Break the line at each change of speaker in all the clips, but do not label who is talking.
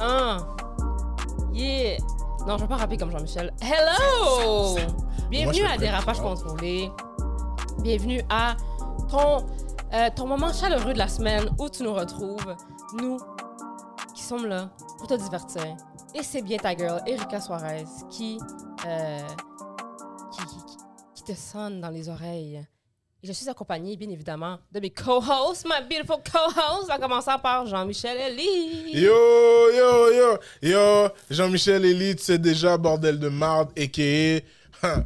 1. Yeah. Non, je vais pas rapper comme Jean-Michel. Hello! Bienvenue
Moi, je
à
fais
Dérapage
pas.
Contrôlé. Bienvenue à ton, euh, ton moment chaleureux de la semaine où tu nous retrouves, nous qui sommes là pour te divertir. Et c'est bien ta girl, Erika Suarez, qui, euh, qui, qui- qui- qui te sonne dans les oreilles. Et je suis accompagnée, bien évidemment, de mes co-hosts, ma beautiful co-hosts, en commençant par Jean-Michel Elie.
Yo, yo, yo, yo, Jean-Michel Elite, c'est déjà bordel de marde, a.k.a. hein,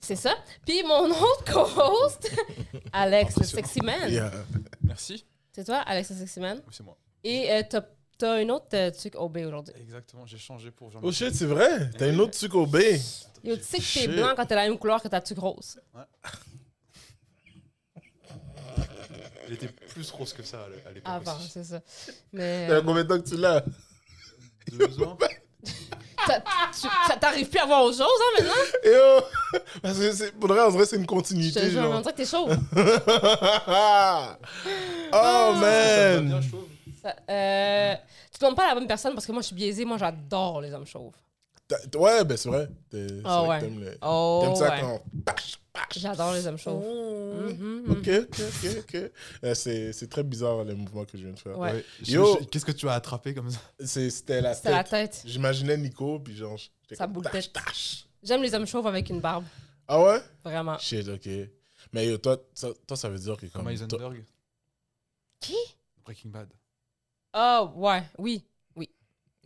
C'est ça. Puis mon autre co-host, Alex le Sexy Man.
Ah, yeah.
Merci.
C'est toi, Alex le Sexy Man.
Oui, c'est moi.
Et euh, t'as- t'as une autre euh, tuque OB aujourd'hui.
Exactement, j'ai changé pour
Oh
Jean-Michel.
shit, c'est vrai, t'as une autre sucre au B.
Yo, tu sais que t'es
Shit.
blanc quand t'as la même couleur que ta tuque rose.
Il était plus rose que ça à l'é- à l'époque.
Ah,
Avant,
aussi.
Ah, c'est ça. Mais
T'as combien de temps que tu l'as
Deux ans.
t'a- euh, tu- ça t'arrive plus à voir aux choses, hein, maintenant?
Yo, parce que c'est- pour le vrai, en vrai, c'est une
Je te
continuité,
jure, on
genre.
dirait que t'es chaud. Ah.
oh
Ça me va bien,
man!
je trouve.
Ça- euh, tu tombes pas à la bonne personne parce que moi, je suis biaisée. Moi, j'adore les hommes chauves.
T'as- Ouais, ben c'est vrai. T'es- c'est
Ah
vrai que
ouais.
T'aimes le-
Oh,
t'aimes ça
ouais.
quand. Oh,
J'adore les hommes chauves. Mhm, mhm.
Ok, ok, ok, ok. Euh, c'est c'est très bizarre les mouvements que je viens de faire.
Ouais.
Ouais.
Yo.
Je- Qu'est-ce que tu as attrapé comme ça
C'est- C'était la
C'était la
tête.
tête.
J'imaginais Nico, puis genre. j'étais
Sa
comme,
boule
tach,
tête.
tach.
J'aime les hommes chauves avec une barbe.
Ah ouais?
Vraiment.
Shit, ok. Mais yo, toi, ça, toi, ça veut dire que comme.
Comme
toi-
Heisenberg.
Qui?
Breaking Bad.
Oh, ouais, oui.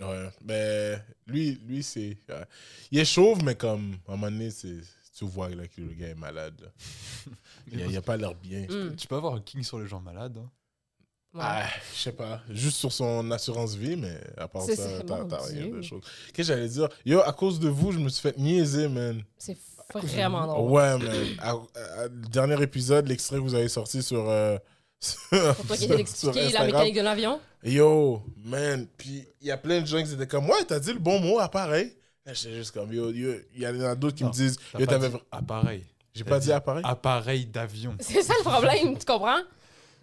Ouais. Ben, lui, lui c'est. ouais. Il est chauve, mais comme, à un moment donné, c'est- tu vois là, que le gars est malade. là. Il a- il a pas l'air bien.
Mm.
Tu peux avoir un king sur les gens malades. hein.
Ouais.
Ah, je sais pas. Juste sur son assurance vie, mais à part
C'est-
ça,
c'est-
t'as
mon
t'as rien
Dieu.
de chose. Qu'est-ce que j'allais dire? Yo, à cause de vous, je me suis fait niaiser, man.
C'est vraiment drôle.
Ah Ouais, man. À- à- à- le dernier épisode, l'extrait que vous avez sorti sur. euh, sur,
Pour toi qui viens
sur
d'expliquer la
Instagram.
mécanique de l'avion.
Yo, man. Puis il y a plein de gens qui étaient comme, ouais, t'as dit le bon mot à pareil. Là, J'étais juste comme, yo, yo. Il y en a d'autres qui me
Non,
disent,
T'as
yo,
pas
t'avais.
dit
vra-
Appareil.
J'ai
t'as
pas dit
dit-
à pareil.
Appareil d'avion.
C'est ça le problème, tu comprends?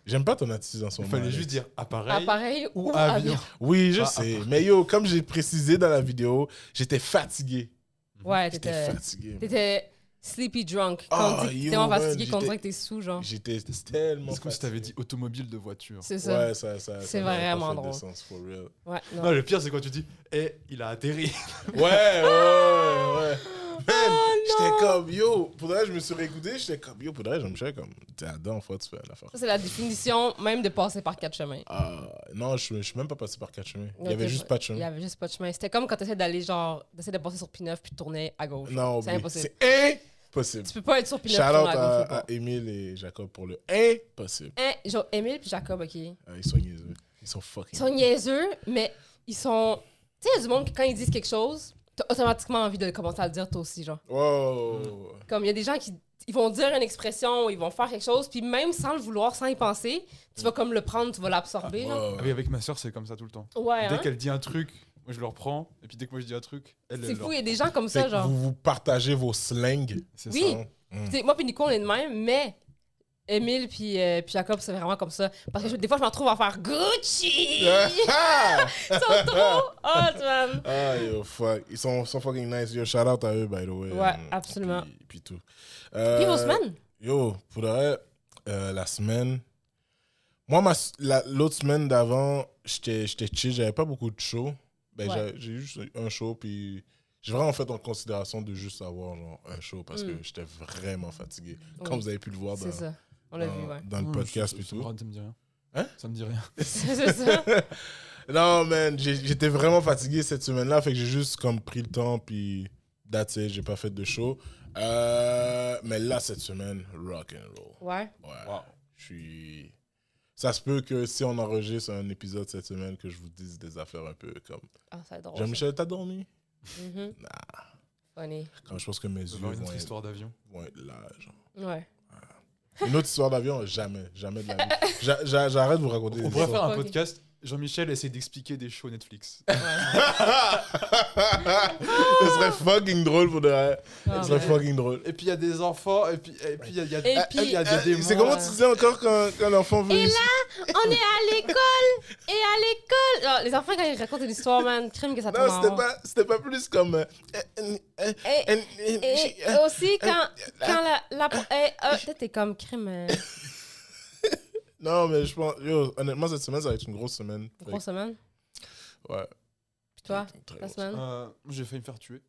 J'aime pas ton attitude en ce
Il
moment.
fallait
Alex.
juste dire appareil,
Appareil
ou avion.
Oui, je
Ah,
sais. Mais yo, comme j'ai précisé dans la vidéo, j'étais fatigué.
Ouais,
J'étais
t'étais.
fatigué. man.
T'étais sleepy drunk. Quand
Ah,
tu t'es
yo,
tellement
man,
fatigué qu'on
j'étais-
dirait que t'es sous, genre.
J'étais tellement.
C'est comme si t'avais dit
fatigué.
automobile de voiture.
C'est ça.
Ouais, ça, ça.
C'est
ça m'a pas
vraiment
fait de
drôle.
sens, for real.
Ouais, non.
Non, le pire, c'est quand tu dis, eh, il a atterri.
Ouais, ouais, ouais. Man,
Oh,
j'étais
non.
comme, yo, faudrait je me suis réécouté, j'étais comme, yo, faudrait je me suis comme, t'es à deux en fois, tu fais l'affaire.
Ça, c'est la définition même de passer par quatre chemins.
Ah, non, je, je suis même pas passé par quatre chemins. Il y
Ouais,
avait
t'es
juste
pas-
pas
Il
de
y
chemin.
avait juste pas de chemin. C'était comme quand t'essaies d'aller, genre, d'essayer de passer sur P9 puis de tourner à gauche.
Non,
C'est
oublie.
impossible.
C'est impossible.
Tu peux pas être sur P9 puis
Shout out
tourner à
à,
gauche. faut
à
pas.
Emile et Jacob pour le impossible.
Hein, genre, Emile puis Jacob, ok. Ils
Ah, ils sont niaiseux. Ils sont fucking.
sont niaiseux, mais ils sont. Tu sais, il y a du monde qui, quand ils disent quelque chose, t'as automatiquement envie de commencer à le dire toi aussi, genre.
Wow.
Comme il y a des gens qui ils vont dire une expression, ils vont faire quelque chose, puis même sans le vouloir, sans y penser, tu vas comme le prendre, tu vas l'absorber. genre.
Wow.
Ah oui, avec ma soeur, c'est comme ça tout le temps.
Ouais,
dès
hein?
qu'elle dit un truc, moi je le reprends. Et puis dès que moi je dis un truc, elle
C'est
elle
fou,
le
il y a des gens comme
Fait
ça,
que
genre.
vous vous partagez vos slangs.
C'est
Oui.
ça.
Mm.
Tu sais, Moi puis Nico, on est de même, mais Emile puis, euh, puis Jacob, c'est vraiment comme ça. Parce que je- des fois, je m'en trouve à faire Gucci! Ils
Ah!
sont trop hot, man!
Ah, yo, fuck. Ils sont, sont fucking nice. Yo, shout out à eux, by the way.
Ouais,
Euh,
absolument.
Puis, puis tout.
Puis
Euh,
vos semaines?
Yo, pour de vrai, euh, la semaine. Moi, ma s- la- l'autre semaine d'avant, j'étais j'étais chill, j'avais pas beaucoup de shows. Ben,
Ouais.
j'ai- J'ai eu juste un show, puis j'ai vraiment fait en considération de juste avoir genre, un show parce
Mm.
que j'étais vraiment fatigué.
Oui.
Comme vous avez pu le voir dans,
C'est ça. On l'a vu,
dans,
ouais.
dans le
Hum,
podcast
ça-
et
ça me
tout.
rend- Ça me dit rien.
Hein
Ça me dit rien.
C'est ça.
Non, man, j'ai- j'étais vraiment fatigué cette semaine-là, fait que j'ai juste comme pris le temps, puis that's it, j'ai pas fait de show. Euh, mais là, cette semaine, rock and roll.
Ouais.
Ouais,
Waouh.
je suis... Ça se peut que si on enregistre un épisode cette semaine, que je vous dise des affaires un peu comme...
Ah, ça va être
Oh,
drôle.
Jean-Michel, t'as dormi?
ça. Mhm.
Nah,
Funny.
quand je pense que mes
Je
yeux
veux voir
vont
une autre
être,
histoire d'avion.
vont être là, genre.
Ouais.
Une autre histoire d'avion, jamais, jamais de la vie. J'a- j'a- J'arrête de vous raconter
On
des
pourrait
histoires.
faire un
Ok.
podcast Jean-Michel essaie d'expliquer des shows Netflix.
Ce serait fucking drôle pour de vrai.
Ah,
Ce serait
ouais.
fucking drôle.
Et puis il y a des enfants, et puis et puis il y a, il y a- ah,
Et
il
puis- euh,
y a des démons.
C'est comment tu disais encore quand, quand l'enfant veut.
Et On est à l'école! Et à l'école! Alors, les enfants, quand ils racontent une histoire, man, crime que ça tombe
Non,
en
c'était
rond.
pas, c'était pas plus comme. euh, euh, euh,
Et,
euh, euh,
et
euh,
aussi, quand, quand
ah.
la... la eh, euh, peut-être t'es comme crime, euh,
Non, mais je pense. Yo, honnêtement, cette semaine, ça va être une grosse semaine. Fait que-
grosse semaine.
Ouais.
Puis toi,
Très
la
grosse.
semaine?
Euh, J'ai failli me faire tuer.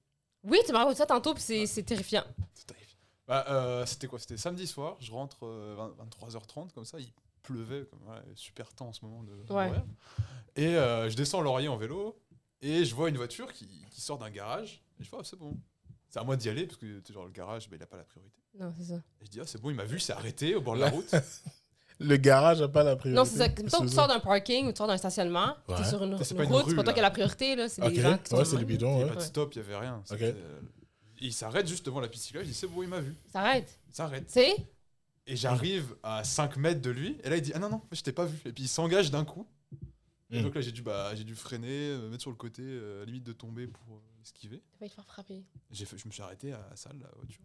Oui, tu m'as raconté ça tantôt, puis c'est- c'est terrifiant.
C'est terrifiant. Bah, euh, c'était quoi C'était samedi soir, je rentre euh, 20 23h30 comme ça, il pleuvait, comme, ouais, super temps en ce moment de
Ouais.
d'horaire. Et euh, je descends Laurier en vélo et je vois une voiture qui, qui sort d'un garage. Et je fais, Ah, c'est bon. C'est à moi d'y aller parce que genre, le garage, bah, il n'a pas la priorité.
Non, c'est ça.
Et je dis, ah, c'est bon, il m'a vu, il s'est arrêté au bord de la route.
Le garage a pas la priorité.
Non, c'est ça. Mettons que tu
C'est
sors d'un parking ou tu sors d'un stationnement,
Ouais.
t'es sur une,
Ça, c'est
une
pas une
route,
rue,
c'est pas toi
là.
qui as la priorité, là, c'est des gens qui
Ok,
sont
ouais,
de
c'est les
même.
Il n'y
bidons,
avait
ouais.
pas de
Ouais.
stop, il n'y avait rien. C'était- euh, Il s'arrête juste devant la piste cyclable, il dit, c'est bon, il m'a vu.
S'arrête.
Il s'arrête.
Tu sais?
Et j'arrive à 5 mètres de lui, et là il dit Ah non, non, je t'ai pas vu. Et puis il s'engage d'un coup. Et
Mm.
donc là j'ai dû, bah, j'ai dû freiner, me mettre sur le côté, euh, à la limite de tomber pour euh, esquiver.
Tu vas te faire frapper.
J'ai fait, je me suis arrêté à la salle, la voiture.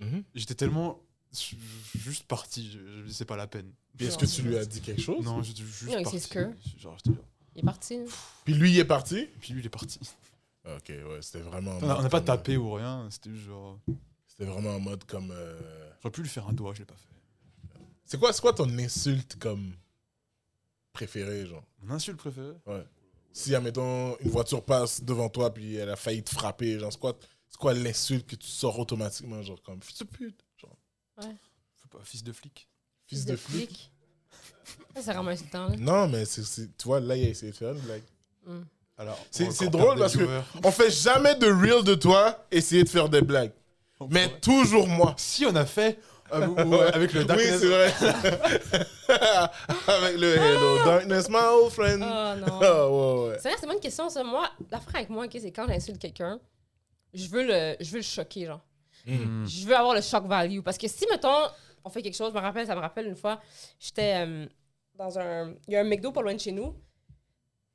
Mhm.
J'étais tellement su- juste parti, je, je- c'est pas la peine.
Puis est-ce que tu lui as dit quelque chose
Non, j'étais juste
Non, il
parti.
s'est scuré.
Genre, j'étais là.
Il est parti. là.
Puis lui, il est parti
Et puis lui il est parti.
Ok, ouais, c'était vraiment. en
On a- on
mode
n'a pas
comme- euh,
tapé ou rien, c'était juste genre.
C'était vraiment en mode comme. euh,
J'aurais pu lui faire un doigt, je l'ai pas fait.
C'est quoi, c'est quoi ton insulte comme préférée, genre
Mon insulte préférée
Si, admettons, une voiture passe devant toi puis elle a failli te frapper, genre, c'est quoi, c'est quoi l'insulte que tu sors automatiquement, genre, comme fils de pute, genre,
Faut pas, Fils de flic.
fils de flic
Ça, c'est vraiment insultant, là.
Non, mais c'est, c'est- tu vois, là, il a essayé de faire une blague. Hmm.
Hum.
Alors,
C'est-
on va
c'est
encore
drôle
perdre des
parce que-
viewers.
On fait jamais de reel de toi, essayer de faire des blagues.
On
Mais
pourrait-
toujours moi.
Si on a fait euh, ou- ou, euh, avec le Dark
Oui,
Knight,
c'est vrai. Avec le
Ah!
Hello Darkness, my old friend.
Oh non.
Ah, ouais, ouais.
C'est vrai, c'est une bonne question, ça. Moi, l'affaire avec moi, ok, c'est quand j'insulte quelqu'un, je veux le, je veux le choquer, genre.
Hmm.
Mm.
Je veux avoir le shock value. Parce que si, mettons, on fait quelque chose, je me rappelle, ça me rappelle une fois, j'étais euh, dans un. Il y a un McDo pas loin de chez nous.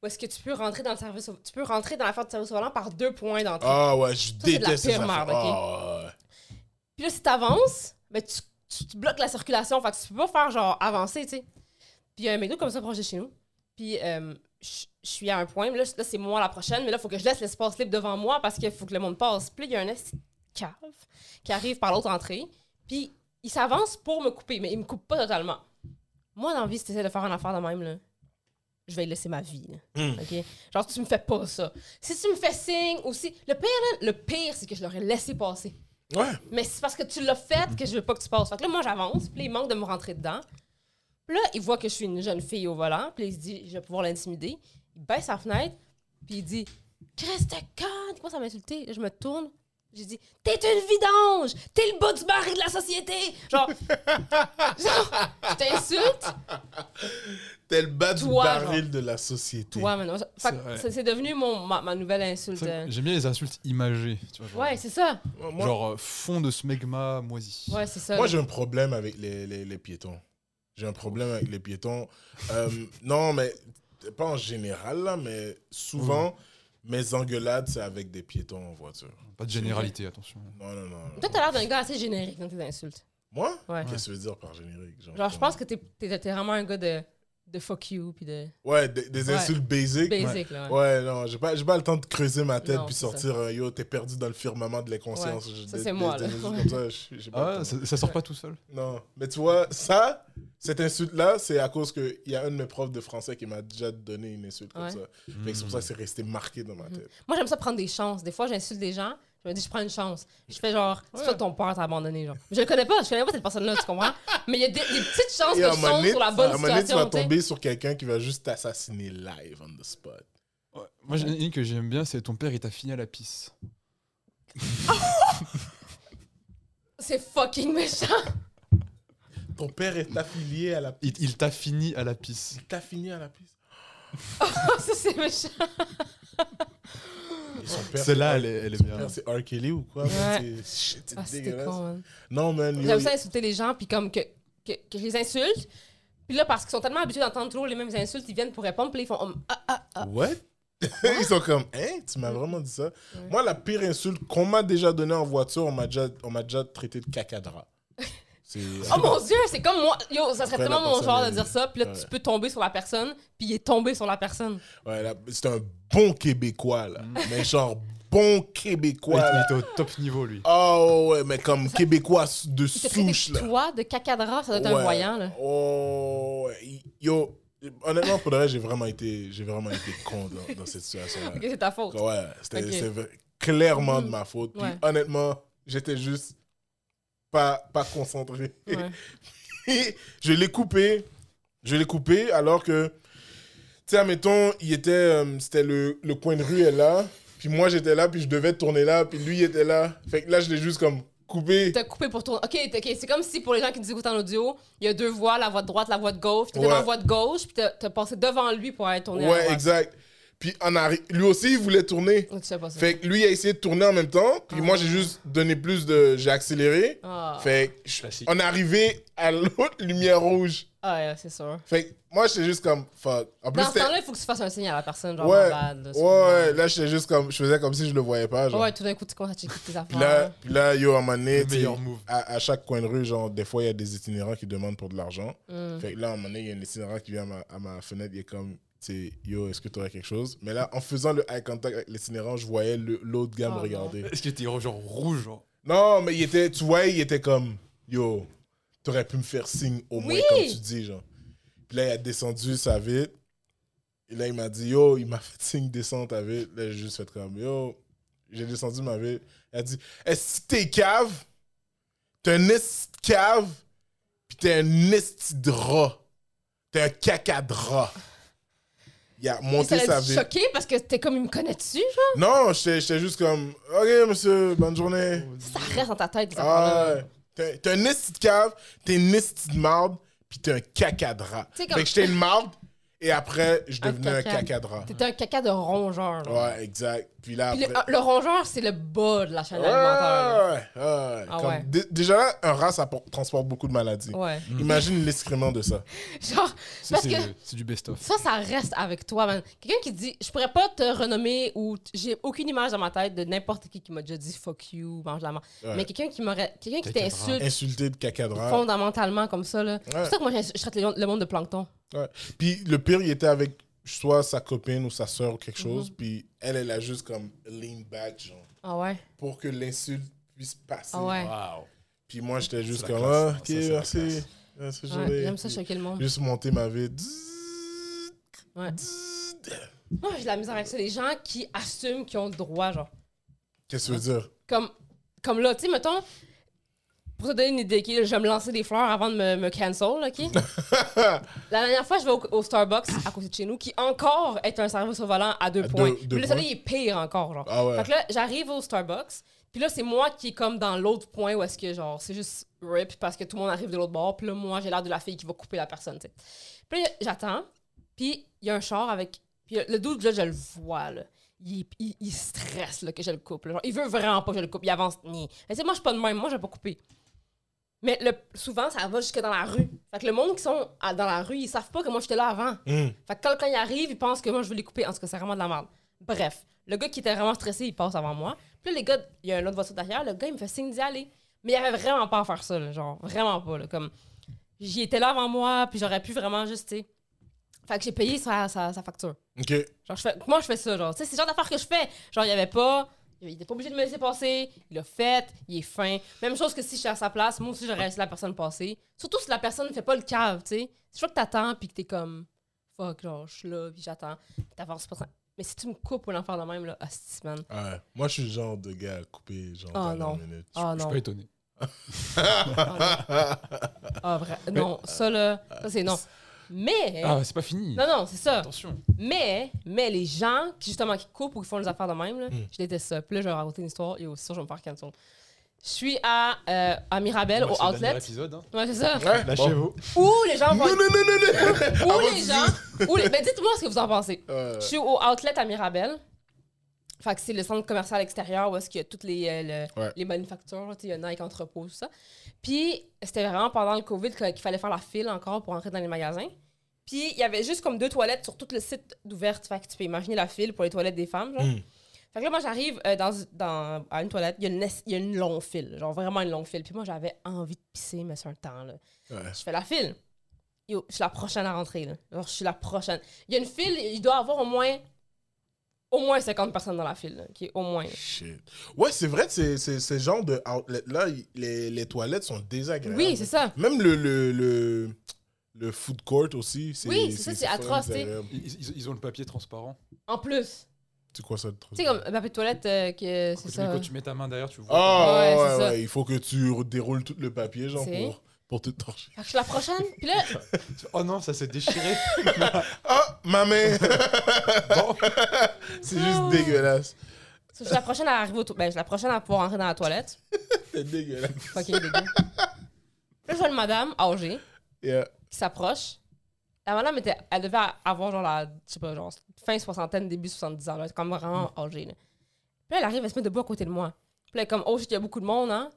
Où est-ce que tu peux rentrer dans le service au- Tu peux rentrer dans l'affaire du service au volant par deux points d'entrée.
Ah, ouais, je
c'est de la
déteste ces
pire
affaires.
merde, ok.
Ah, ouais.
Puis là, si t'avances, ben, tu, tu, tu bloques la circulation. Fait que tu peux pas faire genre avancer, tu sais. Puis il y a un McDo comme ça proche de chez nous. Puis euh, je je suis à un point. Mais là, là, c'est moi la prochaine. Mais là, il faut que je laisse l'espace libre devant moi parce qu'il faut que le monde passe. Puis là, il y a un esti de cave qui arrive par l'autre entrée. Puis il s'avance pour me couper, mais il me coupe pas totalement. Moi, dans la vie, si t'essaies de faire une affaire de même, là, je vais y laisser ma vie. là.
Mm.
OK? Genre, tu me fais pas ça. Si tu me fais signe ou si. Le pire, là, le pire, c'est que je l'aurais laissé passer.
Ouais.
Mais c'est parce que tu l'as fait que je veux pas que tu passes. Fait que là, moi, j'avance, puis là, il manque de me rentrer dedans. Puis là, il voit que je suis une jeune fille au volant, puis là, il se dit, je vais pouvoir l'intimider. Il baisse sa fenêtre, puis il dit, Chris, t'es con, tu commences à m'insulter. Là, je me tourne, j'ai dit, t'es une vidange, t'es le bas du baril de la société. Genre, genre je t'insulte,
T'es le bas du
Toi,
baril de la société.
toi, maintenant. Fait
C'est
que
vrai.
c'est- c'est devenu mon, ma, ma nouvelle insulte. euh.
Ça, J'aime bien les insultes imagées. Tu vois, genre,
Ouais, c'est ça.
Moi,
genre, euh, fond de smegma moisi.
Ouais, c'est ça.
Moi,
là.
j'ai un problème avec les, les- les piétons. J'ai un problème avec les piétons. Euh, non, mais pas en général, là, mais souvent,
Mm.
mes engueulades, c'est avec des piétons en voiture.
Pas de généralité, attention.
Non, non, non. non.
Toi, t'as l'air d'un gars assez générique dans tes insultes.
Moi
Ouais.
Qu'est-ce que tu veux dire par générique
Genre, je pense que t'es t'es- t'es vraiment un gars de, de fuck you, puis de
Ouais, des, des
Ouais.
insultes basiques.
basic, là. ouais.
Ouais, non, j'ai pas, j'ai pas le temps de creuser ma tête
Non,
puis
c'est
sortir euh, Yo, t'es perdu dans le firmament de l'inconscience.
Ouais,
Je-
ça,
des-
c'est
des-
moi, là.
des insultes comme ça, j'ai- j'ai pas le
Ah,
temps.
ça, ça sort pas tout seul.
Non, mais tu vois, ça, cette insulte-là, c'est à cause qu'il y a un de mes profs de français qui m'a déjà donné une insulte comme
Ouais.
ça. Fait que
Hmm.
c'est pour ça que c'est resté marqué dans ma
Mhm.
tête.
Moi, j'aime ça prendre des chances. Des fois, j'insulte des gens. Je me dis, je prends une chance. Je fais genre, c'est pas que ton père t'a abandonné. Genre. Je le connais pas, je connais pas cette personne-là, tu comprends? Mais il y a des, des petites chances
Et
que
à
je
un moment
tombe
donné,
sur la
à
bonne
un moment donné, tu vas
situation. tu sais.
tomber sur quelqu'un qui va juste t'assassiner live on the spot.
Ouais. Moi, j'en ai une que j'aime bien, c'est ton père, il t'a fini à la pisse.
C'est fucking méchant.
Ton père est affilié à la
Il, il t'a fini à la pisse.
Il t'a fini à la piste.
ça, c'est méchant.
Et son père,
Celle-là,
c'est-
Ah. elle est, elle est
son
bien.
père, c'est R. Kelly ou quoi?
Ouais.
man? C'est shit, c'est
Ah, c'était
dégueulasse.
con, man.
Non, man. yo,
J'aime ça insulter les gens, puis comme que, que, que je les insulte. Puis là, parce qu'ils sont tellement habitués d'entendre toujours les mêmes insultes, ils viennent pour répondre, puis là, ils font hum, ah, ah, ah.
What? Ils sont comme, hein, tu m'as vraiment dit ça? Moi, la pire insulte qu'on m'a déjà donnée en voiture, on m'a déjà, on m'a déjà traité de cacadra. C'est-
Oh mon dieu, c'est comme moi. Yo, ça serait
Après, la
tellement mon
personne
genre de
est-
dire ça, puis là,
Ouais.
tu peux tomber sur la personne, puis il est tombé sur la personne.
Ouais, là, c'est un bon Québécois, là.
Mm.
Mais genre, bon Québécois,
Il
là.
était au top niveau, lui.
Oh, ouais, mais comme Québécois de
Il te traite
souche, là.
de toi, de cacadra, ça doit être
Ouais.
un voyant, là.
Oh, ouais. yo. Honnêtement, pour de vrai, j'ai vraiment été, j'ai vraiment été con dans, dans cette situation-là.
Ok, c'est ta faute.
Ouais, c'était
Ok.
c'est vrai- clairement de
Mhm.
ma faute. Puis
Ouais.
honnêtement, j'étais juste pas, pas concentré.
Ouais.
je l'ai coupé. Je l'ai coupé alors que, tu sais, admettons, il était, euh, c'était le, le coin de rue est là. Puis moi, j'étais là, puis je devais tourner là, puis lui, il était là. Fait que là, je l'ai juste comme coupé.
T'as coupé pour tourner. Ok, t- ok, c'est comme si pour les gens qui nous écoutent en audio, il y a deux voies, la voie de droite, la voie de gauche. T'étais
Ouais.
dans la voie de gauche, puis t'as t'as passé devant lui pour aller tourner. à la
Ouais,
droite.
exact. Puis en arri- lui aussi, il voulait tourner.
Oh, Tu sais pas ça.
Fait que lui, il a essayé de tourner en même temps. Puis
Ah.
moi, j'ai juste donné plus de. J'ai accéléré.
Ah,
Fait que je-
Classique.
on est arrivé à l'autre lumière rouge.
ah ouais, c'est sûr.
Fait que moi, j'étais juste comme fuck. En plus,
Dans ce
c'était.
temps-là, il faut que tu fasses un signe à la personne, genre
Ouais,
malade. là,
ouais, ouais, là, j'étais juste comme. Je faisais comme si je le voyais pas. Genre.
Ouais, tout d'un coup, tu commences à checker tes
Puis
affaires.
là, puis là, yo, à un moment donné,
Le
tu sais,
meilleur move.
à, à chaque coin de rue, genre, des fois, il y a des itinérants qui demandent pour de l'argent.
Mm.
Fait que là, à un moment donné, il y a un itinérant qui vient à ma, à ma fenêtre, il est comme, tu sais, yo, est-ce que tu aurais quelque chose? Mais là, en faisant le eye contact avec l'itinérant, je voyais le- l'autre gars
Oh,
me
non.
regarder.
Est-ce qu'il était genre rouge, genre
Non, mais il était, tu vois, il était comme, yo, t'aurais pu me faire signe au moins,
Oui.
comme tu dis, genre. Puis là, il a descendu sa vite. Et là, il m'a dit, yo, il m'a fait signe, descends ta vite. Là, j'ai juste fait comme, yo, j'ai descendu ma vite. Il a dit, est-ce que t'es cave? T'es un est cave, puis t'es un est de rat. T'es un cacadra. Il a
Et
monté
ça
sa
l'a dû
vite.
choqué parce que t'es comme, il me connaît-tu, genre?
Non, j'étais j'étais juste comme, ok, monsieur, bonne journée.
Ça reste dans ta tête, les
Ah
affaires-là.
ouais. T'es t'es un esti de cave, t'es une esti de marde, pis t'es un cacadra.
Tu sais,
Fait
comme-
que j'étais une marde, et après, je
Un
devenais un
caca.
cacadra.
T'étais un caca de rongeur, là.
Ouais, exact. Puis là,
Puis le, ah,
après...
le rongeur, c'est le bas de la chaîne
Ouais,
alimentaire.
ouais, ouais.
Ah
Comme
ouais.
dé- Déjà là, un rat, ça por- transporte beaucoup de maladies.
là. Ouais.
Imagine l'excrément de ça.
Genre,
Ça,
parce
c'est
que
c'est du best-of.
Ça, ça reste avec toi, man. Quelqu'un qui dit, je pourrais pas te renommer ou t- j'ai aucune image dans ma tête de n'importe qui qui m'a déjà dit fuck you, mange la mort.
Ouais.
Mais quelqu'un qui m'aurait, quelqu'un qui
Quelqu'un
t'insulte
Insulté de cacadra.
fondamentalement comme ça, là. C'est
Ouais.
pour ça que moi, j'ins- je traite le, le monde de plancton.
Puis le pire, il était avec soit sa copine ou sa soeur ou
Mhm.
quelque chose, puis elle, elle a juste comme lean back, genre,
Ah ouais.
pour que l'insulte puisse passer.
Ah ouais.
Waouh.
Puis moi, j'étais juste
la
comme,
classe.
ah,
Ça,
ok,
c'est la
merci.
classe.
Merci,
Ouais,
journée.
J'aime ça
Puis
choquer le monde.
Juste monter ma vie.
Ouais. Moi, j'ai de la misère avec ça. Les gens qui assument qu'ils ont le droit, genre.
Qu'est-ce que tu veux dire?
Comme, comme là, tu sais, mettons, pour te donner une idée, ok, je vais me lancer des fleurs avant de me, me cancel, ok? La dernière fois, je vais au, au Starbucks à côté de chez nous, qui encore est un service au volant à deux
À
points.
deux- deux
Puis le soleil est pire encore, genre.
Ah ouais.
Fait que là, j'arrive au Starbucks, puis là, c'est moi qui est comme dans l'autre point où est-ce que, genre, c'est juste rip parce que tout le monde arrive de l'autre bord, puis là, moi, j'ai l'air de la fille qui va couper la personne, tu sais. Puis là, j'attends, puis il y a un char avec. Puis le dude, là, je le vois, là. Il, il, il stresse là, que je le coupe. là. Genre, il veut vraiment pas que je le coupe. Il avance. ni. Mais tu sais, moi, je suis pas de même. Moi, je vais pas couper. Mais le, souvent, ça va jusque dans la rue. Fait que le monde qui sont à- dans la rue, ils savent pas que moi, j'étais là avant.
Hmm.
Fait que quand quand il arrive, il pense que moi, je veux les couper. En tout cas, c'est vraiment de la merde. Bref, le gars qui était vraiment stressé, il passe avant moi. Puis là, les gars, il y a une autre voiture derrière. Le gars, il me fait signe d'y aller. Mais il avait vraiment pas à faire ça, là, genre, vraiment pas. Là, comme, j'y étais là avant moi, puis j'aurais pu vraiment juste, tu sais. Fait que j'ai payé sa, sa, sa facture.
Ok.
Genre, je fais, moi, je fais ça, genre. Tu sais, c'est le genre d'affaires que je fais. Genre, il y avait pas. Il était pas obligé de me laisser passer. Il l'a fait. Il est fin. Même chose que si je suis à sa place, moi aussi, j'aurais laissé la personne passer. Surtout si la personne ne fait pas le cave, tu sais. C'est sûr que t'attends, puis que t'es comme, fuck, genre, je suis là, puis j'attends. T'avances pas. Mais si tu me coupes pour l'enfer de même, là, hostie, man.
Ah ouais. Moi, je suis le genre de gars à couper, genre,
Ah
dans la
non.
minute.
Ah
Je suis
non.
pas étonné.
Ah, vrai. Non, ça, là, ça, c'est non. Mais.
Ah, c'est pas fini.
Non, non, c'est ça.
Attention.
Mais, mais les gens qui justement qui coupent ou qui font les affaires de même, là,
Mm.
je déteste ça. Puis là, je vais raconter une histoire et aussi ça, je vais me faire cancel. Je suis à, euh, à Mirabel,
Bon, bah,
au
c'est le
outlet.
dernier épisode, hein.
Ouais, c'est ça.
Ouais, bon.
Lâchez-vous.
Où les gens
Non,
vont.
non, non, non, non.
Où
Avant
les
de
gens.
dire-
Où les... Ben, dites-moi ce que vous en pensez.
Ouais.
Je suis au outlet à Mirabel. Fait que c'est le centre commercial extérieur où est-ce qu'il y a toutes les, euh, le-
Ouais.
les manufactures, là, tu sais, il y a Nike Entrepôt, tout ça. Puis c'était vraiment pendant le COVID que- qu'il fallait faire la file encore pour entrer dans les magasins. Puis il y avait juste comme deux toilettes sur tout le site d'ouverte. Fait que tu peux imaginer la file pour les toilettes des femmes. Genre.
Mm.
Fait que là, moi, j'arrive euh, dans, dans- à une toilette, il y, a une es- il y a une longue file, genre vraiment une longue file. Puis moi, j'avais envie de pisser, mais sur le temps, là.
Ouais.
Je fais la file. Yo, je suis la prochaine à rentrer. Là. Genre, je suis la prochaine. Il y a une file, il doit y avoir au moins au moins 50 personnes dans la file. là, ok, au moins. là.
Shit. Ouais, c'est vrai que c'est- c'est- ce genre de outlet-là, il- les, les toilettes sont désagréables.
Oui, c'est ça.
Même le, le, le, le food court aussi.
Oui, c'est ça, c'est
fucking
atroce, tu sais.
désagréable.
Ils, ils- ils ont le papier transparent.
En plus,
C'est quoi ça de trop?
tu sais, comme un papier de toilette, euh, que
Quand
c'est
tu, mets,
ça.
quand tu mets ta main derrière, tu vois.
Ah,
Ouais,
ouais,
c'est
ouais,
ça.
Il faut que tu re- déroules tout le papier, genre,
C'est-
pour, pour te torcher.
Fait que je suis la prochaine. Puis là,
Tu fais, Oh non, ça s'est déchiré.
Ah, ma main!
Bon.
c'est
Ah.
juste dégueulasse.
je suis la prochaine à arriver au to- ben, je suis la prochaine à pouvoir entrer dans la toilette.
C'est dégueulasse.
Fucking dégueu. Puis Là, je vois une madame âgée
Yeah.
qui s'approche. La madame était, elle devait avoir genre la, je sais pas, genre fin soixantaine, début 70 ans, là, Elle est comme vraiment âgée. Là. Puis là, elle arrive, elle se met debout à côté de moi. Puis là, elle est comme, oh, shit, il y a beaucoup de monde, hein.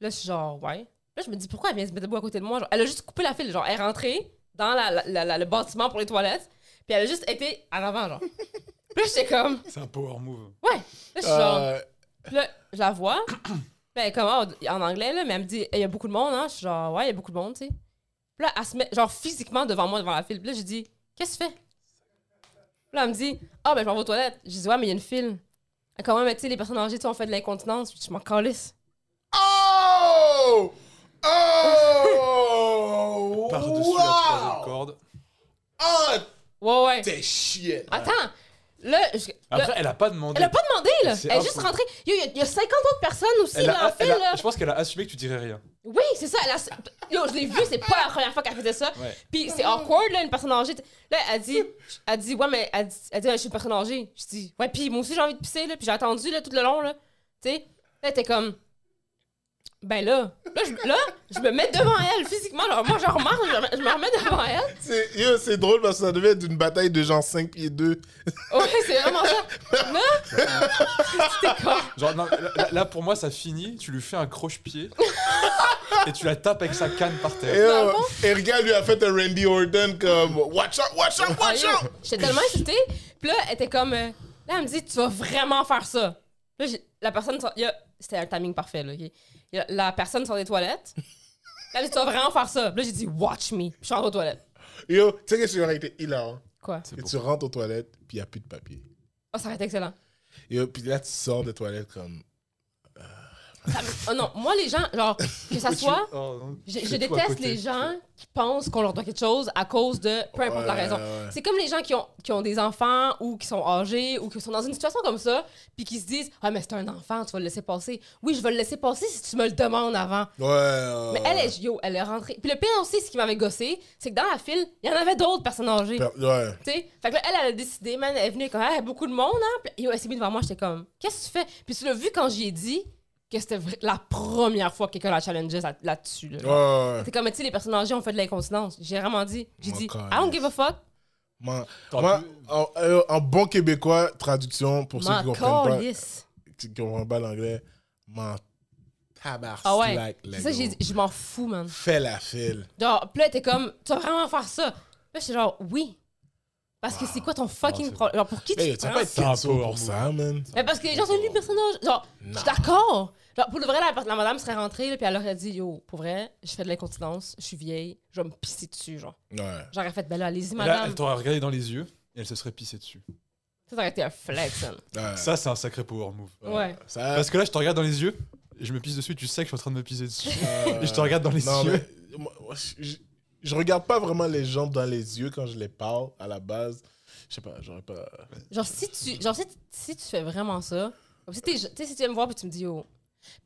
Là, je suis genre, ouais. Là, je me dis, pourquoi elle vient se mettre debout à côté de moi? Genre, elle a juste coupé la file, genre, elle est rentrée dans la- la- la- la- le bâtiment pour les toilettes, puis elle a juste été en avant, genre. Puis là, j'étais comme, là,
C'est un power move.
je suis genre,
Euh,
puis là, je la vois. Puis là, elle est comme, oh, en anglais, là, mais elle me dit, il y a beaucoup de monde, hein. Je suis genre, ouais, il y a beaucoup de monde, tu sais. Puis là, elle se met, genre, physiquement devant moi, devant la file. Puis là, je dis, qu'est-ce que tu fais? Puis là, elle me dit, ah, ben, je m'en vais aux toilettes. Je dis, ouais, mais il y a une file. Elle quand même, mais tu sais, les personnes âgées, tu sais, on fait de l'incontinence. Puis je m'en calisse.
Oh! Oh!
Par-dessus
wow!
la troisième corde.
Ah,
Ouais, ouais.
t'es chienne!
Attends! Là, je-
Après,
là,
elle a pas demandé.
elle a pas demandé, là.
C'est
Elle est juste
affreux.
rentrée. Yo, Il y, a- il y a 50 autres personnes aussi,
Elle a-
là, en file,
elle a-
là.
Je pense qu'elle a assumé que tu dirais rien.
Oui, c'est ça. Elle a- Yo, je l'ai vu, c'est pas la première fois qu'elle faisait ça.
Ouais.
Puis c'est awkward, là, une personne âgée. t- Là, elle dit, elle dit, ouais, mais elle dit, elle dit, je suis une personne âgée. Je dis, ouais, puis moi aussi j'ai envie de pisser, là. Puis j'ai attendu, là, tout le long, là. Tu sais, là, elle était comme, ben là, là je, là, je me mets devant elle physiquement. Genre, moi, je remarque, je, me- je me remets devant elle.
C'est yo, c'est drôle parce que ça devait être une bataille de genre 5 pieds 2.
Ouais, c'est vraiment ça. Là, c'était comme,
Genre, non, là- là, là, pour moi, ça finit. Tu lui fais un croche-pied et tu la tapes avec sa canne par
Et,
terre.
Dans le
euh, et regarde, lui a fait un Randy Orton comme Watch out, watch out,
Ah,
watch
yo,
out!
J'étais tellement insultée. Puis là, elle était comme. euh, là, elle me dit, tu vas vraiment faire ça. Là, j'ai- la personne. sort- il y a- C'était un timing parfait, là. ok. Il y a- la personne sort des toilettes. Là, elle me dit, tu vas vraiment faire ça. Puis là, j'ai dit, watch me. Puis je suis rentrée aux toilettes.
Yo, tu sais que j'aurais été hilarant.
Quoi?
C'est
Et
beau.
tu rentres aux toilettes, puis il n'y a plus de papier.
Oh, ça aurait été excellent.
Yo, euh, puis là, tu sors des toilettes comme.
Ça me- oh non, moi, les gens, genre, que ça soit.
Oh, non.
Ah, Je,
Tu
je
fais tout à
déteste
côté.
les gens qui pensent qu'on leur doit quelque chose à cause de peu importe la
Ouais,
raison.
ouais.
C'est comme les gens qui ont, qui ont des enfants ou qui sont âgés ou qui sont dans une situation comme ça, puis qui se disent Ah, mais c'est un enfant, tu vas le laisser passer. Oui, je vais le laisser passer si tu me le demandes avant.
Ouais, euh, ouais.
Mais elle est yo, elle est rentrée. Puis le pire aussi, ce qui m'avait gossé, c'est que dans la file, il y en avait d'autres personnes âgées.
Per- Ouais.
Tu sais, fait que là, elle, elle a décidé, man, elle est venue comme, ah, beaucoup de monde, hein. Puis yo, elle s'est mise devant moi, j'étais comme, qu'est-ce que tu fais? Puis tu l'as vu quand j'y ai dit que c'était vra- la première fois que quelqu'un la challengeait là- là-dessus. là.
Ouais, ouais.
C'est comme, tu sais, les personnes âgées ont fait de l'incontinence. J'ai vraiment dit, j'ai
Mon
dit,
calice.
I don't give a fuck,
Man-
T'aurais
man,
pu-
en, euh, en bon québécois, traduction pour ceux qui
m'en
comprennent pas,
calisse.
qui comprennent pas l'anglais, man, tabar
Ah ouais.
slack,
C'est ça,
Lego.
j'ai dit, je m'en fous, man.
Fais la file.
Genre, pis là, t'es comme, tu vas vraiment faire ça? Là, j'étais genre, oui. Parce que c'est quoi ton
Ah, Non,
fucking
c'est- Eh,
problème? Genre, pour qui tu
Hey, tu vas pas être
C'est un
cancel
power
pour
move.
ça, man.
Mais parce que les gens sont venus personnage. Genre, je suis d'accord. Genre, pour le vrai, la, la madame serait rentrée, là, puis elle aurait dit, yo, pour vrai, je fais de l'incontinence, je suis vieille, je vais me pisser dessus, genre.
Ouais.
J'aurais fait, ben là, allez-y,
Et Là,
madame.
elle t'aurait regardé dans les yeux et elle se serait pissée dessus.
Ça, ça aurait été un flex, hein.
Ouais.
Ça, c'est un sacré power move.
Ouais.
Ça, euh,
Parce que là, je te regarde dans les yeux et je me pisse dessus. Tu sais que je suis en train de me pisser dessus.
euh,
Et je te regarde dans les
non,
yeux.
mais, moi, moi, je, je- je regarde pas vraiment les gens dans les yeux quand je les parle à la base. Je sais pas, j'aurais pas.
Genre, si tu, genre si, tu- si tu fais vraiment ça, comme si t'es- tu sais, si tu viens me voir puis tu me dis, oh.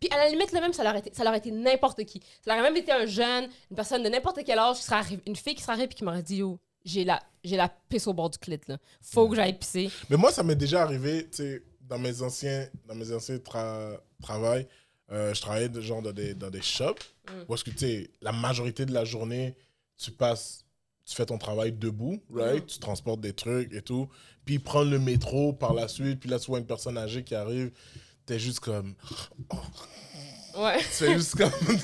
Puis à la limite, là même, ça leur été, ça leur été n'importe qui. Ça aurait même été un jeune, une personne de n'importe quel âge, qui serait arrivée- une fille qui serait arrivée puis qui m'aurait dit, yo, j'ai la, j'ai la pisse au bord du clit, là. Faut que j'aille pisser.
Mais moi, ça m'est déjà arrivé, tu sais, dans mes anciens, dans mes anciens tra- travails, euh, je travaillais de, genre dans des, dans des shops,
Mm.
parce que, tu sais, la majorité de la journée, tu passes, tu fais ton travail debout, right? Tu transportes des trucs et tout. Puis prendre le métro par la suite. Puis là, tu vois une personne âgée qui arrive. T'es juste comme.
Ouais.
Tu fais juste comme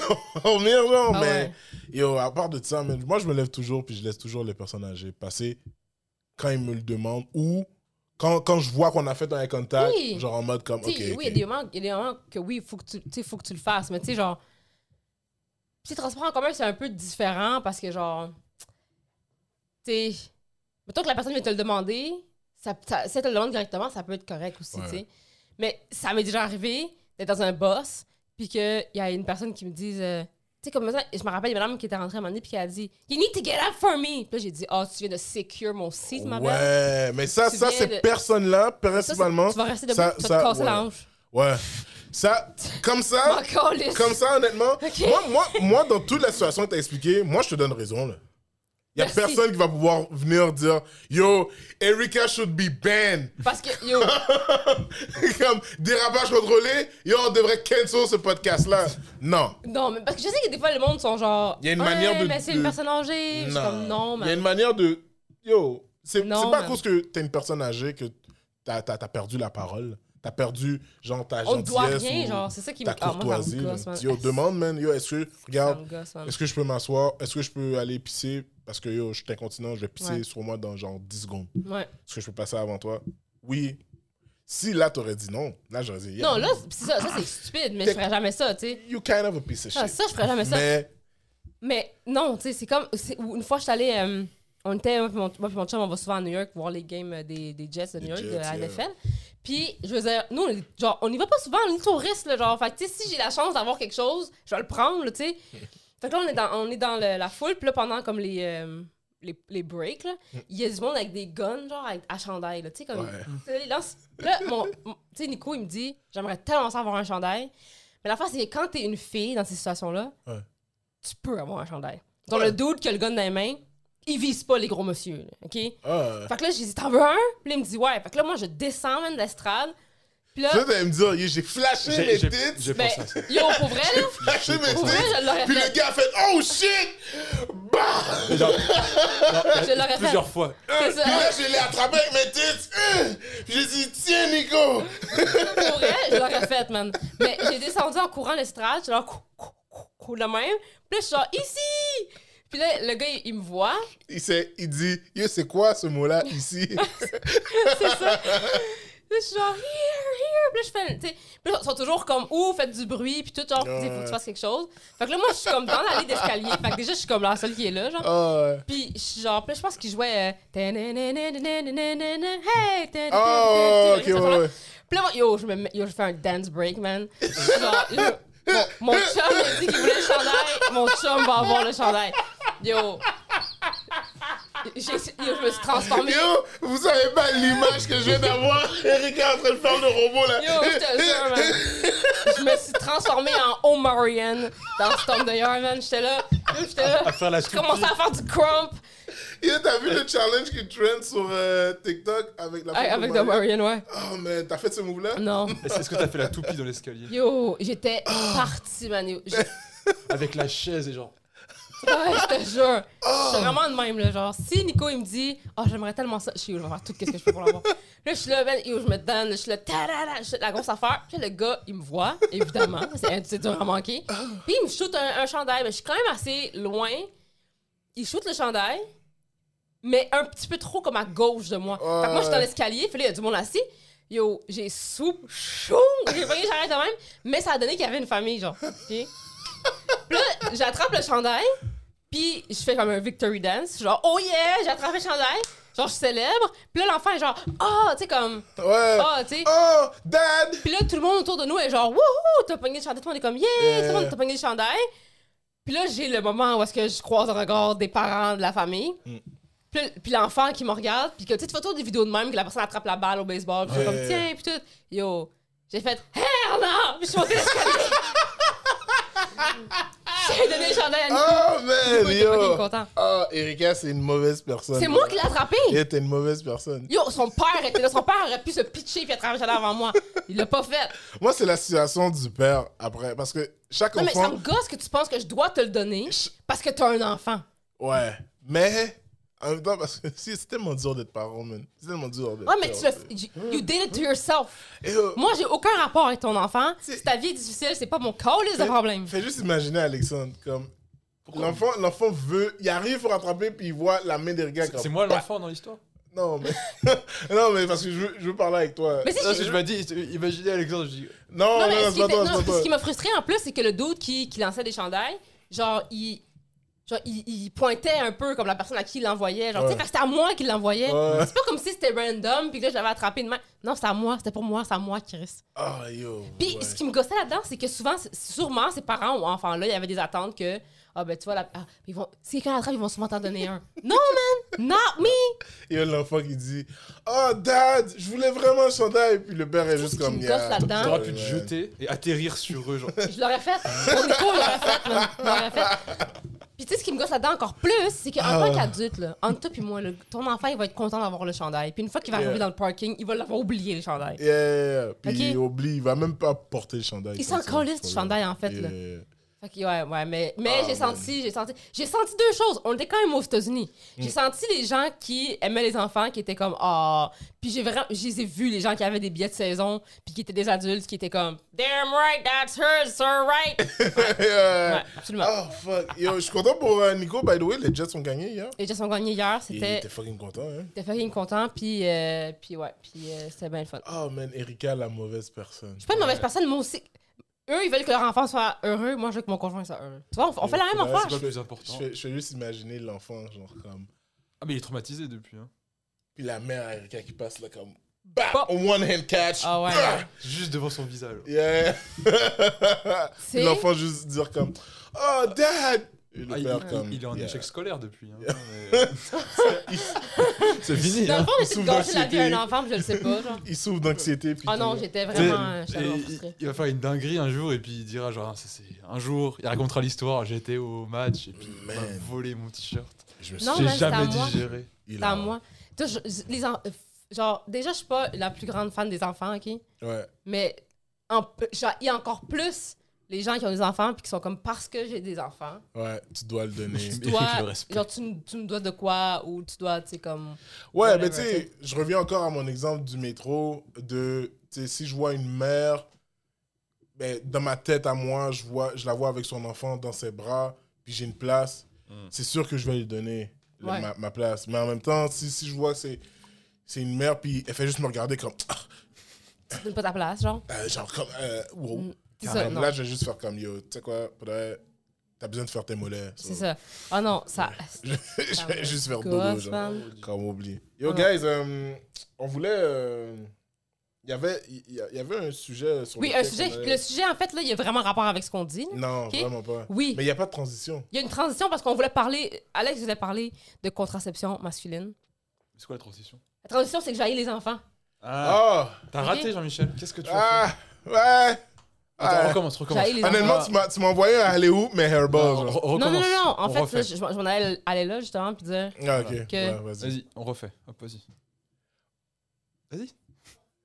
dormir, non?
Ah
mais
ouais.
yo, à part de ça, man, moi, je me lève toujours. Puis je laisse toujours les personnes âgées passer quand ils me le demandent ou quand, quand je vois qu'on a fait un eye contact.
Oui.
Genre en mode comme.
Tu
Ok.
sais,
ok.
oui, il y a des moments- il y a des moments que oui, il faut que tu, tu sais, faut que tu le fasses, mais tu sais, genre. Puis, transport en commun, c'est un peu différent parce que, genre. Tu sais. Mettons que la personne vient te le demander, ça, ça- si elle te le demande directement, ça peut être correct aussi,
Ouais.
tu sais. Mais ça m'est déjà arrivé d'être dans un boss, puis qu'il y a une personne qui me dise. euh, tu sais, comme ça, je me rappelle, il y a une madame qui était rentrée à un moment donné, puis qui a dit You need to get up for me. Puis là, j'ai dit Oh, tu viens de secure mon seat, ma belle.
Ouais, mais ça,
Tu
ça
viens
ces
de-
personnes-là,
Ça, c'est-
principalement.
tu vas rester debout,
ça-
tu vas
ça,
te casser la
ouais.
hanche.
Ouais. Ça, comme ça,
Encore les.
comme ça, honnêtement.
Ok.
Moi, moi, moi, dans toute la situation que t'as expliquée, moi, je te donne raison, là. Y a
Merci.
personne qui va pouvoir venir dire Yo, Erika should be banned.
Parce que, yo,
Comme dérapage contrôlé, yo, on devrait cancel ce podcast-là. Non.
non, mais parce que je sais que des fois, le monde sont genre.
Il y a une manière de-
Mais c'est
de-
une personne âgée. Je suis comme, non,
Il y a
mais.
une manière de. Yo, c'est c'est
Non,
pas à
man.
cause que t'es une personne âgée que t'as t'as- t'as perdu la parole. T'as perdu, genre, ta
On te
gentillesse.
doit rien,
ou
genre. C'est ça qui me.
Ta
Ah, moi,
courtoisie.
ça me
man.
gosse, man.
Yo, demande, man. Yo, est-ce que.
Ça
Regarde,
me gosse, man.
Est-ce que je peux m'asseoir? Est-ce que je peux aller pisser? Parce que yo, je suis incontinent, je vais pisser
Ouais.
sur moi dans genre 10 secondes.
Ouais.
Est-ce que je peux passer avant toi? Oui. Si là, t'aurais dit non, là, j'aurais dit yeah.
Non, là, c'est ça, ça c'est stupide, mais je ferais jamais ça, tu sais.
You kind of a piece of
Ah,
shit.
ça, je ferais jamais ça.
Mais
Mais non, tu sais, c'est comme. c'est- ou Une fois, je suis allée. euh, on était, moi puis mon, moi puis mon chum, on va souvent à New York voir les games euh, des, des Jets de
Des
New York, de
Jets,
la
yeah.
NFL. Puis, je veux dire, nous, on est, genre, on n'y va pas souvent, on est touristes, là, genre. Fait que, tu sais, si j'ai la chance d'avoir quelque chose, je vais le prendre, là, tu sais. Fait que là, on est dans, on est dans le- la foule, puis là, pendant comme les, euh, les, les breaks, là,
Mm.
il y a du monde avec des guns, genre, avec, à chandail, là, tu sais, comme. Mm.
Ouais.
tu sais, ils lancent- Là, mon, mon- tu sais, Nico, il me dit, j'aimerais tellement ça avoir un chandail. Mais la fois, c'est que quand t'es une fille dans ces situations-là,
Ouais.
tu peux avoir un chandail. Dans
Ouais.
le dude qui a le gun dans les mains, il vise pas les gros monsieur, là, OK?
ah.
Fait que là, j'ai dit, t'en veux un? Puis là, il me dit, ouais. Fait que là, moi, je descends même de l'estrade. Puis là,
Tu sais, t'allais me dire, yo, j'ai flashé mes
J'ai j'ai-
tits.
j'ai
ben,
pensé à ça.
yo, pour vrai, là,
Flashé mes
pour vrai,
tits.
je l'aurais
Puis
fait.
le gars a fait Oh shit! Bah!
Mais genre- non,
Je l'aurais fait.
plusieurs fois.
C'est ça.
Puis là, je l'ai attrapé avec mes tits. Euh. Puis J'ai dit Tiens, Nico!
Pour vrai, je l'aurais fait, man. Mais j'ai descendu en courant l'estrade, je suis là, cou, cou, cou, cou, le même. Puis là, je suis genre, ici! Puis là, le gars, il, il me voit.
Il, s'est- il dit Yo, c'est quoi ce mot-là ici?
C'est ça. Puis je suis genre, here, here. Puis là, je fais, tu sais. Puis là, ils sont toujours comme, ouh, faites du bruit, puis tout, genre, il faut que tu fasses quelque chose. Fait que là, moi, je suis comme dans l'allée d'escalier. Fait que déjà, je suis comme la seule qui est là, genre.
Ah.
Puis, je suis genre, puis là, je pense qu'il jouait. euh, Hey!
Oh, ok,
Puis là,
ouais, ouais.
moi, yo, je, me, mets- yo, je fais un dance break, man. Je suis genre, yo, mon, mon chum m'a dit qu'il voulait le chandail. Mon chum va avoir le chandail. Yo. J'ai- yo, je me suis transformée.
Yo, vous savez pas l'image que je viens d'avoir. Erika est en train de faire le robot là.
Yo, je te jure, man. Je me suis transformée en Omarion dans Storm the Yard, man. J'étais là. Yo, j'étais là.
À faire la
Je commençais à faire du crump
Yo, t'as vu le challenge qui trend sur euh, TikTok avec la
Hey,
photo
Ah, avec Mm.
de
The
Mario?
Marion, ouais.
Oh man, t'as fait ce move là?
Non.
Est-ce est-ce que t'as fait la toupie dans l'escalier
Yo, j'étais partie, man. Yo, je-
Avec la chaise et genre.
Ouais, je te jure. Je suis vraiment de même, là. Genre, si Nico, il me dit, oh, j'aimerais tellement ça, je suis où, je vais faire tout ce que je peux pour l'avoir. là, je suis là, ben, yo, je me donne, je suis là, tarara, je suis la grosse affaire. Puis là, le gars, il me voit, évidemment. c'est c'est dur à manquer. Puis il me shoot un, un chandail, mais je suis quand même assez loin. Il shoot le chandail, mais un petit peu trop comme à gauche de moi. Fait que moi, je suis dans
Ouais.
l'escalier, puis là, il y a du monde assis. Yo, j'ai sou, chou, j'ai pris le chandail de même, mais ça a donné qu'il y avait une famille, genre. OK? Puis là, j'attrape le chandail, puis je fais comme un victory dance, genre oh yeah, j'ai attrapé le chandail, genre je célèbre. Puis là l'enfant est genre oh, tu sais comme
Ouais.
oh, tu sais.
Oh, dad!
Puis là tout le monde autour de nous est genre wouhou, t'as pogné le chandail, tout le monde est comme yeah, tout le monde
Yeah.
t'as pogné le chandail. Puis là j'ai le moment où est-ce que je croise le regard des parents de la famille.
Mm.
Puis là- Puis l'enfant qui me regarde, puis que tu sais, tu fais toujours des vidéos de même que la personne attrape la balle au baseball, puis je suis
Ouais.
comme tiens, puis tout. Yo, j'ai fait hey Arnaud, puis je suis montée l'escalier. J'ai donné le chandail à Nico.
Oh
Nico
man,
était fucking
yo!
content.
Oh, Erika, c'est une mauvaise personne.
C'est moi qui l'ai attrapé.
Yeah, t'es une mauvaise personne.
Yo, son père était là. Son père aurait pu se pitcher puis attraper là avant moi. Il l'a pas fait.
Moi, c'est la situation du père après. Parce que chaque
Non, mais ça
enfant.
me gosse que tu penses que je dois te le donner
Ch-
parce que t'as un enfant.
Ouais. Mais En même temps, parce que si, c'est tellement dur d'être parent, man. C'est tellement dur d'être
Ouais, mais tu
parent.
le. You you did it to yourself.
Et, euh,
Moi, j'ai aucun rapport avec ton enfant.
C'est-
Si ta vie est difficile, c'est pas mon call, les
Fais-
problèmes.
Fais juste imaginer Alexandre, comme.
Pourquoi
L'enfant, l'enfant veut, il arrive pour rattraper, puis il voit la main des gars
C'est
comme.
c'est moi l'enfant dans l'histoire.
Non, mais. non, mais parce que je veux, je veux parler avec toi.
Mais si
Là,
je-
si je m'ai dit, imaginez Alexandre, je dis.
Non,
Non,
non,
mais
Oh, non,
ce,
c'est
qui
pas
était-
toi,
non,
c'est pas
ce qui
toi.
m'a frustré en plus, c'est que le dude qui, qui lançait des chandails, genre, il, genre il, il pointait un peu comme la personne à qui il l'envoyait. Genre, tu
Ouais.
sais, parce que c'était à moi qu'il l'envoyait.
Ouais.
C'est pas comme si c'était random, puis que là, je l'avais attrapé de main. Non, c'était à moi, c'était pour moi, c'est à moi, Chris.
Ah, yo.
Puis
ouais.
ce qui me gossait là-dedans, c'est que souvent, c'est- sûrement, ces parents ou enfants-là, il y avait des attentes que, ah ben tu vois, la- ah, ils vont, si quelqu'un l'attrape, ils vont souvent t'en donner un. non, man! Not me!
Il y a l'enfant qui dit Oh, dad, je voulais vraiment un chandail. Et puis le père est juste
ce qui
comme.
me
Yeah,
gosse là-dedans.
sorry,
T'aurais pu te
man.
jeter et atterrir sur eux, genre.
Je l'aurais fait. Mon écho, je l'aurais fait, man. Je l'aurais fait. Puis tu sais, ce qui me gosse là-dedans encore plus, c'est qu'en
Ah.
tant qu'adulte, là, entre toi puis moi, le- ton enfant, il va être content d'avoir le chandail. Puis une fois qu'il va
Yeah.
arriver dans le parking, il va l'avoir oublié, le chandail.
Yeah, yeah, yeah. Puis
Ok.
il oublie, il va même pas porter le chandail.
Il s'en calisse du chandail, en fait, là. Fait que, ouais, ouais, mais, mais
Ah,
j'ai
man.
senti, j'ai senti, j'ai senti deux choses. On était quand même aux États-Unis. J'ai
Mm.
senti les gens qui aimaient les enfants, qui étaient comme, ah. Puis j'ai vraiment, je les ai vus, les gens qui avaient des billets de saison, puis qui étaient des adultes, qui étaient comme, damn right, that's hers, sir, right. Ouais,
là.
absolument.
Oh, fuck. Yo, je suis content pour euh, Nico, by the way. Les Jets ont gagné hier.
Les gens ont gagné hier,
Il
c'était,
était fucking content, hein.
j'étais fucking content, puis, euh, puis ouais, puis euh, c'était bien le fun.
Oh, man, Erika, la mauvaise personne.
Je suis pas une mauvaise personne, moi aussi. Eux, ils veulent que leur enfant soit heureux, moi, je veux que mon conjoint soit heureux. Tu vois, on, on fait la même
Ouais,
affaire.
C'est pas le
je-
plus
Je
important.
fais, je fais juste imaginer l'enfant, genre comme.
Ah, mais il est traumatisé depuis. Hein.
Puis la mère à Erika qui passe là comme. Bam!
Pop.
One hand catch!
Ah ouais.
Bah!
Juste devant son visage. là.
Yeah!
C'est-
L'enfant juste dire comme Oh, dad! Et le
Ah, il,
père
il-
comme.
il est en
yeah.
échec scolaire depuis. hein.
C'est fini!
Dans le fond, on essaie de
hein. Souvent,
gâcher la vie
c'était-
à un enfant, puis je le sais pas, genre.
Il souffre d'anxiété. puis
Ah
tout.
non, j'étais
Tu sais,
vraiment euh,
et
chaleureuse.
il, il va faire une dinguerie un jour et puis il dira genre Ah, ça c'est un jour il racontera l'histoire j'étais au match et puis il m'a
Man.
volé mon t-shirt
Je me
Non,
j'ai
mais c'est à
jamais
moi.
digéré
Il
Dans moi. Tu sais, je- je- les en- euh, Genre, déjà, je suis pas la plus grande fan des enfants, OK?
Ouais.
Mais en p- genre, il y a encore plus les gens qui ont des enfants puis qui sont comme parce que j'ai des enfants.
Ouais, tu dois le donner.
Je-
Tu
Mérite
dois-
le respect.
genre, tu, me- tu me dois de quoi ou tu dois, tu sais, comme.
Ouais,
Whatever,
mais tu sais, je reviens encore à mon exemple du métro, de, tu sais, si je vois une mère, ben, dans ma tête à moi, je, vois, je la vois avec son enfant dans ses bras, puis j'ai une place,
Mm.
c'est sûr que je vais lui donner le-
Ouais.
ma, ma place. Mais en même temps, si, si je vois que c'est c'est une mère, puis elle fait juste me regarder comme, Ah,
Tu te donnes pas ta place, genre.
euh, genre comme, euh, wow.
Mm, C'est
Ah,
ça,
comme
non.
là, je vais juste faire comme, yo, tu sais quoi, pour de vrai, t'as besoin de faire tes mollets.
C'est
So,
ça. Oh non, ça.
Je, je vais juste faire dodo,
Gosse,
genre.
man.
Quand on oublie. Yo,
Ah.
guys, euh, on voulait. euh, Il y avait- il y, a- il y avait un sujet sur.
Oui, un
lequel
sujet.
qu'on allait-
Le sujet, en fait, là, il y a vraiment rapport avec ce qu'on dit. là.
Non,
Ok.
vraiment pas.
Oui.
Mais il n'y a pas de transition.
Il y a une transition parce qu'on voulait parler. Alex voulait parler de contraception masculine.
c'est quoi la transition
La transition, c'est que j'aille les enfants.
ah,
Ah!
t'as
Ok.
raté Jean-Michel qu'est-ce que tu as fait
Ah! Ouais!
attends
Ah.
recommence recommence
J'haïs les
Honnêtement,
enfants.
tu m'as- tu m'as envoyé un aller où, mais hairball.
Non,
genre.
Non,
re-
non,
recommence.
non, non. En
On
fait, là,
refait.
je, je m'en allais aller là, justement, puis dire.
Ah, ok. Ouais, vas-y.
vas-y on refait hop vas-y vas-y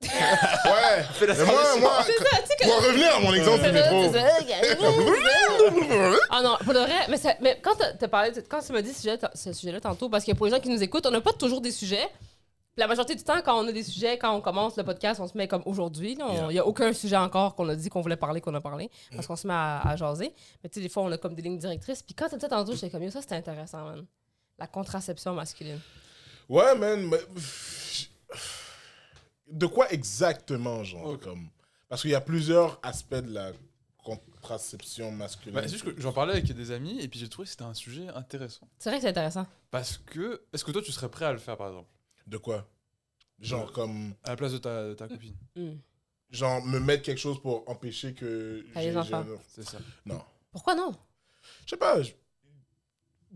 Ouais! Mais moi, moi,
C'est ça, tu sais que.
pour en revenir à mon exemple du
C'est ça,
métro.
c'est ça. Ah non, pour le vrai, mais, ça- mais quand, t'as- t'as parlé de- quand tu m'as dit ce sujet- ce sujet-là tantôt, parce que pour les gens qui nous écoutent, on n'a pas toujours des sujets. La majorité du temps, quand on a des sujets, quand on commence le podcast, on se met comme aujourd'hui. là, on- Il
Yeah.
n'y a aucun sujet encore qu'on a dit qu'on voulait parler, qu'on a parlé, parce qu'on se met à, à jaser. Mais tu sais, des fois, on a comme des lignes directrices. Puis quand tu dit tantôt, j'étais comme, Yo, ça, c'était intéressant, man. La contraception masculine.
Ouais, man. mais- pff, De quoi exactement, genre
Ok.
comme... Parce qu'il y a plusieurs aspects de la contraception masculine.
Bah, c'est juste que j'en parlais avec des amis et puis j'ai trouvé que c'était un sujet intéressant
C'est vrai que c'est intéressant.
parce que est-ce que toi tu serais prêt à le faire par exemple
De quoi Genre, comme.
à la place de ta, de ta copine
Hmm.
Genre, me mettre quelque chose pour empêcher que.
T'as les
j'ai-
enfants.
j'ai un-
c'est ça
Non.
Pourquoi non?
Je sais pas. je-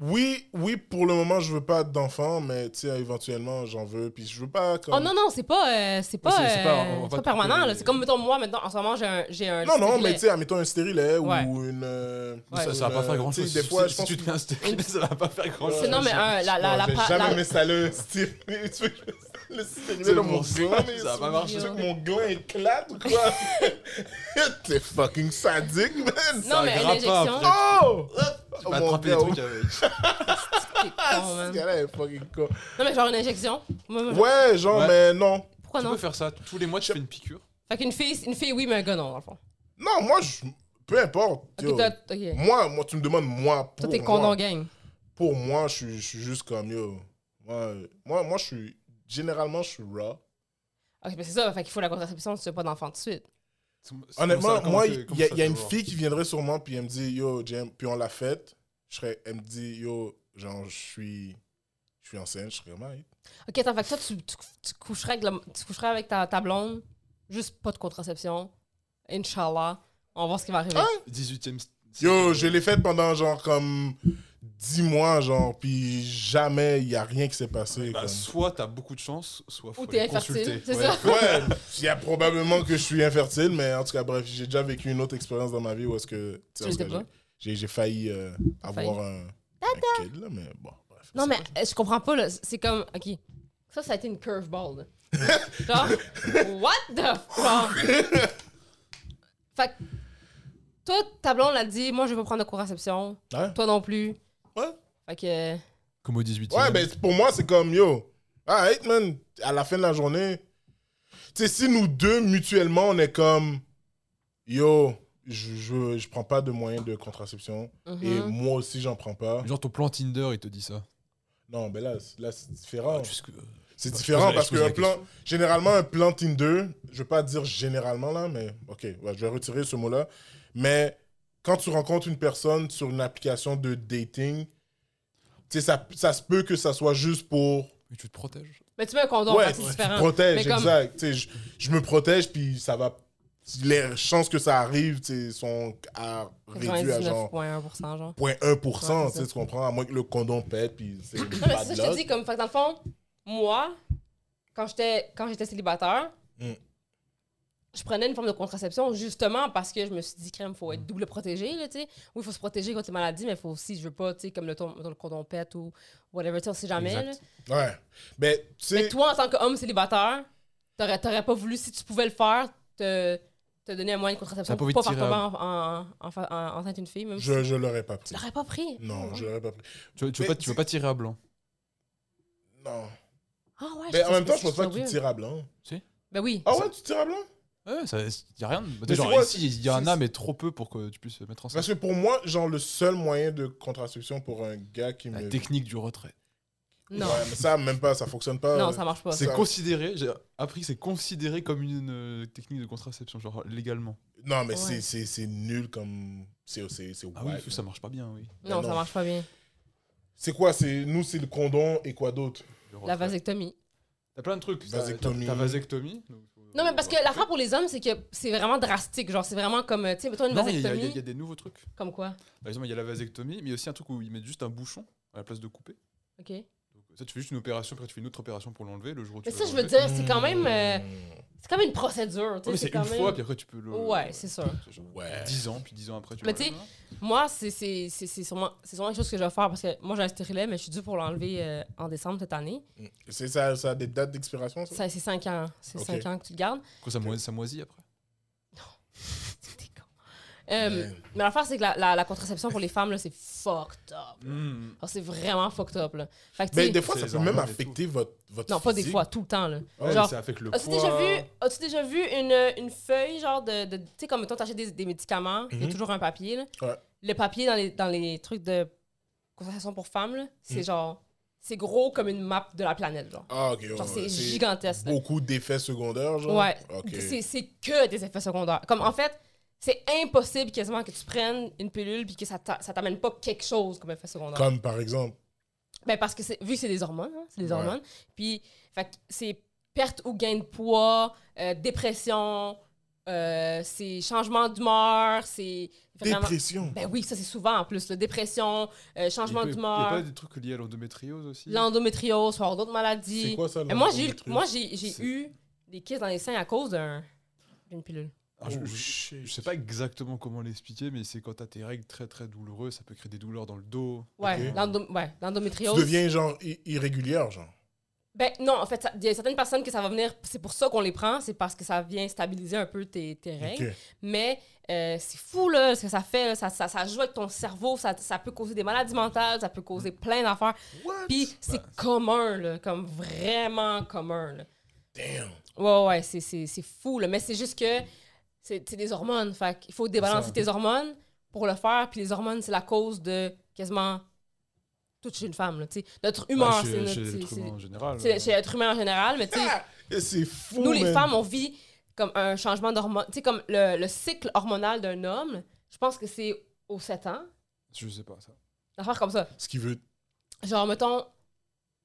Oui, oui, pour le moment, je veux pas d'enfants, mais tu sais, éventuellement, j'en veux. Puis je veux pas. Comme...
Oh non, non, c'est pas, euh, c'est pas,
c'est- c'est pas-
euh, c'est
on va pas
pas
couper
permanent.
les-
là. C'est comme, mettons, moi, maintenant, en ce moment, j'ai un, j'ai un.
Non, non,
stérilet.
mais tu sais, admettons un stérilet
Ouais.
ou une. euh,
Ouais.
Ça, ça va pas
une,
faire
euh,
grand
tu sais,
chose.
Des fois, je
si
pense
tu te mets un stérilet, ça va pas faire grand chose.
C'est- Non, mais un, la, la, la,
Non, j'ai
pa-
jamais
la-
installé un stérilet. Tu veux que je- Le site est
C'est
arrivé dans
mon
mon
site,
gland,
ça va pas marcher.
Tu veux que mon gland éclate ou quoi? T'es fucking sadique, man!
Non,
un
mais
grappin,
l'injection,
après.
Oh!
Tu
Oh,
vas
mon
attraper les
gars,
trucs avec.
t'es con,
Ce
man.
gars-là est fucking con.
Non, mais genre une injection. Moi, moi,
Ouais, genre,
Ouais.
mais non.
Pourquoi
tu
non?
peux faire ça. Tous les mois, tu fais une piqûre.
Fait qu'une fille, une fille, oui, mais un gars, non, dans le fond.
Non, moi, je... peu importe. yo.
Ok, toi, ok.
Moi, moi, tu me demandes moi
Toi,
pour
t'es
moi.
condom gang.
Pour moi, je suis, je suis juste comme yo. Moi, euh, moi, moi, je suis généralement je suis raw.
Ok, mais c'est ça, fait qu'il faut la contraception si tu veux pas d'enfant tout de suite.
C'est- c'est-
Honnêtement,
ça, comment
moi,
c'est-
il
comment
y, a-
ça
il y a une
toujours
fille qui viendrait sur moi puis elle me dit yo, James, puis on l'a faite. Je serais, elle me dit yo, genre je suis, je suis enceinte, je serais vraiment. hein.
Ok, attends, fait que toi, tu, tu, tu coucherais avec, la- tu coucherais avec ta, ta blonde, juste pas de contraception. Inch'Allah, on va voir ce qui va
Ah,
arriver.
18e.
Yo, je l'ai faite pendant genre comme 10 mois, genre, puis jamais il y a rien qui s'est passé.
Bah,
comme.
soit t'as beaucoup de chance, soit faut
t'es
les
infertile,
consulter.
c'est
Ouais.
ça
Ouais, il y a probablement que je suis infertile, mais en tout cas, bref, j'ai déjà vécu une autre expérience dans ma vie où est-ce que.
Tu
en tout
l'étais
cas,
pas?
J'ai j'ai failli euh, avoir un, un kid, là, mais bon, bref.
Non, mais euh, je comprends pas, là. C'est comme. Ok. Ça, ça a été une curveball. là. Genre, what the fuck? fait que, toi, ta blonde l'a dit, moi, je vais pas prendre de contraception.
Ouais.
Toi non plus.
Ouais.
Fait que.
Comme au 18e.
Ouais, ben pour moi, c'est comme yo. Alright, man, à la fin de la journée. Tu sais, si nous deux, mutuellement, on est comme yo, je, je, je prends pas de moyens de contraception
mhm.
Mm-hmm.
et moi aussi, j'en prends pas.
Genre ton plan Tinder, il te dit ça.
Non, ben là, c'est- là c'est différent.
Ah, tu sais que-
C'est
Bah,
différent
je pose la-
parce
je
que
pose la
un plan, généralement, un plan Tinder, je veux pas dire généralement là, mais ok, ouais, je vais retirer ce mot-là. Mais quand tu rencontres une personne sur une application de dating, tu sais, ça, ça se peut que ça soit juste pour.
Mais tu te protèges.
Mais tu mets un condom, fait
ouais,
que c'est
tu te
différent.
protèges,
Mais comme-
exact. Tu sais, Je, je me protège, puis ça va. Les chances que ça arrive tu sais, sont à, réduites à genre
99,1%, genre.
0.1%,
Ouais,
tu
c'est
sais,
ça.
tu comprends, à moins que le condom pète, puis c'est
Non, mais c'est ça,
bad
que je te
luck.
dis, comme, fait que dans le fond, moi, quand j'étais, quand j'étais célibataire,
Mm.
je prenais une forme de contraception justement parce que je me suis dit, crème, faut
Mm.
être double protégé, là, tu sais. Oui, il faut se protéger quand t'es malade, mais il faut aussi, je veux pas, tu sais, comme le, ton- mettons, le condom pète ou whatever, tu sais, on sait jamais,
Exact.
là.
Ouais. Mais tu
Mais
sais.
toi, en tant qu'homme célibataire, t'aurais, t'aurais pas voulu, si tu pouvais le faire, te, te donner un moyen de contraception
T'as pas
pour
envie
pas
de
faire
tirer
tomber en, en, en, en- en- enceinte une fille, même si
Je, je l'aurais pas
tu
pris.
l'aurais pas pris.
Non, je l'aurais pas pris.
Tu, tu veux
Mais
pas, tu veux pas tirer à blanc.
Non.
Ah ouais,
Mais en
sais,
même temps,
c'est-
je pense pas
c'est
que tu
weird.
tires à blanc.
Ben oui.
Ah ouais, tu tires à blanc
Ouais, ça, y a rien. de-
c'est
genre
quoi,
ici, il y en
c'est-
a, mais trop peu pour que tu puisses mettre en scène.
Parce que pour moi, genre, le seul moyen de contraception pour un gars qui
La
me.
technique du retrait.
Non,
Ouais, mais ça, même pas, ça fonctionne pas.
non, ça marche pas.
C'est
ça-
considéré, j'ai appris que c'est considéré comme une euh, technique de contraception, genre légalement.
Non, mais c'est-
Ouais.
c'est c'est nul comme. C'est c'est- c'est
Ah oui,
wack,
ça
hein.
marche pas bien, oui.
Non,
non.
ça marche pas bien.
C'est quoi c'est Nous, c'est le condom et quoi d'autre
Le
La
retrait.
vasectomie.
T'as plein de trucs. T'as-
Vasectomie.
T'as vasectomie. donc faut-
Non, mais parce que l'affaire pour les hommes, c'est que c'est vraiment drastique. Genre, c'est vraiment comme, euh, tu sais, mettons une
Non, il y, a- il y a-
vasectomie.
il y a des nouveaux trucs.
Comme quoi
Par exemple, il y a la vasectomie, mais il y a aussi un truc où ils mettent juste un bouchon à la place de couper.
OK. Mais
Donc, ça, tu fais juste une opération, après tu fais une autre opération pour l'enlever le jour où tu
ça,
veux
je veux
l'enlever.
dire, c'est quand même. euh,
Hmm.
c'est quand même une procédure. tu sais,
Ouais, mais c'est une
quand
fois,
même-
puis après tu peux le.
Ouais, c'est sûr.
genre
Hmm, Ouais.
10 ans, puis 10 ans après tu
Mais
l'enlèves.
tu Moi, c'est c'est- c'est- c'est sûrement, c'est sûrement quelque chose que je vais faire parce que moi, j'ai un stérilet, mais je suis due pour l'enlever euh, en décembre cette année.
C'est ça, ça a des dates d'expiration, ça
Ça, C'est 5 ans. C'est
Ok.
5 ans que tu le gardes.
Quoi, ça, moisi- ça moisit après
T'es con. Euh,
Ouais.
Mais l'affaire, c'est que la, la- la contraception pour les femmes, là, c'est fucked up.
Hmm.
Alors, c'est vraiment fucked up. Là. Fait que, tu
Mais
sais-
Ben, des fois,
C'est
ça
les
peut même
hormones et
affecter votre, votre.
Non, pas des
physique.
fois, tout le temps. Là.
Ouais, mais
Genre,
ça affecte le poids.
As-tu déjà vu, as-tu déjà vu une, une feuille, genre de. de- tu sais, comme mettons, t'achètes des, des médicaments, il y a
Mhm.
toujours un papier, là.
Ouais.
Le papier dans les, dans les trucs de conversation pour femmes, là, c'est
Mhm.
genre. C'est gros comme une map de la planète, genre.
Ah, ok.
Genre, c'est
ouais,
gigantesque. là.
Beaucoup d'effets secondaires, genre
Ouais.
Ok.
C'est- C'est que des effets secondaires. Comme en fait, c'est impossible quasiment que tu prennes une pilule puis que ça t'a- ça t'amène pas quelque chose comme effet secondaire.
Comme par exemple.
Ben parce que c'est- vu que c'est des hormones, hein, c'est des
Ouais.
hormones. Puis fait que c'est perte ou gain de poids, euh, dépression, euh, c'est changement d'humeur, c'est vraiment-
Dépression.
Ben oui, ça c'est souvent en plus, la dépression, euh, changement
Il y a pas
d'humeur,
des trucs liés à l'endométriose aussi
l'endométriose, voire d'autres maladies.
C'est quoi ça
Mais moi j'ai eu-
l'endométriose?
moi j'ai j'ai
C'est-
eu des kisses dans les seins à cause d'un d'une pilule.
Ah, je,
Oh,
je-
shit.
je sais pas exactement comment l'expliquer, mais c'est quand t'as tes règles très très douloureuses, ça peut créer des douleurs dans le dos.
Ouais,
Ok.
l'endom- ouais,
Tu
l'endométriose.
deviens genre i- irrégulière, genre.
Ben non, en fait, ça- il y a certaines personnes que ça va venir. C'est pour ça qu'on les prend, c'est parce que ça vient stabiliser un peu tes, tes règles.
Ok.
Mais euh, c'est fou, là, ce que ça fait. là. ça, ça, ça joue avec ton cerveau, ça, ça peut causer des maladies mentales, ça peut causer plein d'affaires.
What?
Bah,
Puis c'est commun, là, comme vraiment commun. Là.
Damn.
Ouais, ouais, c'est- c'est c'est fou, là. Mais c'est juste que c'est c'est des hormones. Fait qu'il faut débalancer
Ça.
tes hormones pour le faire. Puis les hormones, c'est la cause de quasiment toute chez une femme, là, tu sais. Notre humeur,
Ouais,
c'est
Ben, chez,
notre-
chez l'être
c'est-
humain en général. euh,
c'est-
ouais.
chez l'être humain en général, mais tu sais,
Et C'est fou.
nous, les
man.
femmes, on vit comme un changement d'hormone. Tu sais, comme le, le cycle hormonal d'un homme, je pense que c'est aux 7 ans.
Je sais pas ça.
L'affaire comme ça.
Ce qui veut.
Genre, mettons,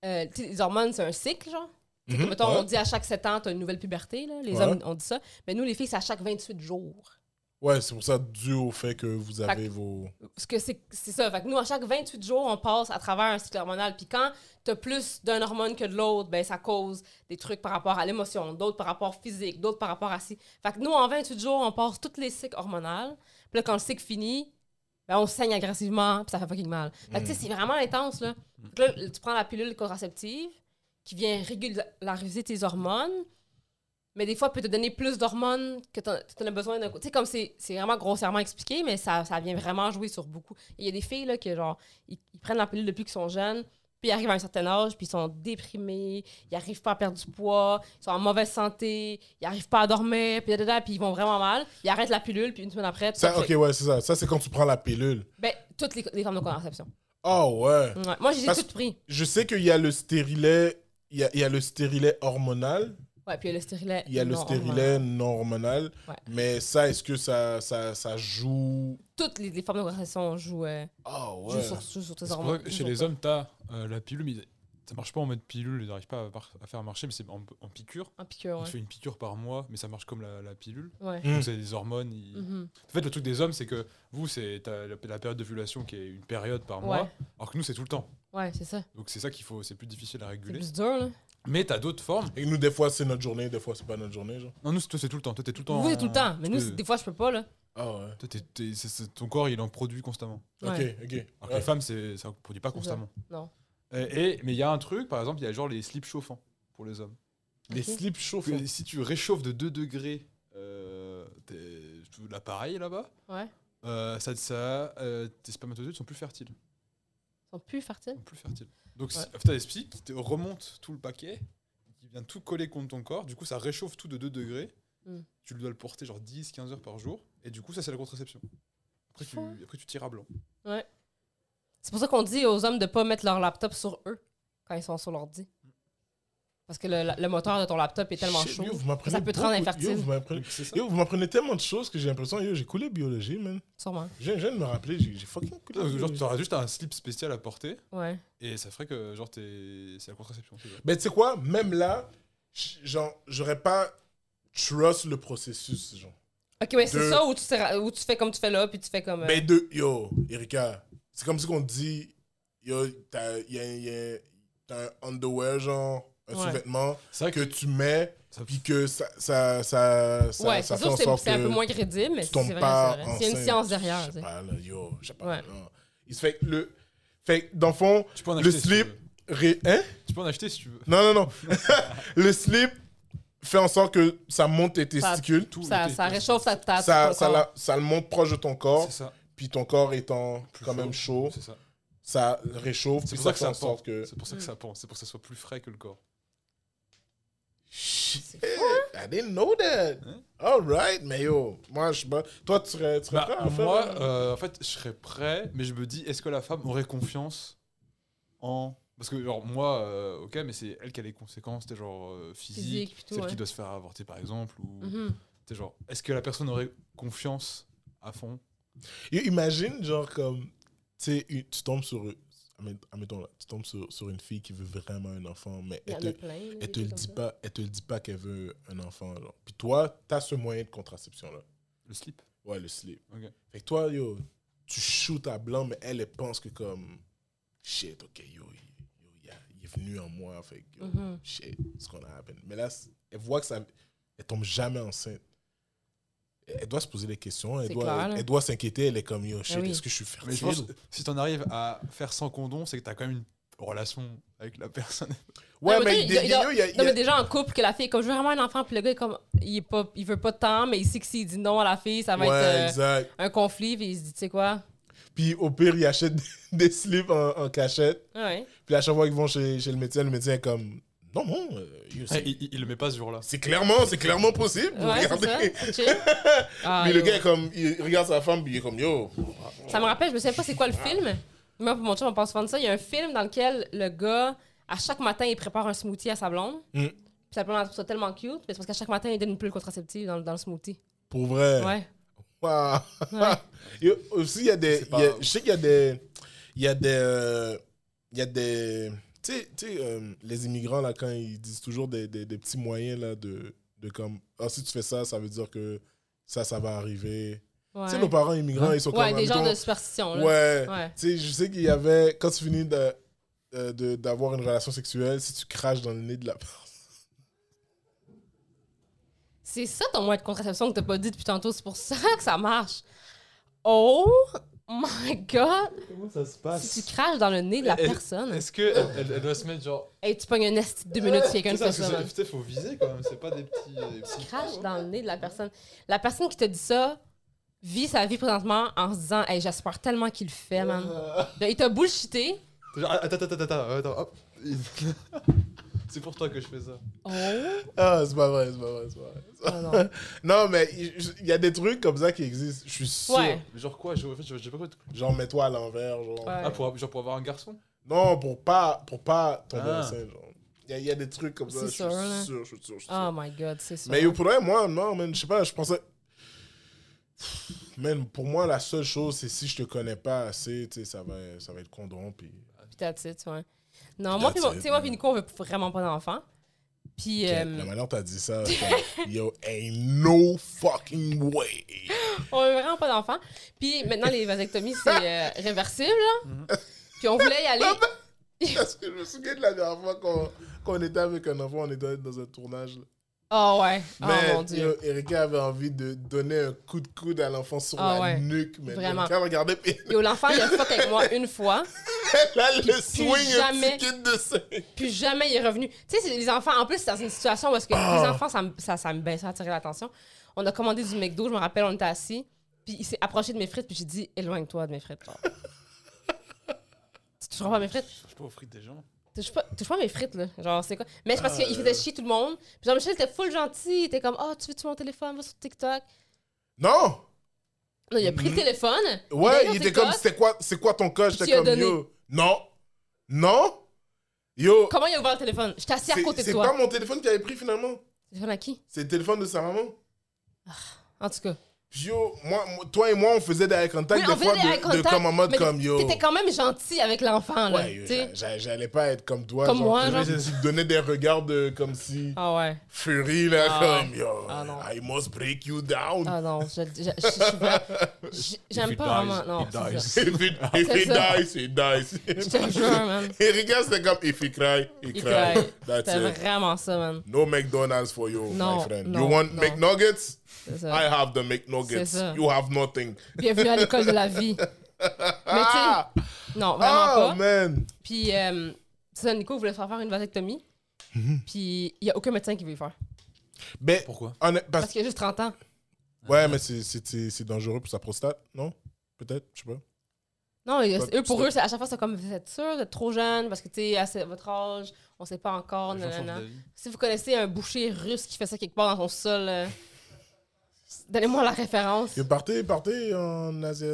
euh, tu sais, les hormones, c'est un cycle, genre. Tu sais,
Mhm,
mettons,
ouais.
on dit à chaque 7 ans, t'as une nouvelle puberté, là. Les
Ouais.
hommes, on dit ça. Mais nous, les filles, c'est à chaque 28 jours.
Ouais, c'est pour ça, dû au fait que vous avez
Fait que-
vos.
Parce que c'est c'est ça. Fait que nous, à chaque 28 jours, on passe à travers un cycle hormonal. Puis quand t'as plus d'une hormone que de l'autre, ben ça cause des trucs par rapport à l'émotion, d'autres par rapport physique, d'autres par rapport à si. Fait que nous, en 28 jours, on passe tous les cycles hormonaux. Puis là, quand le cycle finit, ben, on saigne agressivement, puis ça fait fucking mal. Fait que tu sais, c'est vraiment intense, là. Fait que là, tu prends la pilule contraceptive qui vient régulariser tes hormones, mais des fois, peut te donner plus d'hormones que t'en t'en as besoin d'un coup. Tu sais, comme c'est c'est vraiment grossièrement expliqué, mais ça, ça vient vraiment jouer sur beaucoup. Il y a des filles, là, qui, genre, ils, ils prennent la pilule depuis qu'ils sont jeunes, puis ils arrivent à un certain âge, puis ils sont déprimés, ils n'arrivent pas à perdre du poids, ils sont en mauvaise santé, ils n'arrivent pas à dormir, puis dadada, puis ils vont vraiment mal. Ils arrêtent la pilule, puis une semaine après, tout
Ça,
ça
ok,
fait-
ouais, c'est ça. Ça, c'est quand tu prends la pilule.
ben, toutes les, les formes de contraception.
Oh, ouais.
Ouais. Moi, j'ai
Parce-
toutes pris.
Je sais qu'il y a le stérilet. Il y a, il y a le stérilet hormonal,
Ouais, puis il y a le stérilet.
il y a le
non,
stérilet non hormonal,
Ouais.
mais ça, est-ce que ça, ça, ça joue.
toutes les, les formes de contraception jouent, euh,
Ah
jouent
ouais.
sur, jouent sur tes
C'est pour ça
hormones.
que chez les hommes, t'as euh, la pilule, mais ça marche pas en mode pilule, ils n'arrivent pas à, par- à faire marcher, mais c'est en, en piqûre.
Un piqûre,
On
ouais.
fait une piqûre par mois, mais ça marche comme la, la pilule.
ouais.
Mm.
Donc c'est des hormones. ils-
Mhm.
En fait, le truc des hommes, c'est que vous, c'est t'as la, la période d'ovulation qui est une période par mois,
Ouais.
alors que nous, c'est tout le temps.
Ouais, c'est ça.
Donc c'est ça qu'il faut, c'est plus difficile à
C'est
réguler.
plus dur, là.
Mais t'as d'autres formes.
Et nous, des fois, c'est notre journée, des fois, c'est pas notre journée, genre.
Non, nous, c'est- toi, c'est tout le temps. Toi, t'es tout le temps.
Vous, c'est tout le temps. Mais
tu
nous,
peux-
c'est- des fois, je peux pas, là.
Ah ouais.
toi, t'es- t'es- c'est- c'est- ton corps, il en produit constamment.
Ok,
Ouais.
ok.
Alors que
Ouais.
les femmes, c'est- ça ne produit pas constamment.
Non.
Euh, et, mais il y a un truc, par exemple, il y a genre les slips chauffants pour les hommes.
Les
Ok.
slips chauffants.
Que si tu réchauffes de 2 degrés euh, t'es- tout l'appareil là-bas,
Ouais.
euh, ça, ça, euh, tes spermatozoïdes sont plus fertiles.
Ils sont plus fertiles.
sont plus fertiles. Donc
Ouais.
si- t'as des psy qui te remontent tout le paquet, qui vient tout coller contre ton corps, du coup ça réchauffe tout de 2 degrés,
Mm.
tu dois le porter genre 10-15 heures par jour, et du coup ça c'est la contraception. Après tu,
Ouais.
après, tu tires à blanc.
C'est pour ça qu'on dit aux hommes de pas mettre leur laptop sur eux quand ils sont sur l'ordi. Parce que le, le moteur de ton laptop est tellement
Shit,
chaud.
yo, vous m'apprenez
Ça peut te rendre
beaucoup-
infertile.
Yo, vous m'apprenez-
Donc, c'est ça.
yo, vous m'apprenez tellement de choses que j'ai l'impression, yo, j'ai coulé biologie, man.
Sûrement.
Je viens, je viens de me rappeler, j'ai j'ai fucking coulé.
Ah, Genre,
biologie.
tu auras juste un slip spécial à porter
Ouais.
et ça ferait que genre t'es c'est la contraception. c'est vrai.
Mais tu sais quoi, même là, j- genre, j'aurais pas trust le processus, genre.
Ok, ouais, c'est
Deux.
ça où tu, te ra- où tu fais comme tu fais là, puis tu fais comme. euh,
Mais de, Ben, yo, Erika, c'est comme si qu'on te dit, yo, t'as y a- y a- t'as un underwear, genre, un
Ouais.
sous-vêtement
C'est vrai
que
que
tu mets,
ça
puis que ça, ça, ça, ça,
ouais,
ça
c'est
fait
sûr
en
que c'est-
sorte
c'est un peu
que
moins crédible, mais
tu
c'est vrai.
tombes
c'est
pas
vrai.
enceinte.
C'est une science
Je
derrière.
sais
tu sais.
pas, là, yo, je sais pas.
Ouais.
non. Il se fait que le... Fait que, dans le fond,
Tu peux en
Le
acheter. si tu
slip.
veux.
ré- hein?
tu peux en acheter si tu veux.
Non, non, non. le slip fait en sorte que ça monte tes
Ça-
testicules,
Tout
Ça,
t'es-
ça
t'es-
réchauffe ta ta-
ça,
ton
ça,
corps.
la- ça le monte proche de ton corps,
C'est ça.
puis ton corps étant
Plus
quand même chaud,
C'est ça.
ça le réchauffe,
C'est
puis
pour
ça
ça que
fait en
ça pend.
sorte que...
C'est pour ça que ça pend. C'est pour que ça soit plus frais que le corps.
Shit, Eh, I didn't know that.
Hein?
All right, mais yo, moi je suis pas. Toi, tu serais, tu serais
Bah,
prêt à faire
moi,
un-
euh, en fait, je serais prêt, mais je me dis, est-ce que la femme aurait confiance en. Parce que, genre, moi, euh, ok, mais c'est elle qui a les conséquences, t'es genre euh, physique,
Physique, plutôt,
celle
ouais.
qui doit se faire avorter par exemple, ou.
Mhm.
T'es genre, est-ce que la personne aurait confiance à fond
Yo, Imagine, genre, comme. Tu sais, une- tu tombes sur. admet- Admettons, là, tu tombes sur, sur une fille qui veut vraiment un enfant, mais
Il y
elle
en
te,
a plein. là,
elle
des
te le
trucs
dit
comme ça.
pas, elle te le dit pas qu'elle veut un enfant, genre. Puis toi, t'as ce moyen de contraception, là.
Le slip
Ouais, le slip.
Ok.
Fait que toi, yo, tu shoots à blanc, mais elle, elle pense que, comme. Shit, ok, yo, yo, il a- il est venu en moi, fait que. yo,
Mhm.
shit, it's gonna happen. Mais là, c- elle voit que ça. Elle tombe jamais enceinte. Elle elle doit se poser des questions, elle
C'est
doit,
clair, là. Ben
elle doit s'inquiéter, elle est comme yo, shit,
oui.
est-ce que je suis
Mais
fertile
je pense, que si t'en arrives à faire sans condom, c'est que t'as quand même une relation avec la personne.
Ouais,
mais
mais
tu
des
sais, il y a-
vidéos, il y a. il y
Non, mais
a-
déjà en couple, que la fille est comme je veux vraiment un enfant, puis le gars est comme il, est pas, il veut pas de temps, mais il sait que s'il dit non à la fille, ça va
Ouais,
être euh,
exact.
un conflit, puis il se dit, tu sais quoi?
Puis au pire, ils achètent des slips en, en cachette.
Ouais.
Puis à chaque fois qu'ils vont chez, chez le médecin, le médecin est comme Non, non, euh, yo,
Eh,
c'est-
il, il- il le met pas ce jour-là.
c'est clairement, c'est clairement possible. vous
Ouais, c'est
regardez.
ça. Chill. Ah,
Puis le
yo.
gars est comme, il regarde sa femme, puis il est comme Yo,
Ça me rappelle, je me souviens pas c'est quoi le film. Moi, pour mon chum, on pense souvent de ça. Il y a un film dans lequel le gars, à chaque matin, il prépare un smoothie à sa blonde.
Mm.
Puis sa blonde elle trouve ça tellement cute, mais c'est parce qu'à chaque matin, il donne une pilule contraceptive dans, le- dans le smoothie.
pour vrai.
Ouais.
Wow.
Ouais.
Yo, aussi, il y a des.
C'est pas-
il y a- je sais qu'il y a des. Il y a des. euh, Il y a des. Tu sais, tu sais, euh, les immigrants, là, quand ils disent toujours des, des- des petits moyens, là, de, de comme. Ah, si tu fais ça, ça veut dire que ça, ça va arriver.
Ouais.
Tu sais, nos parents immigrants, ils sont
Ouais,
comme.
des genres
admettons,
de superstitions. là.
Ouais.
Ouais.
Tu sais, je sais qu'il y avait. Quand tu finis de- euh, de- d'avoir une relation sexuelle, si tu craches dans le nez de la
C'est ça ton moyen de contraception que t'as pas dit depuis tantôt. C'est pour ça que ça marche. Oh my god!
Comment ça se
Si tu craches dans le nez de la
Elle-
personne,
Est-ce qu'elle elle, elle doit se mettre genre.
et tu pognes un esti de deux minutes si quelqu'un
C'est
te
ça,
fait
parce
ça.
que
là.
c'est- putain, faut viser quand même, c'est pas des petits. des petits
crache dans le nez de la personne. La personne qui te dit ça vit sa vie présentement en se disant Hey, j'espère tellement qu'il le fait, man. Là, Il t'a bullshité.
Genre, attends, attends, attends, attends, attends, hop. c'est pour toi que je fais ça.
Oh,
Ah, c'est pas vrai, c'est pas vrai, c'est pas vrai.
oh non.
Non, mais il il y a des trucs comme ça qui existent, je suis sûr.
Ouais.
Genre quoi je, en fait, je- j'ai pas compris.
Genre, mets-toi à l'envers, genre.
Ouais.
Ah, pour, genre pour avoir un garçon
Non, pour pas, pour pas tomber
Ah.
enceinte, genre. Il y, a- il y a des trucs comme ça,
C'est
je suis
sûr, là.
sûr, je suis sûr, je
Oh
suis sûr.
my god, c'est ça.
Mais yo, pour vrai, moi, non, man, je sais pas, je pensais... Même pour moi, la seule chose, c'est si je te connais pas assez, tu sais, ça va, ça va être condom, puis...
Puis that's it, ouais. Non, moi, puis mon-
that's
tu
it,
sais, moi,
man.
puis Nico, on veut vraiment pas d'enfant. Puis, euh,
La manière dont t'as dit ça, comme, yo, ain't no fucking way.
on veut vraiment pas d'enfant. Puis maintenant, les vasectomies, c'est euh, réversible, là.
Mhm.
Puis on voulait y aller.
Parce que je me souviens de la dernière fois qu'on qu'on était avec un enfant, on était dans un tournage, là.
Oh ouais.
Mais
oh mon dieu.
yo, Erika avait envie de donner un coup de coude à l'enfant sur
Ah
la
ouais.
nuque. Mais
Vraiment.
Erika regardait, puis
Yo, l'enfant, il a fuck avec moi une fois.
là, le
Puis
swing,
jamais.
un petit kid de cinq.
Puis jamais il est revenu. Tu sais, c'est- les enfants, en plus, c'est dans une situation où est-ce que
Ah.
les enfants, ça, me- ça, ça me baisse, ça attirait l'attention. On a commandé du McDo, je me rappelle, on était assis. Puis il s'est approché de mes frites, puis j'ai dit, éloigne-toi de mes frites. genre. tu toucheras pas à mes frites?
Je peux offrir des gens.
Touche pas, touche pas à mes frites, là. Genre, c'est quoi? Mais c'est parce
Ah,
qu'il
euh.
faisait chier tout le monde. Puis Jean-Michel était full gentil. Il était comme, oh, tu veux-tu mon téléphone? Va sur TikTok.
Non!
Non, il a pris le
Mhm.
téléphone.
Ouais,
est
il
sur
était
TikTok.
comme, c'est quoi, c'est quoi ton cas?
Tu
J'étais
as
comme,
donné.
yo. Non! Non! Yo!
Comment il a ouvert le téléphone? J'étais assis à
c'est-
côté de
C'est
toi.
pas mon téléphone qui avait pris finalement.
Téléphone à qui?
C'est le téléphone de sa maman.
En tout cas.
Puis Yo, moi, moi- toi et moi, on faisait des eye contacts
Oui,
des
on
fois
faisait des
de,
eye contact,
de comme en mode
mais
comme yo.
T'étais quand même gentil avec l'enfant, là.
Oh. Ouais, yo,
tu sais.
j'a- j'allais pas être comme toi.
Comme
genre,
moi,
tu
genre.
me donnais des regards de comme si.
Ah ouais.
Fury, là,
Ah
comme yo,
Ah non.
I must break you down.
Ah non, je- je- je- je suis pas- j- j'aime pas vraiment. Non, c'est ça.
If it, if
C'est
it
ça.
dies, it
Je
dies.
te jure, man.
Et regarde, c'était comme if he cry, he,
Il
cry.
cry.
That's
C'était
it.
vraiment ça, man.
No McDonald's for you,
Non,
my friend.
non,
you want
non.
McNuggets?
C'est
I
ça.
have the
C'est ça.
McNuggets. You have nothing.
Bienvenue à l'école de la vie. Mais tu
Ah!
sais, non, vraiment
Oh,
pas.
man.
Puis, euh, ça, Nico voulait se faire faire une vasectomie. Puis, il n'y a aucun médecin qui veut y faire.
Ben,
Pourquoi
on est- parce-
Parce qu'il a juste 30 ans.
ouais, mais c'est- c'est c'est- c'est dangereux pour sa prostate, non? Peut-être, je sais pas.
Non, et
Ouais,
eux, pour
c'est-
eux, c'est- à chaque fois, c'est comme vous êtes sûr, vous êtes trop jeune, parce que, tu sais, à ce- votre âge, on sait pas encore.
Les gens changent
Oh, nanana.
d'avis.
Si vous connaissez un boucher russe qui fait ça quelque part dans son sol, euh, donnez-moi la référence.
Et partez, partez en Asie.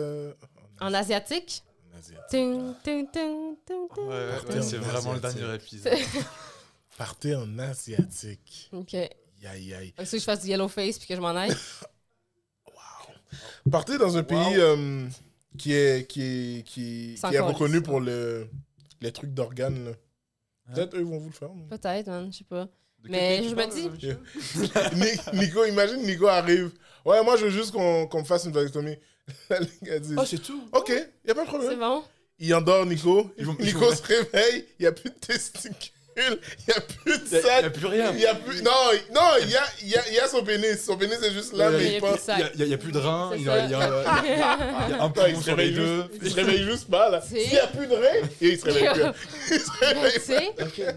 En,
En asiatique,
en Asie.
Tung, tung, tung, tung,
Ouais,
tung.
ouais,
Partez
ouais,
en
c'est vraiment le
Asiatique.
dernier épisode.
Partez en asiatique.
Ok. Est-ce
Aïe, aïe.
que je fasse du yellow face puis que je m'en aille?
Partez dans un pays
Wow.
euh, qui est, qui est, qui,
Sans
qui est
colis,
reconnu
ça.
pour le, les trucs d'organes. là.
Hein?
Peut-être eux vont vous le faire. non?
Peut-être, man, je sais pas.
De
Mais
quel
je
pays tu
me
parles,
dis-
Michel
Ni- Nico, imagine Nico arrive. Ouais, moi je veux juste qu'on qu'on me fasse une vasectomie. La ligue a dit
Oh, c'est tout
Ok, y a pas de
C'est
problème.
bon?
Il endort Nico.
Ils vont- ils
Nico
vont-
se réveille, y a plus de testicules. Il n'y a plus de
Il n'y a
sac.
plus rien.
Il y a plus... Non, non il, y a, il, y a, il y a son pénis. Son pénis est juste là,
Ouais,
mais
il y
il
a
pense.
plus
Il y a- il y a- il y a plus de rein,
C'est
il y a, il y a- il y a un
Attends, il
poumon
se
sur les
réveille
deux.
juste, il se réveille juste pas là.
C'est-
S'il n'y a plus de reins, il se réveille plus. Il se réveille
Ben, tu sais,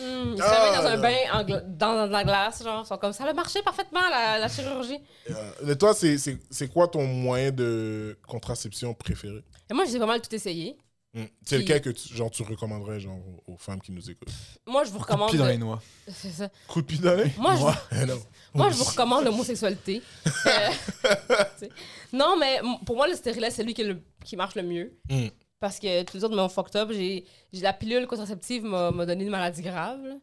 hum, ils se
Ah,
réveillent dans un
non.
bain en gla- dans, dans de la glace, genre, ils sont comme ça a marché parfaitement la, la chirurgie.
plus. Euh, Mais toi, c'est- c'est c'est quoi ton moyen de contraception préféré
Et moi, j'ai pas mal tout essayé.
Hmm. C'est
Qui-
lequel que tu, genre, tu recommanderais genre, aux- aux femmes qui nous écoutent
Moi, je vous recommande.
Pis dans
de-
les noix.
C'est ça.
Coup de pied dans l'œil
Moi, je,
Eh non.
Moi, je vous recommande l'homosexualité. Euh, tu sais. non, mais m- pour moi, le stérilet, c'est lui qui, est le- qui marche le mieux.
Mm.
Parce que tous les autres m'ont fucked up. J'ai, j'ai- la pilule contraceptive m'a, m'a donné une maladie grave. là.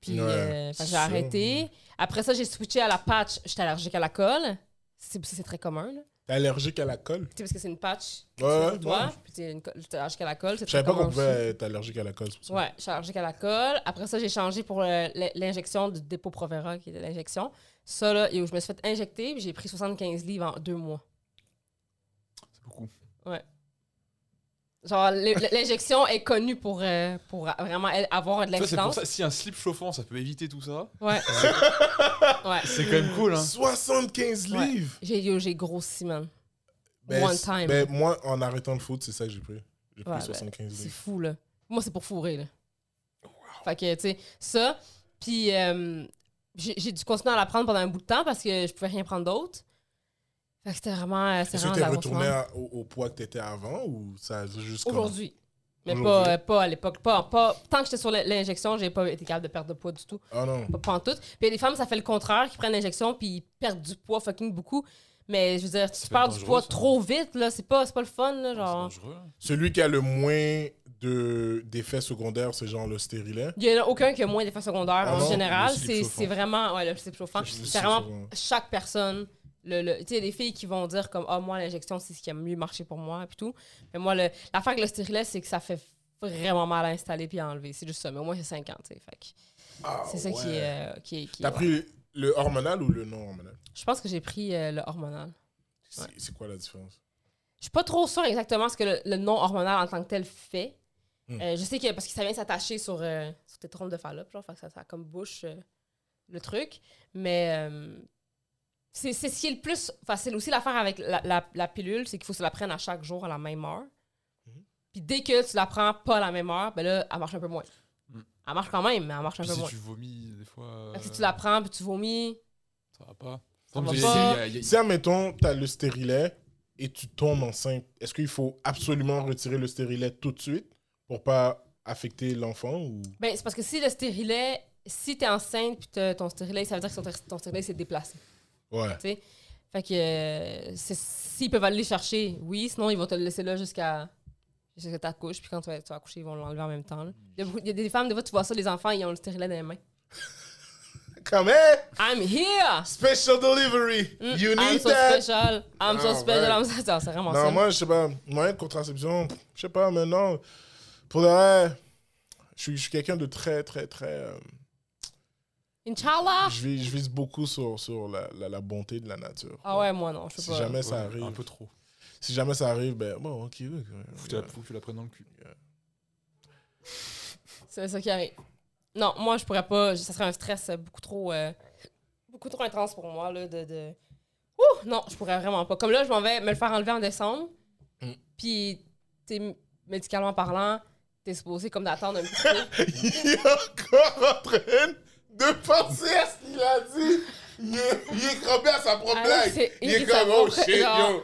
Puis
Ouais,
euh, fait que
c'est
j'ai
ça.
arrêté. Après ça, j'ai switché à la patch. J'étais allergique à la colle. C'est, c'est très commun. Là.
T'es allergique à la colle
Tu sais, parce que c'est une patch.
Ouais, ouais,
sur toi,
ouais.
Puis t'es, une, co- t'es allergique à la colle. C'est
Je savais
très
pas
commun
qu'on pouvait
aussi.
être allergique à la colle. c'est pour ça.
Ouais, je suis allergique à la colle. Après ça, j'ai changé pour euh, l'in- l'injection du dépôt Provera, qui était l'injection. Ça, là, et où je me suis fait injecter, puis j'ai pris 75 livres en deux mois.
C'est beaucoup.
Genre, l'in- l'injection est connue pour, euh, pour vraiment elle- avoir de
Ça, c'est pour
l'incidence.
ça, si un slip chauffant, ça peut éviter tout ça,
Ouais. ouais.
c'est quand même cool. Hein.
75
Ouais.
livres
J'ai yo, j'ai grossi, man.
Ben,
One
c-
time.
ben, moi, en arrêtant le foot, c'est ça que j'ai pris. J'ai pris
Ouais, ben,
75
C'est
livres.
fou, là. Moi, c'est pour fourrer, là. Fait que, tu sais, ça. Puis, euh, j'ai j'ai dû continuer à la prendre pendant un bout de temps parce que je pouvais rien prendre d'autre. Fait que c'était vraiment. euh, c'était
Est-ce que
vraiment de
t'es
la grosse
retourné
merde.
à- au, au poids que t'étais avant ou ça a juste comme-
Aujourd'hui. Mais
Aujourd'hui.
pas, euh, pas à l'époque. Pas, pas, tant que j'étais sur l'in- l'injection, j'ai pas été capable de perdre de poids du tout.
Ah non.
Pas, pas en tout. Puis il y a des femmes, ça fait le contraire, qui prennent l'injection puis ils perdent du poids fucking beaucoup. Mais je veux dire, si tu
peut
perds
être
du
dangereux,
poids
ça.
trop vite, là, c'est pas, c'est pas le fun, là, genre.
C'est dangereux. hein.
Celui qui a le moins de d'effets secondaires, c'est genre le stérilet.
Il y en a aucun qui a moins d'effets secondaires
Ah
en
non,
général.
le slip
C'est
chauffant.
c'est vraiment. Ouais, le slip chauffant.
Le slip
C'est vraiment
chauffant.
chaque personne. Le, le- tu sais, les filles qui vont dire comme, ah, moi, l'injection, c'est ce qui a mieux marché pour moi, puis tout. Mais moi, le- l'affaire avec le stérilet, c'est que ça fait vraiment mal à installer puis à enlever. C'est juste ça. Mais moi, j'ai 50, tu sais. Fait que-
Ah,
C'est ça qui
ouais.
est. euh, qui est- qui est-
T'as pris le hormonal ou le non hormonal
Je pense que j'ai pris euh, le hormonal.
C'est
Ouais.
c'est quoi la différence
Je suis pas trop sûre exactement ce que le, le non hormonal en tant que tel fait.
Hmm.
Euh, je sais que parce que ça vient s'attacher sur, euh, sur tes trompes de Fallope, genre, fait que ça, ça comme bouche euh, le truc. Mais euh, c'est c'est ce qui est le plus facile aussi l'affaire avec la, la- la pilule, c'est qu'il faut que tu la prennes à chaque jour à la même heure.
Mhm.
Puis dès que tu la prends pas à la même heure, ben là, elle marche un peu moins.
Hmm.
Elle marche quand même, mais elle marche un
Puis
peu
si
moins.
tu vomis, des fois. euh,
Ah, Si tu la prends, puis tu vomis,
Ça va pas.
Ça
Comme
va
j'ai-
pas.
il y a- il y a-
Si, admettons, t'as le stérilet et tu tombes enceinte, est-ce qu'il faut absolument retirer le stérilet tout de suite pour pas affecter l'enfant ou
Ben, c'est parce que si le stérilet, si t'es enceinte puis t'as ton stérilet, ça veut dire que ton, ton stérilet s'est déplacé.
Ouais.
Fait que euh, c'est- s'ils peuvent aller le chercher, oui, sinon ils vont te le laisser là jusqu'à jusqu'à que t'accouches, puis quand tu vas, tu vas accoucher, ils vont l'enlever en même temps. là. Il y, a beaucoup- il y a des femmes, des fois, tu vois ça, les enfants, ils ont le stérilet dans les mains.
Quand même
I'm here!
Special delivery
Mm,
You need
I'm so
that
special! I'm so
Ah,
special!
ouais.
I'm so- Non, C'est vraiment ça.
Non, moi, je sais pas, moyen de contraception, je sais pas, mais non. Pour le vrai, je suis, je suis quelqu'un de très, très, très. euh,
Inch'Allah!
je, vis, je vise beaucoup sur, sur la, la- la bonté de la nature.
Ah ouais, moi non, je sais
Si
pas.
jamais ça
Ouais,
arrive,
Un peu trop.
si jamais ça arrive, ben bon, ok. ok, ok.
Faut que tu la- faut que tu la prennes dans le cul.
C'est ça qui arrive. Non, moi, je pourrais pas. Ça serait un stress euh, beaucoup trop, euh, beaucoup trop intense pour moi. Là, de, de... Ouh, non, je pourrais vraiment pas. Comme là, je m'en vais me le faire enlever en décembre.
Mm.
Puis, t'es médicalement parlant, t'es supposé comme d'attendre un petit peu.
Il est encore en train de penser à ce qu'il a dit. Il est, il est crampé à sa propre
Ah,
blague.
c'est-
il,
il
est
est sa
comme, oh
propre-
shit,
genre,
yo,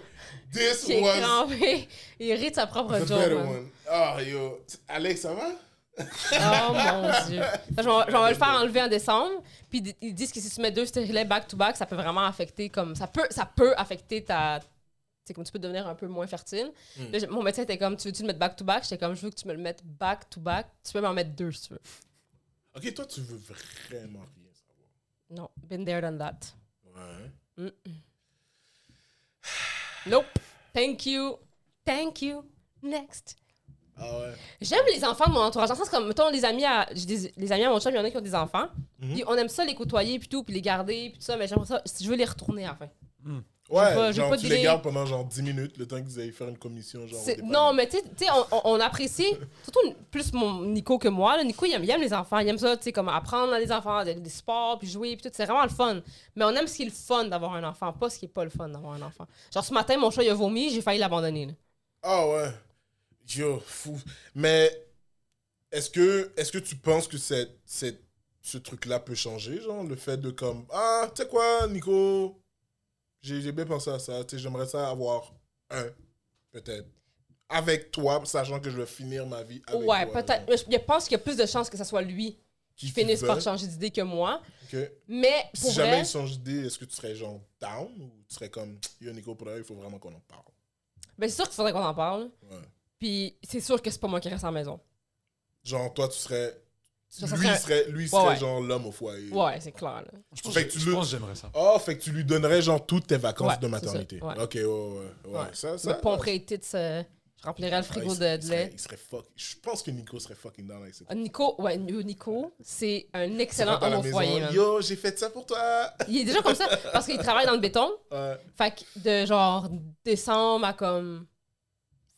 this
Qui est
was
crampé. Il rit de sa propre hein.
the
joke.
better
man.
one. Ah, yo. Alex, ça va?
Oh mon dieu. Fait que Je m'en je m'en vais le faire enlever en décembre. Puis d- ils disent que si tu mets deux stérilets back-to-back, ça peut vraiment affecter comme. Ça peut, ça peut affecter ta. C'est comme tu peux devenir un peu moins fertile.
Mm.
Là, j'ai- mon médecin était comme Tu veux-tu le mettre back-to-back J'étais comme Je veux que tu me le mettes back-to-back. Tu peux m'en mettre deux si tu veux.
Ok, toi, tu veux vraiment rien savoir.
Non, been there, done that.
Ouais.
Nope. Thank you. Thank you. Next.
Ah ouais.
J'aime les enfants de mon entourage. Dans le sens comme, mettons, les amis à, j'ai des- les amis à mon chum, il y en a qui ont des enfants.
Mhm.
Puis on aime ça les côtoyer, puis tout, puis les garder, puis tout ça. Mais j'aimerais ça, je veux les retourner à la fin. J'ai pas-
Ouais,
j'ai
genre,
pas de
tu les
délai.
gardes pendant genre 10 minutes, le temps que vous allez faire une commission. Genre, au
C'est-
dépanneur.
Non, mais tu sais- tu sais, on, on- on apprécie, surtout plus mon Nico que moi. là. Nico, il aime, il aime les enfants, il aime ça, tu sais, comme apprendre à des enfants, des, des sports, puis jouer, puis tout. C'est vraiment le fun. Mais on aime ce qui est le fun d'avoir un enfant, pas ce qui est pas le fun d'avoir un enfant. Genre, ce matin, mon chat, il a vomi, j'ai failli l'abandonner. là.
Ah ouais. Yo, fou. Mais est-ce que, est que tu penses que cette- cette- ce truc-là peut changer, genre le fait de comme ah tu sais quoi Nico, j'ai j'ai bien pensé à ça, tu sais j'aimerais ça avoir un peut-être avec toi, sachant que je vais finir ma vie avec
Ouais,
toi,
peut-être.
genre.
Mais Je je pense qu'il y a plus de chances que ce soit lui
Qui
qui finisse
veut.
par changer d'idée que moi.
Ok.
Mais
Si
pour
jamais
vrai,
il change d'idée, est-ce que tu serais genre down ou tu serais comme yo Nico pour vrai, il faut vraiment qu'on en parle.
ben, c'est sûr qu'il faudrait qu'on en parle.
Ouais.
Puis c'est sûr que c'est pas moi qui reste à la maison.
Genre toi tu serais
Ça, ça
lui
serait-
serait lui
Ouais,
serait
ouais.
genre l'homme au foyer.
Ouais, c'est clair. là.
Je pense,
Fait que
que-
tu
je
le-
pense que j'aimerais ça.
Oh, fait que tu lui donnerais genre toutes tes vacances
Ouais,
de
c'est
maternité.
ça, ouais.
Ok, ouais, ouais. ouais.
Ouais.
Ça, ça,
Le pomperait de ce- euh, Je remplirais le frigo
Ouais, il
de,
serait- il
de
serait-
lait.
Il serait fuck. Je pense que Nico serait fucking down avec ça.
Nico, ouais, euh, Nico, c'est un excellent
à
homme
la
au foyer.
maison.
man.
Yo, j'ai fait ça pour toi.
Il est déjà comme ça parce qu'il travaille dans le béton.
Ouais.
Fait que de genre décembre à comme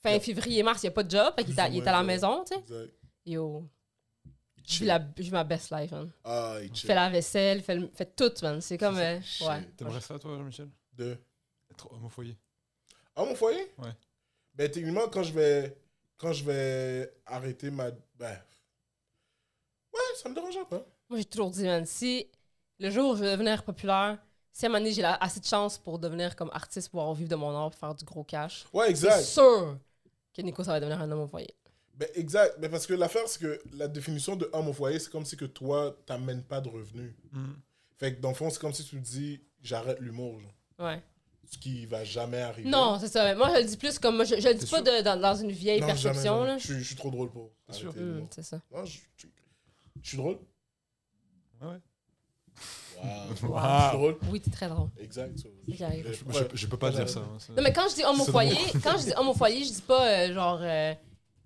fin
Yep.
février, mars, il n'y a pas de job. Fait qu'il est à- il est à la
Plus ou
maison, tu sais.
Exact.
Yo, je vis
Chill.
la- je vis ma best life, man.
Ah, il
Je
chill.
fais la vaisselle, fais, le- fais tout, man. C'est comme. euh,
Shit.
ouais.
T'aimerais ça, toi, Jean-Michel
De...
Être homme au foyer.
Ah, mon foyer?
Ouais.
Ben, techniquement, quand je vais, quand je vais arrêter ma. Ben. Ouais, ça me dérange hein. pas.
Moi, j'ai toujours dit, man, si le jour où je vais devenir populaire, si à un moment donné, j'ai la- assez de chance pour devenir comme artiste, pouvoir vivre de mon art, faire du gros cash,
Ouais,
c'est
exact.
sûr que Nico, ça va devenir un homme au foyer.
Ben, exact. Ben, parce que l'affaire, c'est que la définition de homme au foyer, c'est comme si que toi, t'amènes pas de revenus.
Hmm.
Fait que dans le fond, c'est comme si tu dis j'arrête l'humour, genre.
Ouais.
ce qui va jamais arriver.
Non, c'est ça. mais Moi, je le dis plus comme. moi, Je, je le dis
T'es
pas
sûr?
de- dans, dans une vieille
Non,
perception,
jamais, jamais.
là.
Je, suis- je suis trop drôle pour.
C'est sûr.
arrêter
Hum,
l'humour.
c'est ça.
Non, je, je- je suis drôle.
Ouais, ouais.
Waouh.
Wow.
Je suis drôle.
Oui, t'es très drôle.
Exact. so-
Ok, arrive.
Ouais.
Je, je- je peux pas
Ouais.
dire ça. hein, ça-
Non, mais quand je dis homme au
C'est
foyer, quand je dis homme au foyer, je dis pas euh, genre euh,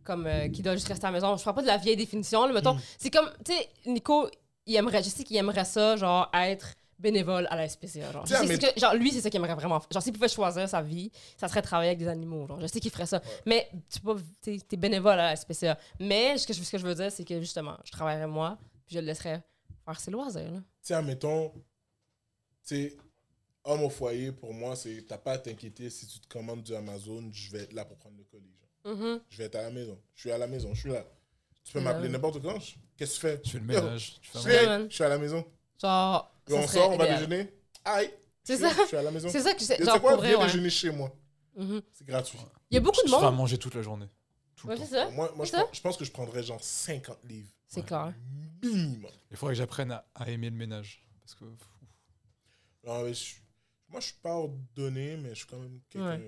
comme euh, qui doit juste rester à la maison. Je parle pas de la vieille définition, là, mettons.
Mm.
C'est comme, tu sais, Nico, il aimerait, je sais qu'il aimerait ça, genre être bénévole à la SPCA. Genre, Je
Tiens,
sais
mais-
ce que- genre lui, c'est ça qu'il aimerait vraiment. faire. Genre, s'il pouvait choisir sa vie, ça serait travailler avec des animaux. Genre, je sais qu'il ferait ça. Mais tu peux, t'es, t'es bénévole à la SPCA. Mais ce que, je- ce que je veux dire, c'est que justement, je travaillerais moi, puis je le laisserais faire ses loisirs. là.
Tiens, mettons, tu sais, homme au foyer, pour moi, c'est t'as pas à t'inquiéter si tu te commandes du Amazon, je vais être là pour prendre le colis. genre.
Mhm.
Je vais être à la maison. Je suis à la maison, je suis là. Tu peux
Ouais.
m'appeler n'importe quand. je- Qu'est-ce que tu fais
Tu fais le ménage. Tu fais
Je
un
Ouais,
fais-
man.
Je suis à la maison.
Genre,
Et
ça
on
serait
sort, on va
idéal.
déjeuner. Aïe.
C'est
je suis-
ça.
Je suis à la maison.
C'est ça que je sais.
Tu
Genre,
sais quoi,
pour vrai,
viens
ouais.
déjeuner chez moi.
Mhm.
C'est gratuit.
Il y a beaucoup
Je
de
te ferai à
monde.
manger toute la journée. Tout le
Ouais,
temps.
c'est ça.
Moi, moi je,
C'est ça.
pense- je pense que je prendrais genre 50 livres.
C'est clair.
Minimum.
Il faudrait que j'apprenne à, à aimer le ménage. Parce que. pff,
Non, mais je- moi, je suis pas ordonné, mais je suis quand même quelqu'un.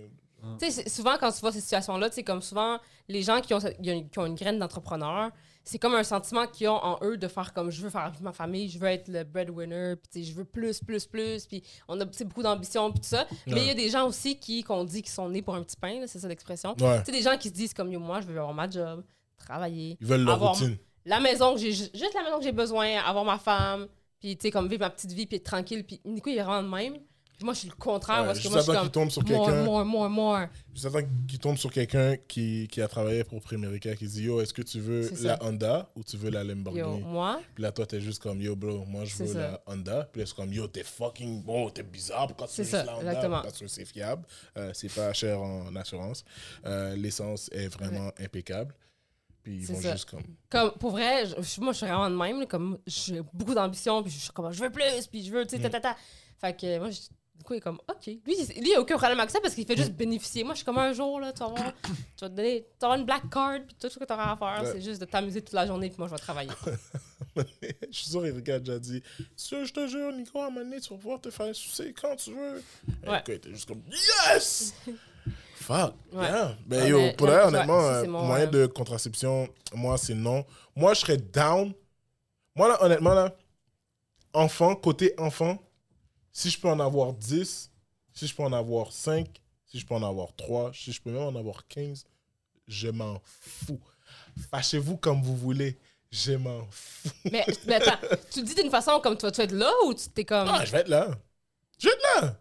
Tu sais, c'est- souvent, quand tu vois ces situations-là, tu sais, comme souvent, les gens qui ont, cette- qui ont une- qui ont une graine d'entrepreneur, c'est comme un sentiment qu'ils ont en eux de faire comme je veux faire vivre ma famille, je veux être le breadwinner, puis tu sais, je veux plus, plus, plus, puis on a tu sais, beaucoup d'ambition, puis tout ça. Mais il y a des gens aussi qui qu'on dit qu'ils sont nés pour un petit pain, là, c'est ça l'expression.
Ouais.
Tu sais, des gens qui se disent comme Yo, moi, je veux avoir ma job, travailler,
Ils veulent leur
Avoir-
routine.
la maison que j'ai ju- juste la maison que j'ai besoin, avoir ma femme, puis tu sais comme vivre ma petite vie puis être tranquille puis Nico il est vraiment de même. Puis moi je suis le contraire
Ouais,
Ah, parce que
juste
moi je suis
avant
comme
qu'ils tombent sur
more
quelqu'un
more more more.
juste avant qu'ils tombent sur quelqu'un qui, qui a travaillé pour Primerica qui dit Yo, est-ce que tu veux
C'est
la Honda ou tu veux la
Yo,
Lamborghini
moi
Puis là, toi, t'es juste comme Yo, bro, moi, je
C'est
veux
ça.
la Honda. Puis là, c'est comme Yo, t'es fucking. Oh, t'es bizarre. Pourquoi tu
C'est
veux juste
ça,
la Honda
exactement.
Parce que c'est fiable. euh, c'est pas cher en assurance. euh, L'essence est vraiment impeccable. Puis ils
C'est
vont
ça.
juste comme.
comme pour vrai, je- je- moi je suis vraiment de même là, comme j'ai beaucoup d'ambition puis je suis comme je veux plus puis je veux tu sais ta, ta, ta. Fait que moi je Nico il est comme OK. Lui il- lui il a aucun problème avec ça parce qu'il fait juste bénéficier. Moi je suis comme un jour là tu vas voir, tu vas te donner tu vas avoir une black card puis tout ce que tu auras à faire,
Ouais.
c'est juste de t'amuser toute la journée puis moi je vais travailler.
je suis sûr, il regarde déjà dit Sûr, Je te jure, Nico, à un moment donné, tu vas pouvoir te faire sucer quand tu veux.
Ouais.
Et t'es juste comme Yes Fuck
Ouais.
yeah. Ben
Ouais,
yo,
mais
pour
j'aime-
l'air,
ouais,
honnêtement,
ça, c'est
euh,
mon
moyen
rêve.
de contraception, moi, c'est non. Moi, je serais down. Moi, là, honnêtement, là, enfant, côté enfant, si je peux en avoir 10, si je peux en avoir 5, si je peux en avoir 3, si je peux même en avoir 15, je m'en fous. Fâchez-vous comme vous voulez. Je m'en fous.
mais, mais attends, tu le dis d'une façon comme tu vas tu vas être là ou tu t'es comme
Ah, je vais être là. Je vais être là.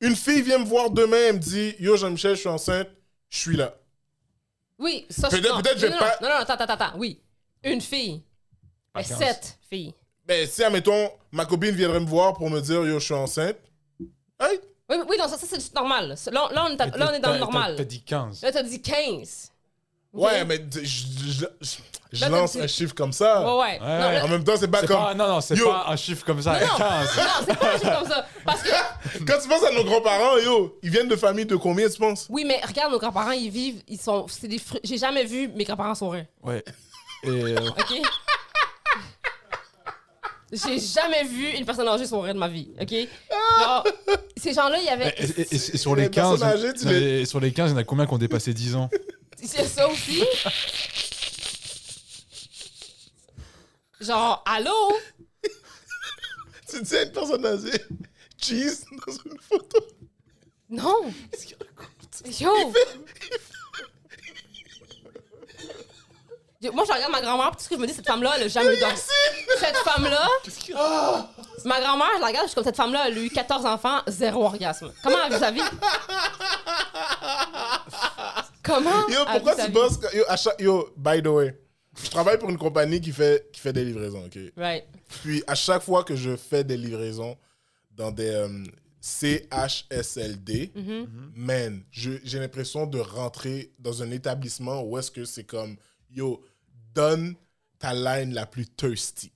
Une fille vient me voir demain, elle me dit Yo, Jean-Michel, je suis enceinte, je suis là.
Oui, ça,
Peut-être-
non,
peut-être je
non,
vais
non,
pas-
Non, non, attends, attends, attends. Oui. Une fille. Mais
Patience.
sept filles.
Ben, si, admettons, ma copine viendrait me voir pour me dire Yo, je suis enceinte. Hein? Hey,
Oui, oui, non, ça, ça, c'est normal. Là, là, on, est à-
Mais
Ah, là, on est dans
t'as-
le
T'as t'as
normal.
dit 15.
Là, t'as dit 15. Ok?
ouais, mais je, je- je- je
Là, t'as
lance
dit-
un chiffre comme
Ouais,
ça.
ouais.
Ouais.
Non, là-
En même temps, c'est pas
C'est
comme.
pas- non, non, c'est
Yo.
pas un chiffre comme ça. 15.
non, c'est pas un jeu comme ça. Parce que,
Quand tu penses à nos grands-parents, yo, ils viennent de familles de combien, tu penses
oui, mais regarde, nos grands-parents, ils vivent, ils sont. C'est des fruits. J'ai jamais vu mes grands-parents sourire.
Ouais. Et euh,
OK? J'ai jamais vu une personne âgée sourire de ma vie. OK? Genre, ces gens-là, il y
et,
avait.
Ah! et- et- et sur
Les
les 15,
personnes âgées, tu
non,
les-
et sur les 15, il y en a combien qui ont dépassé 10 ans
C'est ça aussi. Genre, allô?
Tu dis à une personne âgée, cheese dans une photo.
Non! Yo! Yo, Moi, je regarde ma grand-mère, parce que je me dis, cette femme-là, elle a jamais eu d'enfant. Cette femme-là, Ah. ma grand-mère, je la regarde, je suis comme, cette femme-là, elle a eu 14 enfants, zéro orgasme. Comment elle vit sa vie? Comment?
Yo,
elle
pourquoi
vit sa
tu
vie?
penses que. Yo, à chaque- yo, by the way, je travaille pour une compagnie qui fait, qui fait des livraisons, ok
Right.
Puis à chaque fois que je fais des livraisons dans des euh, CHSLD,
Mhm.
man, je- j'ai l'impression de rentrer dans un établissement où est-ce que c'est comme, yo, donne ta line la plus thirsty.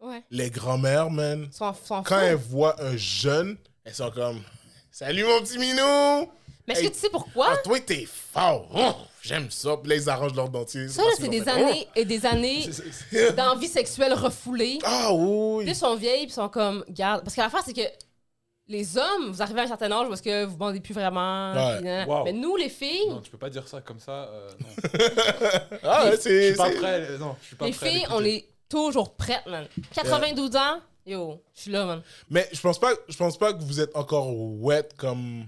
Ouais.
Les grands-mères, man,
Ils sont en- sont en
quand
fou.
elles voient un jeune, elles sont comme, salut mon petit minou!
Mais est-ce que tu sais pourquoi?
Ah, toi, t'es fort. Oh, J'aime ça. Puis là, ils arrangent leur dentier.
Ça, là, c'est des années et des années d'envie sexuelle refoulée.
Oh! Ah oui.
Puis là, ils sont vieilles, puis ils sont comme, garde. Parce que l'affaire, c'est que les hommes, vous arrivez à un certain âge parce que vous bandez plus vraiment.
Ouais.
puis, nan, nan.
Wow.
Mais nous, les filles,
Non, tu peux pas dire ça comme ça. euh, non.
Ah, ouais,
Je
c'est.
suis pas
c'est-
prêt. euh, Non, je suis pas
les
prêt à
filles,
l'écouter.
on est toujours prêtes, man. 92 ans, yo, je suis là, man.
Mais je pense pas, je pense pas que vous êtes encore wet comme.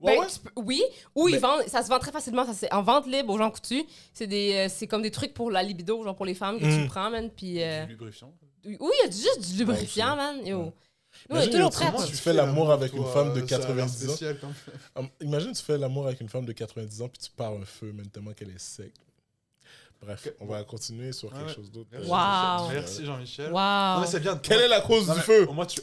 Ouais,
Ben,
ouais.
tu peux- oui, ou ils
Mais-
vendent, ça se vend très facilement, ça c'est en vente libre aux gens coutus. C'est des, euh, c'est comme des trucs pour la libido, genre pour les femmes que
Mm.
tu prends, man. Puis euh,
Du lubrifiant.
oui, il y a du- juste du lubrifiant, man, yo. Nous, on est
Imagine,
toujours
il y a
prêtes.
tout le
man.
tu fais l'amour avec une
toi,
femme de
euh, ça a l'air
90 ans.
spécial, quand même.
Hum, Imagine, tu fais l'amour avec une femme de 90 ans, puis tu pars un feu, même tellement qu'elle est sec. Bref, on va continuer sur
Ouais,
quelque
ouais.
chose d'autre.
Merci,
Wow.
Jean-Michel. Merci Jean-Michel. Non,
Wow.
mais c'est bien.
Quelle est la cause
Non,
du
mais
feu
Au moins, tu.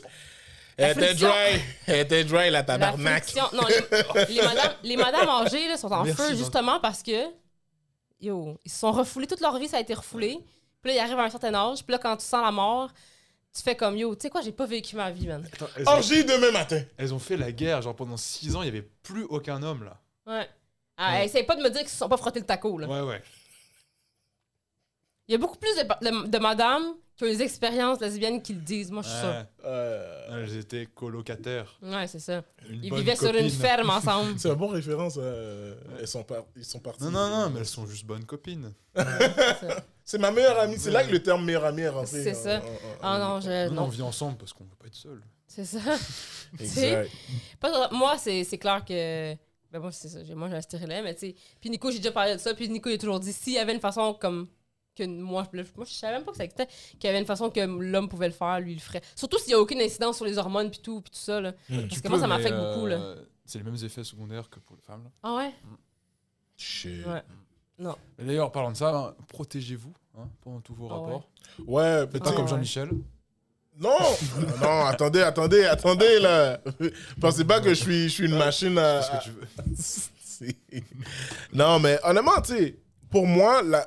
Elle
La
était
friction.
dry. Elle était dry, la
La
tabarnak.
friction- Non, les, les madames, les madames âgées là, sont en
Merci,
feu
Jean.
justement parce que yo, ils se sont refoulés toute leur vie, ça a été refoulé. Puis là, ils arrivent à un certain âge, puis là, quand tu sens la mort, tu fais comme yo, tu sais quoi, j'ai pas vécu ma vie, man.
Attends, elles, ont...
Orgie demain matin.
elles ont fait la guerre. Genre pendant 6 ans, il y avait plus aucun homme là.
Ouais. Ah, Essaye pas de me dire qu'ils se sont pas frottés le taco, là.
Ouais, ouais.
Il y a beaucoup plus de, de, de madames qui ont des expériences lesbiennes qui le disent, moi, Oh, je suis sûre.
Ouais.
Euh,
Elles étaient colocataires.
Ouais, c'est ça.
Une
Ils
bonne
vivaient sur une
copine.
ferme ensemble.
C'est une bonne référence. euh, elles sont par- Ils sont partis.
Non, non, non, mais elles sont juste bonnes copines.
C'est ma meilleure amie. C'est là que le terme meilleure amie est rentré.
C'est ça. Ah non, je.
Non, non, on
Non,
vit ensemble parce qu'on veut pas être seul.
c'est ça.
Exact.
Pas trop- moi, c'est c'est clair que. Ben moi, c'est ça. j'ai- Moi, j'ai un stérilet, mais tu sais. Puis Nico, j'ai déjà parlé de ça. Puis Nico, il a toujours dit s'il y avait une façon comme. Que moi, je, moi, je savais même pas que ça existait. Qu'il y avait une façon que l'homme pouvait le faire, lui, il le ferait. Surtout s'il n'y a aucune incidence sur les hormones, puis tout, puis tout ça, là.
Mm.
Parce
Tu
que moi,
peux,
ça
mais,
m'affecte
euh,
beaucoup, là.
C'est les mêmes effets secondaires que pour les femmes. là.
Ah ouais?
Shit.
Ouais.
Mais D'ailleurs, en parlant de ça, hein, protégez-vous hein, pendant tous vos
Ah ouais.
rapports.
Ouais, Euh,
Faites
peut-être.
pas
Ah
comme
ouais.
Jean-Michel.
Non, non, attendez, attendez, attendez là. Pensez pas que je suis, je suis une machine à.
Fais ce que tu veux.
C'est- non, mais honnêtement, tu sais, pour moi, la-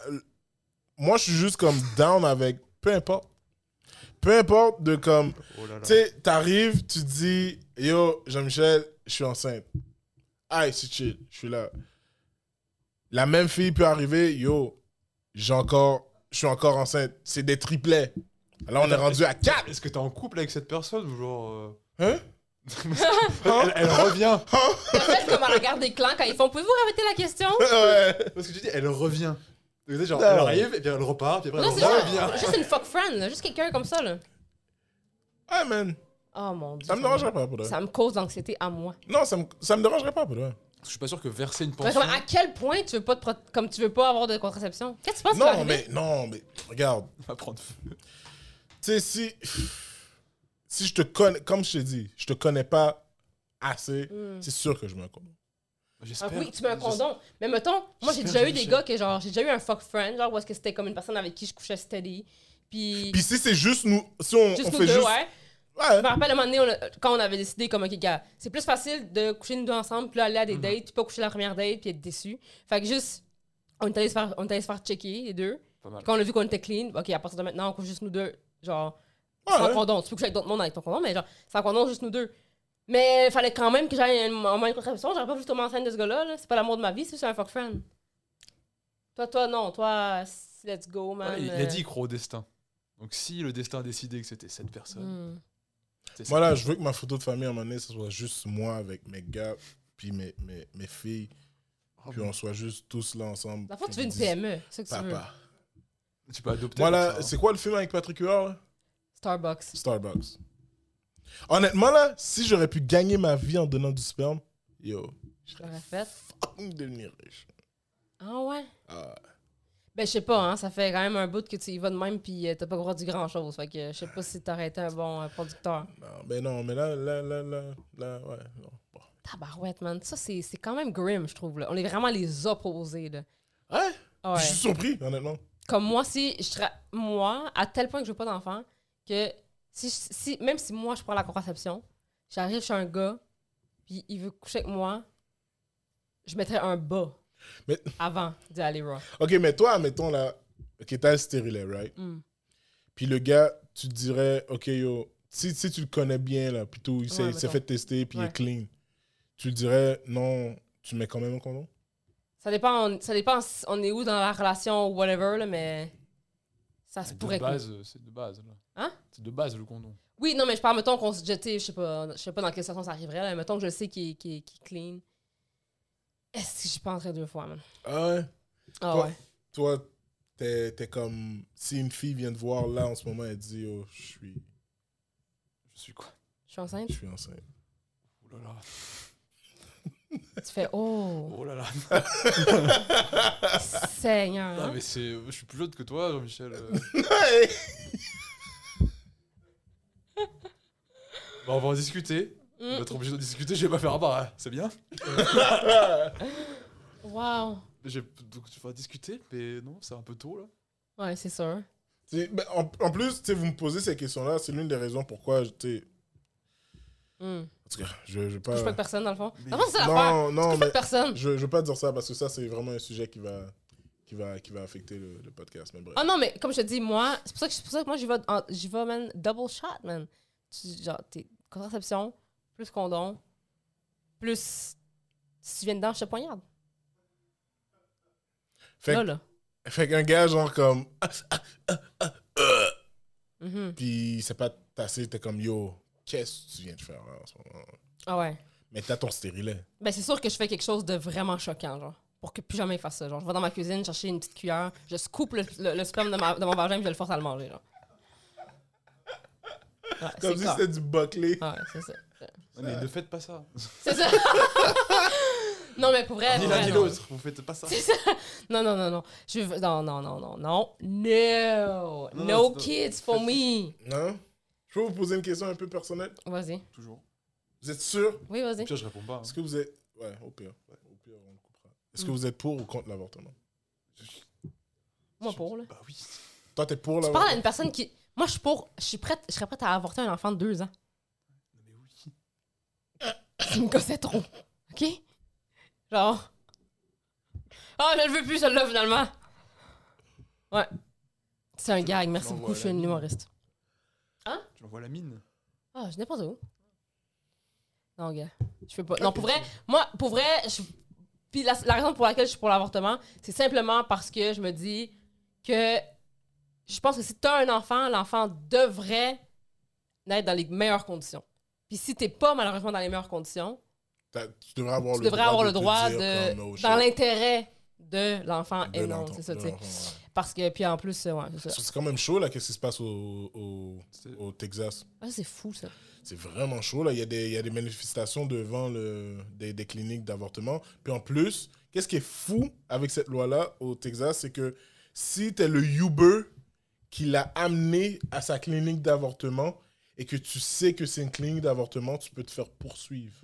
moi, je suis juste comme down avec peu importe. Peu importe de comme.
Oh là là.
Tu sais, t'arrives, tu dis, yo, Jean-Michel, je suis enceinte. Aïe, c'est chill, je suis là. La même fille peut arriver, yo, j'ai encore, je suis encore enceinte. C'est des triplets. Alors on est rendu à 4.
Est-ce que t'es en couple avec cette personne ou genre. euh,
Hein?
Elle, elle revient.
En fait, comme à la garde des clans, quand ils font Pouvez-vous arrêter la question?
ouais.
Parce que tu dis, elle revient. Donc, tu sais, genre,
Non.
elle arrive, et puis elle repart, puis après
Non,
elle
c'est
revient.
juste, juste une fuck friend, là. Juste quelqu'un comme ça, là.
Ouais, Ah, man.
Oh mon dieu.
Ça me dérangerait pas, pour de vrai.
Ça me cause d'anxiété à moi.
Non, ça me, ça me dérangerait pas, pour de vrai.
Je suis pas sûr que verser une
Parce
pension.
que, à quel point tu veux pas te pro- comme tu veux pas avoir de contraception? Qu'est-ce que tu penses qui va
Non,
arriver?
mais, non, mais, regarde.
va prendre feu.
Tu sais, si. Si je te connais, comme je t'ai dit, je te connais pas assez,
Hmm.
c'est sûr que je me compte.
Ah
J'espère.
oui, tu mets un condom. Mais mettons, moi j'ai
J'espère
déjà eu
que je
des
sais.
gars que genre, j'ai déjà eu un fuck friend, genre, où est-ce que c'était comme une personne avec qui je couchais steady. Puis,
Puis si c'est juste nous, si on,
juste
on
nous
fait
deux,
juste.
ouais. Bah,
Ouais.
Je me rappelle, à un moment donné, on a- quand on avait décidé, comme, OK, gars, c'est plus facile de coucher nous deux ensemble, puis là, aller à des
Mhm.
dates, puis pas coucher la première date, puis être déçu. Fait que juste, on est allé se faire, on est allé se faire checker, les deux.
Pas mal.
Quand on a vu qu'on était clean, OK, à partir de maintenant, on couche juste nous deux. Genre,
Ouais,
sans
ouais.
condom. Tu peux coucher avec d'autres mondes avec ton condom, mais genre, sans condom, juste nous deux. Mais il fallait quand même que j'aille à un moment de contraception. J'aurais pas voulu tomber enceinte de ce gars-là. là. C'est pas l'amour de ma vie, c'est juste un fuck friend. Toi, toi, non. Toi, c- let's go, man.
Ouais, il, il
Euh,
a dit qu'il croit au destin. Donc si le destin a décidé que c'était cette personne,
hmm.
c'était cette
Voilà, je veux que ma photo de famille à un moment donné, ce soit juste moi avec mes gars, puis mes, mes, mes filles,
personne.
puis on soit juste tous là ensemble.
Dans le fond,
puis
Oh. tu veux
ils
une
disent,
PME. C'est ça que tu veux.
Papa.
Tu peux adopter.
Voilà,
comme ça, hein.
c'est quoi le film avec Patrick Huard là?
Starbucks.
Starbucks. Honnêtement, là, si j'aurais pu gagner ma vie en donnant du sperme, yo, je serais
J'aurais fait.
fucking devenir riche.
Ah ouais?
Ah,
Ben, je sais pas, hein, ça fait quand même un bout que tu y vas de même pis euh, t'as pas droit du grand chose. Fait que euh, je sais pas si t'aurais été un bon euh, producteur.
non, mais non, mais là, là, là, là, là, ouais, non. Bon.
Tabarouette, man. Ça, c'est c'est quand même grim, je trouve. là. On est vraiment les opposés, là.
Ouais,
Ah ouais.
je suis surpris, honnêtement.
Comme moi, si je tra- moi, à tel point que je veux pas d'enfant, que si, je- si même si moi je prends la contraception, j'arrive chez un gars, puis il veut coucher avec moi, je mettrais un bas
Mais-
avant d'y aller raw.
Ok, mais toi, mettons là, ok, t'as le stérilet, right?
Mm.
Puis le gars, tu te dirais, ok, yo, si, si tu le connais bien là, puis tout, il s'est
Ouais,
il s'est
mettons.
fait tester, puis il
Ouais.
est clean, tu le dirais, non, tu mets quand même un condom?
Ça dépend, on, ça dépend si on est où dans la relation ou whatever, là, mais ça se
C'est
pourrait
de
que-
base, euh, c'est de base. Là.
Hein
C'est de base le condom.
Oui, non, mais je parle, mettons qu'on se jetait, je sais pas, je sais pas dans quelle situation ça arriverait, là, mais mettons que je le sais qu'il est- qu'il est qu'il est clean. Est-ce que j'y penserais deux fois, man?
Ah ouais.
Ah
Toi-
ouais.
Toi, t'es t'es comme, si une fille vient te voir là en ce moment, elle dit, oh, je suis,
Je suis quoi
Je suis enceinte.
je suis enceinte.
Oh là là.
Tu fais Oh,
Oh là là.
Seigneur.
Non, mais c'est... Je suis plus jeune que toi, Jean-Michel. euh.
Hey!
Bon, on va en discuter. On va
Mm.
être obligé de discuter. Je vais pas faire un bar. hein. C'est bien.
Wow.
J'ai- Donc, tu vas discuter, mais non, c'est un peu tôt là.
Ouais, c'est sûr.
C'est- ben, en, en plus, tu sais, vous me posez ces questions-là, c'est l'une des raisons pourquoi, tu sais,
Mm.
en tout cas, je, je vais
Touche pas
pas...
que personne, dans le fond.
Mais-
Dans le fond, c'est ça l'affaire.
Non, non,
Touche pas
mais
que personne.
je, je veux pas dire ça parce que ça, c'est vraiment un sujet qui va, qui va, qui va affecter le, le podcast. Mais bref.
Ah non, mais comme je te dis, moi, c'est pour ça que, c'est pour ça que moi, j'y vais, en- j'y vais, man, double shot, man. Tu, genre, t'es contraception, plus condom, plus. Si tu viens dedans, je te poignarde.
Fait,
Là, là.
fait qu'un gars, genre, comme, ah,
Mhm.
puis c'est pas tassé, t'es comme, yo, qu'est-ce que tu viens de faire là, en ce moment?
Ah ouais.
Mais t'as ton stérilet.
Ben, c'est sûr que je fais quelque chose de vraiment choquant, genre. Pour que plus jamais il fasse ça. Genre, je vais dans ma cuisine chercher une petite cuillère, je scoop le, le- le sperme de, ma- de mon vagin et je le force à le manger, genre. Ouais,
Comme
Ah, c'est
si
clair.
c'était du boclé.
Ouais, c'est ça.
Non, Ah, mais ne faites pas ça.
C'est ça. non, mais pour vrai.
Ni
pour
l'un
vrai,
ni
Ah, non.
l'autre. Vous faites pas ça.
C'est ça. Non, non, non, non. Je veux- Non, non, non, non, non. No.
Non,
No
non, c'est-
kids for me.
Non? Je peux vous poser une question un peu personnelle?
Vas-y.
Toujours.
Vous êtes sûr?
Oui,
Au
vas-y.
pire, je réponds pas. hein.
Est-ce que vous êtes. Ouais, au pire. Ouais, au pire, on le coupera. Est-ce que
Mm.
vous êtes pour ou contre l'avortement?
Moi, pour, là.
Bah oui.
Toi, t'es pour
Tu parles à
l'avortement?
une personne qui. Moi, je suis pour. Je suis prête. Je serais prête à avorter un enfant de deux ans.
Non, mais oui.
Tu me gossais trop. OK? Genre. Ah, je le veux plus, celle-là, finalement. Ouais. C'est un gag. Merci
l'envoie
beaucoup.
à
Je suis
la
une
mine.
humoriste.
Tu l'envoies à la mine.
Ah, je n'importe où. Non, gars. Je peux pas. Non, pour vrai, moi, pour vrai, je... puis la, la raison pour laquelle je suis pour l'avortement, c'est simplement parce que je me dis que je pense que si tu as un enfant, l'enfant devrait naître dans les meilleures conditions. Puis si t'es pas malheureusement dans les meilleures conditions,
T'as- Tu devrais avoir
tu
le
devrais
droit
avoir
de
le
te
droit
dire
de,
comme, oh, shit,
dans l'intérêt de l'enfant
de Ah,
et non,
l'entendre,
c'est ça,
de
tu sais.
l'entendre, ouais.
Parce que, puis en plus, euh, ouais, c'est ça.
Parce que C'est quand même chaud, là, qu'est-ce qui se passe au, au,
C'est-
au Texas.
Ah, c'est fou, ça.
C'est vraiment chaud, là. Il y, a des- il y a des manifestations devant le, des, des cliniques d'avortement. Puis en plus, qu'est-ce qui est fou avec cette loi-là au Texas, c'est que si t'es le Uber qui l'a amené à sa clinique d'avortement et que tu sais que c'est une clinique d'avortement, tu peux te faire poursuivre.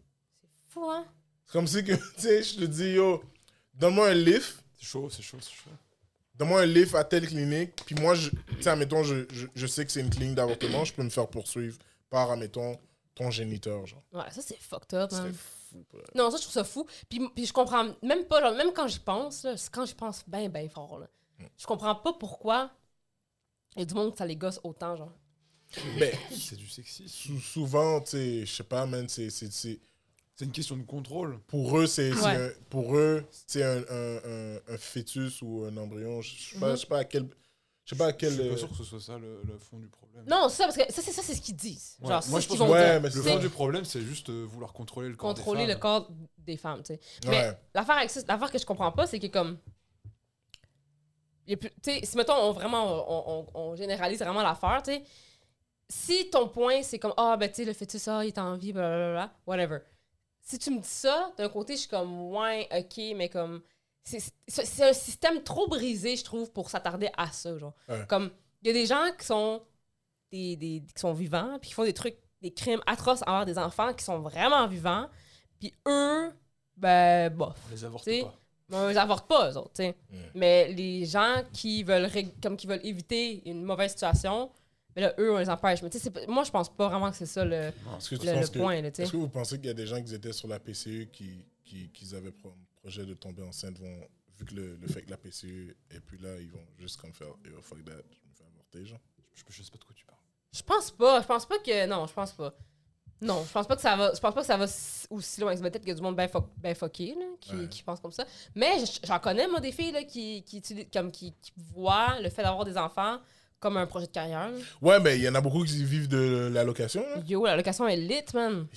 fou, hein?
C'est comme si que, tu sais, je te dis, yo, donne-moi un lift,
C'est chaud, c'est chaud, c'est chaud.
donne-moi un lift à telle clinique, puis moi, je- tu sais, admettons, je, je, je sais que c'est une clinique d'avortement, je peux me faire poursuivre par, admettons, ton géniteur, genre.
Ouais, ça, c'est fucked up, hein.
C'est fou, bro.
Non, ça, je trouve ça fou. Puis, puis je comprends même pas, là, même quand j'y pense, là, c'est quand j'y pense ben, ben fort, là.
Mm.
je comprends pas pourquoi il y a du monde que ça les gosse autant, genre.
Ben,
C'est du sexisme.
sou- souvent, tu sais, je sais pas, man, c'est- c'est... c'est-
C'est une question de contrôle.
Pour eux, c'est c'est
Ouais.
un- pour eux, c'est un, un, un, un fœtus ou un embryon. Je je sais pas,
Mhm.
je sais pas à quel, je sais pas à quel.
Je suis
euh,
pas sûr que ce soit ça le, le fond du problème.
Non, c'est ça, parce que ça, c'est ça, c'est ce qu'ils disent.
Ouais,
Genre,
moi,
c'est
je
ce qu'ils
pense-
vont
ouais,
dire.
mais
Le
c'est-
fond du problème, c'est juste euh, vouloir contrôler le corps
Contrôler
des
le
femmes.
corps des femmes, tu sais. Mais
euh, ouais.
l'affaire avec ça, l'affaire que je comprends pas, c'est que comme. il y a plus- tu sais, si mettons, on vraiment, on, on- on généralise vraiment l'affaire, tu sais. Si ton point, c'est comme, ah, ben, tu sais, le fœtus, ça, il est en vie, blablabla, whatever. Si tu me dis ça, d'un côté, je suis comme, ouais, ok, mais comme. C'est c'est- c'est un système trop brisé, je trouve, pour s'attarder à ça, genre.
Ouais.
Comme, il y a des gens qui sont, des, des- qui sont vivants, puis qui font des trucs, des crimes atroces envers des enfants qui sont vraiment vivants, puis eux, ben, bof.
On les avorte
T'sais,
pas.
Mais ils avortent pas, eux autres, tu sais.
Mm.
Mais les gens qui veulent, ré- comme qui veulent éviter une mauvaise situation, mais là, eux, on les empêche. Mais tu sais, c'est pas- moi, je pense pas vraiment que c'est ça le,
Est-ce que tu
le- le
penses que-
point, là, tu
Est-ce
sais.
que vous pensez qu'il y a des gens qui étaient sur la PCU qui, qui, qu'ils avaient pro- projet de tomber enceinte vont, vu que le, le fait que la PCU est plus là, ils vont juste comme faire yo, fuck that, je me fais avorter, genre.
Je, je sais pas de quoi tu parles.
Je pense pas, je pense pas que. Non, je pense pas. Non, je pense pas que ça va. Je pense pas que ça va si- aussi loin. C'est peut-être qu'il y a du monde bien fuck, ben fucké, là, qui,
Ouais.
qui pense comme ça. Mais j- j'en connais, moi, des filles là, qui, qui, utilisent- comme, qui, qui voient le fait d'avoir des enfants comme un projet de carrière. là.
Ouais, mais il y en a beaucoup qui vivent de l'allocation, là.
Yo, la location est lit, man.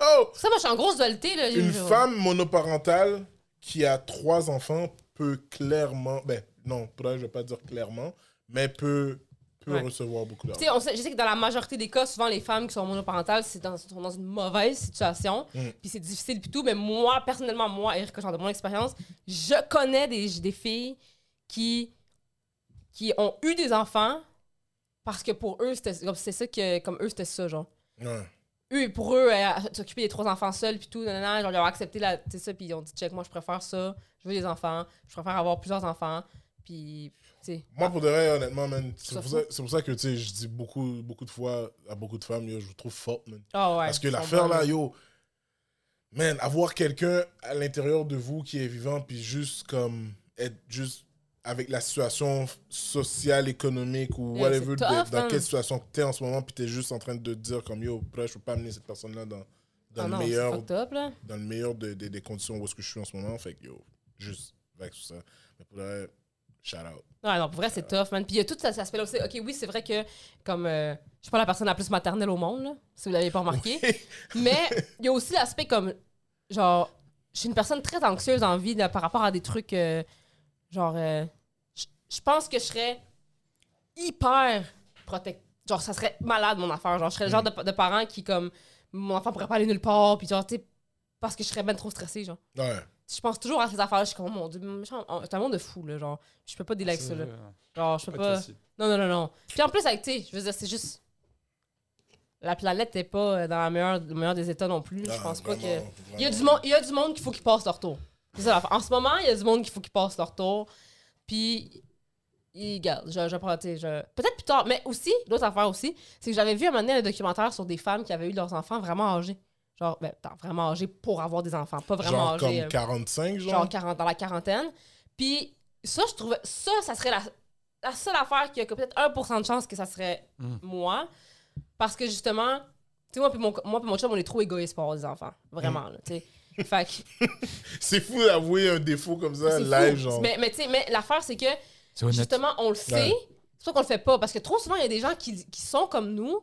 Oh!
Ça, moi, je suis en grosse dualité, là.
Une
je-
femme monoparentale qui a trois enfants peut clairement, ben non, pour elle, je vais pas dire clairement, mais peut, peut
Ouais.
recevoir beaucoup
Tu
d'argent.
sais, on sait- je sais que dans la majorité des cas, souvent les femmes qui sont monoparentales, c'est dans, sont dans une mauvaise situation,
Mm.
puis c'est difficile puis tout. Mais moi, personnellement, moi, Erika, genre de mon expérience, je connais des, des filles qui, qui ont eu des enfants parce que pour eux, c'était comme c'est ça que comme eux c'était ça genre.
Ouais.
Eux, pour eux, euh, s'occuper des trois enfants seuls puis tout, nanana, genre ils ont accepté la, tu sais ça, puis ils ont dit check, moi je préfère ça, je veux des enfants, je préfère avoir plusieurs enfants, puis tu sais.
Moi, pour de vrai, honnêtement, man, c'est
Ça
pour,
fout.
ça- c'est pour ça que tu sais, je dis beaucoup, beaucoup de fois à beaucoup de femmes, yo, je vous trouve forte, man.
Ah ouais,
Parce que
ils sont
l'affaire
bons,
là, yo, man, avoir quelqu'un à l'intérieur de vous qui est vivant, puis juste comme être juste avec la situation f- sociale, économique ou
Yeah,
whatever,
c'est tough,
de- dans
hein.
quelle situation que t'es en ce moment, puis t'es juste en train de te dire comme yo, pourquoi je peux pas amener cette personne là dans,
Ah
dans le
non, c'est
meilleur,
fucked up, là.
dans le meilleur de- de- des conditions où est-ce que je suis en ce moment, fait que yo, juste vague sur ça. Mais pour le shout out.
Ouais, non, pour vrai, c'est tough, man. Puis il y a tout cet aspect-là aussi. OK, oui, c'est vrai que, comme, euh, je suis pas la personne la plus maternelle au monde, là, si vous l'avez pas remarqué. Mais il y a aussi l'aspect comme, genre, je suis une personne très anxieuse en vie là, par rapport à des trucs, euh, genre, euh, je je pense que je serais hyper protect Genre, ça serait malade, mon affaire. Genre, je serais le genre de, de parent qui, comme, mon enfant pourrait pas aller nulle part, puis genre, tu sais, parce que je serais ben trop stressée, genre.
Ouais.
Je pense toujours à ces affaires-là, je suis comme, oh mon dieu, méchant- oh, c'est un monde de fou, là, genre. Je peux pas délai avec ça, là.
euh,
Genre, je peux
pas
pas.
facile.
Non, non, non, non. Puis en plus, avec, tu sais, je veux dire, c'est juste. La planète n'est pas euh, dans la meilleure, le meilleur des états non plus. je
Ah,
pense pas que.
vraiment,
Il y a du
vraiment.
monde, il y a du monde qu'il faut qu'ils passent leur tour. C'est ça, l'affaire. en ce moment, il y a du monde qu'il faut qu'ils passent leur tour. Puis, il garde. Je, je prends, tu sais, je- Peut-être plus tard. Mais aussi, l'autre affaire aussi, c'est que j'avais vu un moment donné un documentaire sur des femmes qui avaient eu leurs enfants vraiment âgés. Genre, ben, attends, vraiment âgés pour avoir des enfants. Pas vraiment
Genre
âgés.
comme
euh,
45, genre.
genre 40, dans la quarantaine. Puis ça, je trouvais, ça, ça serait la, la seule affaire qui a que peut-être 1% de chance que ça serait
Hmm.
Mm.
moi. Parce que justement, tu sais, moi puis mon, co- moi puis mon chum, on est trop égoïste pour avoir des enfants.
Hmm.
Vraiment, là, tu sais. Fait que
C'est fou d'avouer un défaut comme ça,
c'est
live,
fou.
genre.
Mais, mais tu sais, mais l'affaire, c'est que justement, on le sait.
Ouais.
C'est pour ça qu'on le fait pas. Parce que trop souvent, il y a des gens qui, qui sont comme nous,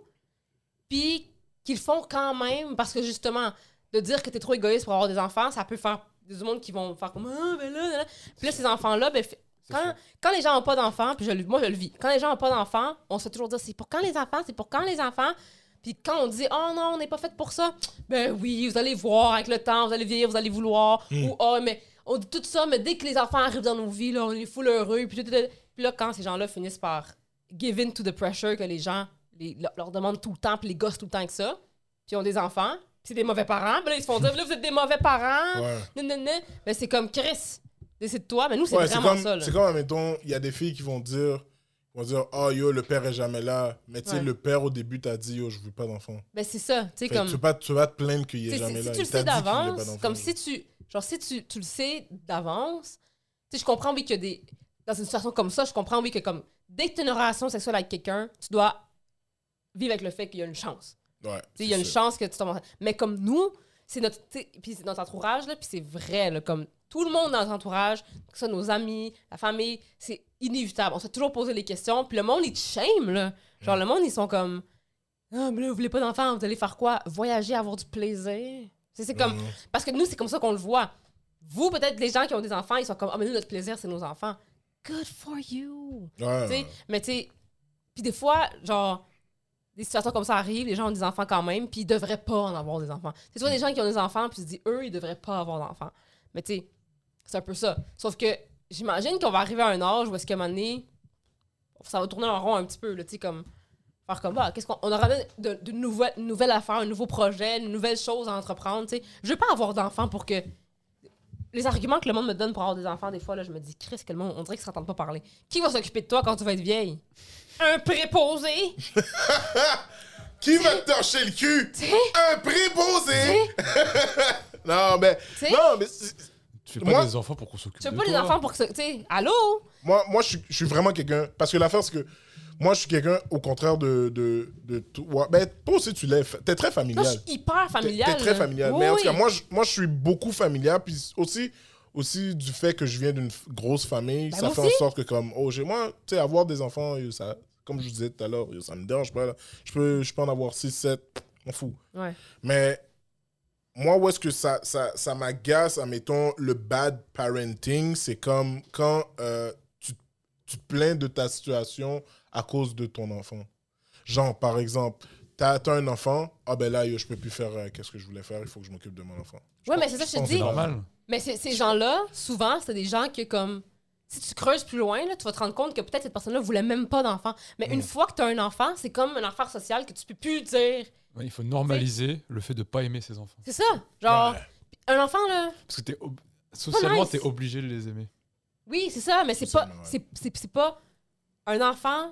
puis qu'ils font quand même. Parce que justement, de dire que t'es trop égoïste pour avoir des enfants, ça peut faire du monde qui vont faire comme Ah, ben là, là, là. Puis là, ces enfants-là, ben, fi-
C'est
quand, quand les gens n'ont pas d'enfants, puis je, le- moi, je le vis. Quand les gens n'ont pas d'enfants, on se fait toujours dire c'est pour quand les enfants, c'est pour quand les enfants. Puis quand on dit oh non, on n'est pas fait pour ça, ben oui, vous allez voir avec le temps, vous allez vieillir, vous allez vouloir.
Mm.
Ou oh, mais on dit tout ça, mais dès que les enfants arrivent dans nos vies, là, on est full heureux. Puis, tout, tout, tout. Puis là, quand ces gens-là finissent par give in to the pressure que les gens les- leur- leur demandent tout le temps, puis les gossent tout le temps avec ça, puis ils ont des enfants, c'est des mauvais parents. Puis là, ils se font dire, là, vous êtes des mauvais parents.
Ouais.
Nan, nan, nan. Mais Ben, c'est comme Chris, décide-toi. Mais nous, c'est
Ouais, c'est
vraiment
comme,
ça. là.
c'est comme, admettons, il y a des filles qui vont dire, vont dire, oh yo, le père est jamais là. Mais tu sais,
Ouais.
le père au début t'a dit, yo, je veux pas d'enfant.
Ben, c'est ça. Tu sais,
Fait que
comme.
Tu vas pas, tu vas te plaindre qu'il est
T'sais, si,
jamais
si
là.
tu
Il
le
t'a
sais
dit qu'il voulait
d'avance,
pas d'enfant.
comme si tu. Genre, si tu, tu le sais d'avance, tu sais, je comprends, oui, que des. Dans une situation comme ça, je comprends, oui, que comme. Dès que tu as une relation sexuelle avec quelqu'un, tu dois vivre avec le fait qu'il y a une chance.
Ouais,
Tu sais, il y a une
c'est ça.
chance que tu tombes enceinte. Mais comme nous, c'est notre, tu sais, puis c'est notre entourage, là, puis c'est vrai, là, comme tout le monde dans notre entourage, que ce soit nos amis, la famille, c'est inévitable. On se fait toujours poser les questions, puis le monde, il te shame, là. Genre, le monde, ils sont comme Ah, mais là, vous voulez pas d'enfants, vous allez faire quoi Voyager, avoir du plaisir. C'est c'est comme.
Mhm.
Parce que nous, c'est comme ça qu'on le voit. Vous, peut-être, les gens qui ont des enfants, ils sont comme Ah, mais nous, notre plaisir, c'est nos enfants. Good for you.
Ouais.
Tu sais, mais tu sais, puis des fois, genre, des situations comme ça arrivent, les gens ont des enfants quand même, puis ils devraient pas en avoir des enfants. C'est soit des gens qui ont des enfants, puis se disent, eux, ils devraient pas avoir d'enfants. Mais tu sais, c'est un peu ça. Sauf que j'imagine qu'on va arriver à un âge où est-ce qu'à un moment donné, ça va tourner en rond un petit peu, là, tu sais, comme. Faire comme bah, qu'est-ce qu'on on aura de, de nouvelles, une nouvelle affaire, un nouveau projet, une nouvelle chose à entreprendre, tu sais. Je veux pas avoir d'enfants pour que. Les arguments que le monde me donne pour avoir des enfants, des fois, là, je me dis, Chris, que le monde, on dirait qu'ils s'entendent pas parler. Qui va s'occuper de toi quand tu vas être vieille? Un préposé?
Qui va te torcher le cul
Tu sais?
Un préposé Non, mais.
sais?
Non, mais. c'est-
Tu fais
pas
pas
Moi- des
des enfants pour qu'on s'occupe
Tu veux pas les enfants pour que ça. Tu sais, allô?
Moi, moi je, suis- je suis vraiment quelqu'un. Parce que l'affaire, c'est que. Moi, je suis quelqu'un, au contraire de, de, de toi. Ben, toi aussi, tu l'es. T'es très
Moi, je
familial.
suis hyper
T'es
familiale.
t'es très
là.
familial.
Oui,
mais en tout
oui.
cas, moi, je, moi, je suis beaucoup familial. Puis aussi, aussi du fait que je viens d'une f- grosse famille,
Ben,
ça
moi
fait en
aussi.
sorte que, comme, oh, j'ai moi, tu sais, avoir des enfants, yo, ça, comme je vous disais tout à l'heure, yo, ça me dérange pas. là. Je peux, je peux en avoir 6, 7, on fout.
Ouais.
Mais moi, où est-ce que ça, ça, ça m'agace, admettons, le bad parenting, c'est comme quand euh, tu, tu te plains de ta situation à cause de ton enfant. Genre, par exemple, t'as t'as un enfant, ah ben là, yo, je peux plus faire euh, qu'est-ce que je voulais faire, il faut que je m'occupe de mon enfant.
Ouais, mais c'est ça que je te
pense
dis.
que c'est
Normal.
Mais c'est- ces gens-là, souvent, c'est des gens que, comme, si tu creuses plus loin, là, tu vas te rendre compte que peut-être cette personne-là voulait même pas d'enfant. Mais
Mm.
une fois que tu as un enfant, c'est comme une affaire sociale que tu peux plus dire.
Ouais, il faut normaliser le fait de pas aimer ses enfants.
C'est ça. Genre, un enfant, là,
Parce que t'es ob- socialement,
nice.
t'es obligé de les aimer.
Oui, c'est ça, mais c'est pas,
Absolument, ouais.
c'est, c'est, c'est pas un enfant,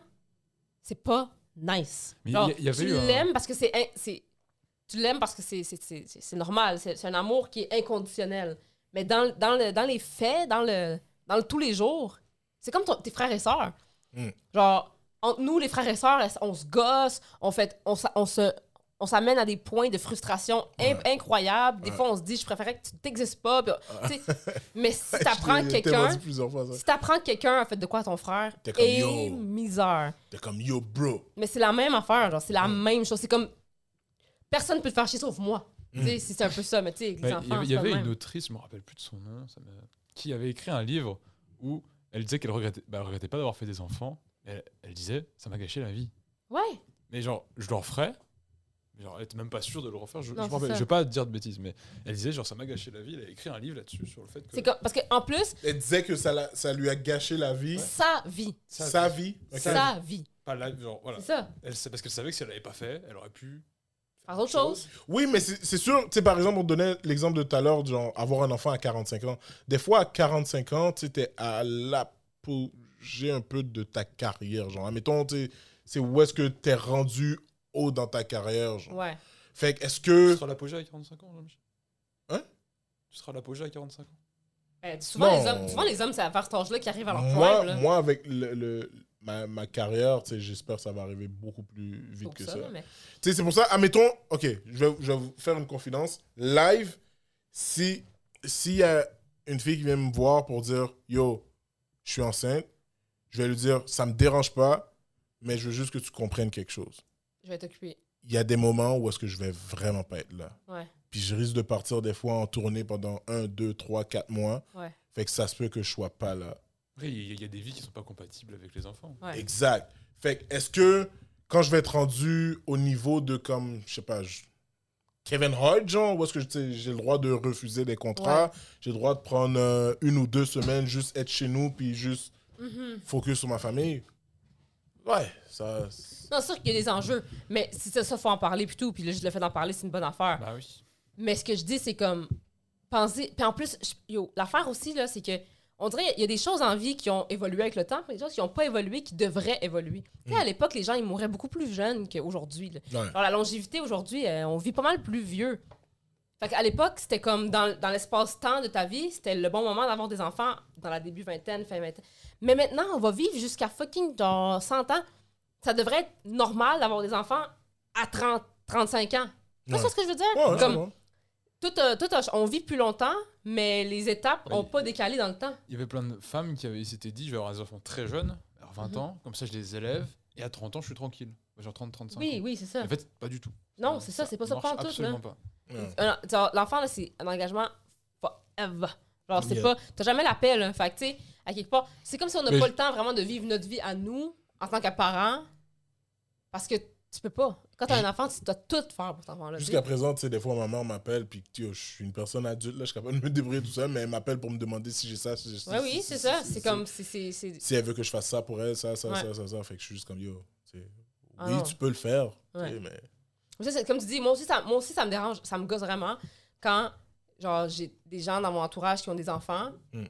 c'est pas nice.
Mais
Genre,
il y a- il y avait
tu
eu un-
l'aimes parce que c'est, in- c'est, tu l'aimes parce que c'est, c'est, c'est, c'est- c'est normal, c'est, c'est un amour qui est inconditionnel. Mais dans, le- dans, le, dans les faits, dans le, dans le tous les jours, c'est comme ton- tes frères et sœurs.
Mm.
Genre entre nous les frères et sœurs, on se gosse, on fait, on, s'a- on se on s'amène à des points de frustration in- incroyables. Des
Ouais.
fois, on se dit, je préférais que tu t'existes pas. puis- tu sais, Mais si
Je
t'apprends
t'ai- je t'ai
quelqu'un,
dit plusieurs fois ça.
si t'apprends que quelqu'un a fait de quoi à ton frère,
T'es comme,
et
yo.
misère.
T'es comme, yo, bro.
Mais c'est la même affaire, genre, c'est la même chose. C'est comme personne peut te faire chier sauf moi.
Mm.
Tu sais, c'est un peu ça, mais tu sais, avec les
Ouais, il y
enfants,
avait- Bah, il
c'est pas
Ben, y
le
avait
même.
une autrice, je me rappelle plus de son nom, ça me- qui avait écrit un livre où elle disait qu'elle regrettait, bah, elle regrettait pas d'avoir fait des enfants. Elle, elle disait, ça m'a gâché la vie.
Ouais,
Mais genre, je le referais. Mais Genre, elle était même pas sûre de le refaire. Je,
Non,
je, me
c'est
rappelle-
ça.
je vais pas dire de bêtises, mais elle disait, genre, ça m'a gâché la vie. Elle a écrit un livre là-dessus sur le fait que.
c'est comme parce que en plus,
Elle disait que ça, l'a- ça lui a gâché la vie,
sa vie,
Ça-
sa vie. ok?
sa vie,
Pas la- genre, voilà.
c'est ça.
Elle, c'est parce qu'elle savait que si elle l'avait pas fait, elle aurait pu.
Par autre chose,
Oui, mais c'est c'est sûr, tu sais, par exemple, on donnait l'exemple de tout à l'heure, genre, avoir un enfant à 45 ans. Des fois, à 45 ans, tu sais, t'es à l'apogée un peu de ta carrière, genre. Admettons, tu sais, c'est où est-ce que t'es rendu haut dans ta carrière, genre.
ouais.
Fait que, est-ce
Tu
que...
seras à l'apogée à 45 ans, Jean-Michel
Hein
Tu seras à l'apogée à 45 ans.
Ben, souvent, les
Non.
hommes, souvent, les hommes, c'est à vers cet âge-là qu'ils arrivent à leur
Moi,
prime. Là.
moi, avec le, le- ma, ma carrière, tu sais, j'espère que ça va arriver beaucoup plus vite
Donc
que
ça,
ça.
mais-
Tu sais, c'est pour ça, admettons, ok, je vais, je vais vous faire une confidence. Live, si s'il y a une fille qui vient me voir pour dire Yo, je suis enceinte, je vais lui dire Ça me dérange pas, mais je veux juste que tu comprennes quelque chose.
je vais t'occuper.
Il y a des moments où est-ce que je vais vraiment pas être là.
Ouais.
Puis je risque de partir des fois en tournée pendant 1, 2, 3, 4 mois.
Ouais.
Fait que ça se peut que je sois pas là.
Après, il y, a- il y a des vies qui sont pas compatibles avec les enfants.
Ouais.
Exact. Fait que est-ce que quand je vais être rendu au niveau de comme, je sais pas, je- Kevin Hart, genre, ou est-ce que tu sais, j'ai le droit de refuser des contrats, j'ai le droit de prendre euh, une ou deux semaines, juste être chez nous, puis juste
Mhm.
focus sur ma famille? Ouais, ça.
Non, c'est sûr qu'il y a des enjeux, mais si c'est ça, faut en parler puis tout. Puis là, juste le fait d'en parler, c'est une bonne affaire.
Bah oui.
Mais ce que je dis, c'est comme. Pensez. Puis en plus, je- yo, l'affaire aussi, là, c'est que. On dirait qu'il y a des choses en vie qui ont évolué avec le temps, puis des choses qui n'ont pas évolué, qui devraient évoluer. Tu sais, à l'époque, les gens, ils mouraient beaucoup plus jeunes qu'aujourd'hui. là.
Mm. Ouais.
Alors, la longévité, aujourd'hui, euh, on vit pas mal plus vieux. Fait qu'à l'époque, c'était comme dans, dans l'espace-temps de ta vie, c'était le bon moment d'avoir des enfants dans la début vingtaine, fin vingtaine. Mais maintenant, on va vivre jusqu'à fucking genre 100 ans. Ça devrait être normal d'avoir des enfants à 30, 35 ans. Tu vois
Ouais.
ce que je veux dire?
Ouais, ouais,
Comme-
ouais.
tout, a- tout a- on vit plus longtemps, mais les étapes
Oui.
n'ont pas décalé dans le temps.
Il y avait plein de femmes qui avaient, s'étaient dit je vais avoir des enfants très jeunes, à 20
Mhm.
ans, comme ça je les élève, et à 30 ans je suis tranquille. Genre 30-35.
Oui, oui, c'est ça.
En fait, pas du tout.
Non, c'est ça, c'est pas ça,
marche
pas hein. en tout. là. Euh,
Absolument pas.
Ouais.
Un- genre, L'enfant, là, c'est un engagement forever. Genre, c'est
Yeah.
pas. T'as jamais la paix, là. Fait que, tu sais, à quelque part, c'est comme si on n'a
Mais
pas
je-
le temps vraiment de vivre notre vie à nous, en tant que parents, parce que tu peux pas. Quand t'as un enfant, tu dois tout faire pour cet enfant-là.
Jusqu'à présent, tu sais, des fois, ma mère m'appelle, puis tu sais, je suis une personne adulte, là, je suis capable de me débrouiller tout ça, mais elle m'appelle pour me demander si j'ai ça, si j'ai ça.
Ouais,
si-
oui,
si-
c'est
si-
ça.
si-
C'est
si-
comme. c'est- c'est- c'est-
Si elle veut que je fasse ça pour elle, ça, ça,
Ouais.
ça, ça, ça, fait que je suis juste comme, yo, tu sais,
Ah
oui,
non.
tu peux le faire, tu sais,
Ouais.
mais...
Comme ça, c'est- comme tu dis, moi aussi, ça, moi aussi, ça me dérange, ça me gosse vraiment quand genre j'ai des gens dans mon entourage qui ont des enfants.
Mm.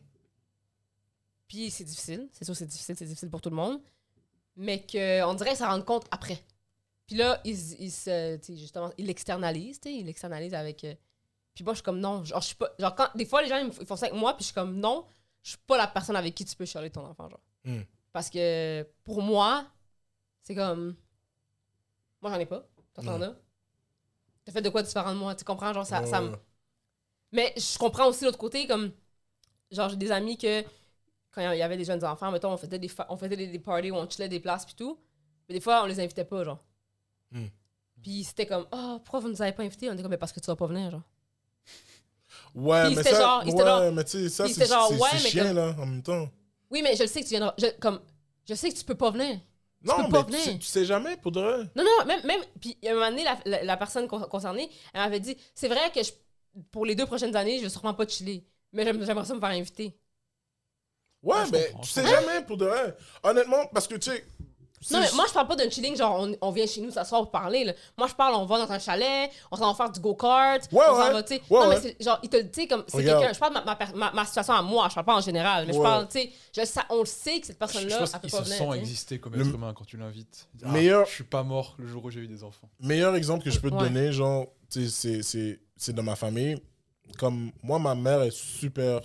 Puis c'est difficile, c'est sûr, c'est difficile, c'est difficile pour tout le monde. Mais qu'on dirait qu'ils s'en rendent compte après. Puis là, ils, ils se, tu sais, justement, ils l'externalisent, tu sais, ils l'externalisent avec. euh, puis moi, je suis comme non. Genre, je suis pas. Genre, quand, des fois, les gens, ils me f- ils font ça avec moi, puis je suis comme non, je suis pas la personne avec qui tu peux charler ton enfant, genre.
Mm.
Parce que pour moi, c'est comme. Moi, j'en ai pas. Toi, t'en
Mm.
as. T'as fait de quoi de différent de moi, tu comprends? Genre, ça, ça me-
Ouais.
Mais je comprends aussi l'autre côté, comme. Genre, j'ai des amis que, quand il y avait des jeunes enfants, mettons, on faisait des, fa- on faisait des, des parties où on chillait des places, puis tout. Mais des fois, on les invitait pas, genre.
Mm.
Puis c'était comme, ah, pourquoi vous nous avez pas invités? On était comme, mais parce que tu vas pas venir, genre.
Ouais,
Puis
mais
c'était
ça,
genre-
ouais,
c'était genre-
mais tu sais, ça,
Puis
c'est
c'était genre,
c'est-
ouais,
c'est
mais
chiant,
comme-
là, en même temps.
Oui, mais je le sais que tu viendras. Je, comme, je sais que tu peux pas venir.
Non,
peux
mais
pas
tu sais,
venir.
tu sais jamais, pour de vrai.
Non, non, même, même puis à un moment donné, la, la- la personne con- concernée, elle m'avait dit, c'est vrai que je- pour les deux prochaines années, je vais sûrement pas chiller, mais j'aime- j'aimerais ça me faire inviter.
Ouais,
Ouais, je
mais
comprends,
tu
je
sais
comprends.
jamais, pour de vrai. Honnêtement, parce que, tu sais...
Non, mais
si-
moi, je parle pas d'un chilling, genre, on, on vient chez nous s'asseoir pour parler. Là. Moi, je parle, on va dans un chalet, on s'en va faire du go-kart,
Ouais,
on s'en
ouais.
va, tu sais.
Ouais,
non,
ouais.
mais c'est genre, il te le dit comme, c'est
Regarde.
quelqu'un. Je parle de ma, ma per- ma- ma situation à moi, je parle pas en général, mais je
Ouais.
parle, tu sais, je- ça- on le sait que cette
Je, je
personne-là,
pense
elle peut
qu'il
pas
se
venir.
sent
tu sais.
exister comme
Le-
être humain quand tu l'invites. Ah,
Meilleur-
Je suis pas mort le jour où j'ai eu des enfants.
meilleur exemple que je peux te
Ouais.
donner, genre, tu sais, c'est- c'est- c'est dans ma famille. Comme moi, ma mère est super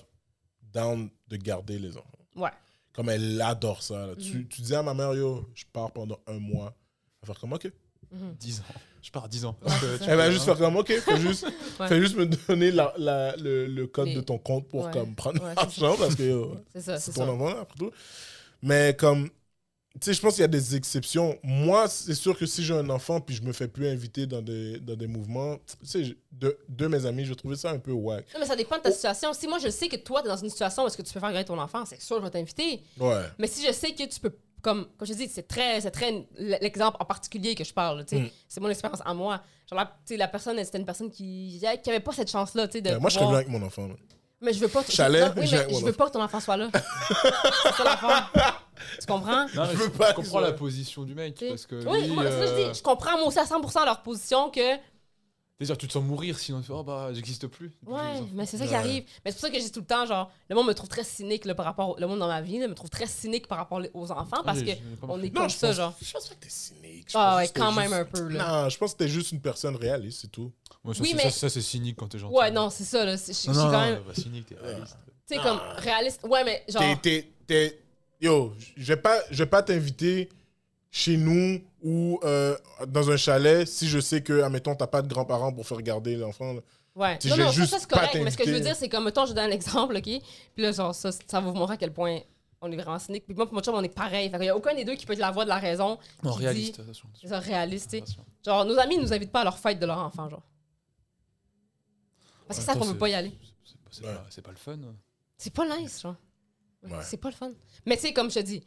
down de garder les enfants.
Ouais. Mhm.
Comme elle adore ça. là. Tu, tu dis à ma mère, yo, je pars pendant un mois. Elle va faire comme, ok.
Mhm,
10 ans. Je pars 10 ans.
Elle
hein.
va Eh ben, juste faire comme, ok, fais juste,
Ouais.
fais juste me donner la- la- le, le code
Les-
de ton compte pour
Ouais.
comme, prendre
Ouais, c'est
l'argent parce que yo,
C'est ça, c'est
c'est
ça.
ton enfant, là, après tout. Mais comme, tu sais, je pense qu'il y a des exceptions. Moi, c'est sûr que si j'ai un enfant puis je me fais plus inviter dans des, dans des mouvements, tu sais, je- de, de mes amis, je trouvais ça un peu whack.
Non, mais ça dépend de ta situation. Si moi, je sais que toi, t'es dans une situation où est-ce que tu peux faire gagner ton enfant, c'est sûr, je vais t'inviter.
Ouais.
Mais si je sais que tu peux, comme, comme je te dis, c'est très, c'est très l'exemple en particulier que je parle, tu sais.
Mm.
C'est mon expérience à moi. Genre, la, tu sais, la personne, elle, c'était une personne qui n'avait pas cette chance-là, tu sais. de
Ouais, Ben, Euh, moi, je serais
pouvoir-
bien avec mon enfant. là.
Mais je veux pas. que-
Chalet,
Non, oui, mais
j'ai- ouais,
je
ouais.
veux pas que ton enfant soit là. c'est ça l'affaire. Tu comprends?
Non, mais
Je
je,
veux pas
je comprends
que-
la position du mec
Tu sais.
parce que
oui,
lui,
moi, c'est ça que je
euh,
dis. Je comprends moi aussi à 100% leur position que.
c'est-à-dire, tu te sens mourir sinon tu fais oh bah j'existe plus. J'ai plus des
Ouais,
enfants.
mais c'est ça qui
Ouais.
arrive. Mais c'est pour ça que je dis tout le temps, genre, le monde me trouve très cynique là, par rapport. au- Le monde dans ma vie là, me trouve très cynique par rapport aux enfants parce
Ah,
que
j'ai- j'ai
on
pas compris.
est comme
je
ça,
pense-
genre.
Je pense pas que t'es cynique. Je
Ah
pense
ouais,
juste que
quand
t'es
même
juste-
un peu, là.
Non, je pense que t'es juste une personne réaliste, c'est tout.
Ouais, ça,
Oui,
c'est-
mais-
ça, ça, c'est cynique quand t'es gentil.
Ouais, non, c'est ça, là. c'est- Je je suis
Non, non,
quand
non,
même.
bah, cynique, t'es réaliste.
Tu sais, comme réaliste. Ouais, mais genre.
T'es, t'es, t'es- Yo, je vais pas, je vais pas t'inviter chez nous ou euh, dans un chalet si je sais que, admettons, t'as pas de grands-parents pour faire garder l'enfant. là.
Ouais.
Si
non,
j'ai
non, ça,
juste
ça c'est correct.
pas
Mais ce que je veux
t'invité.
dire, c'est comme, mettons, je donne un exemple, OK? Puis là, genre, ça, ça va vous montrer à quel point on est vraiment cynique. Puis moi, pour mon chum, on est pareil. Fait qu'il y a aucun des deux qui peut être la voix de la raison.
Non,
qui
réaliste.
dit-
attention, attention,
C'est ça, réaliste, tu sais.
attention.
Genre, nos amis, ils nous invitent pas à leur fête de leur enfant, genre. Parce que ça,
Attends,
qu'on
c'est-
peut pas y aller.
c'est- c'est- C'est
Ouais.
pas- c'est pas le fun.
C'est pas nice, genre.
Ouais.
C'est pas le fun. Mais tu sais, comme je te dis,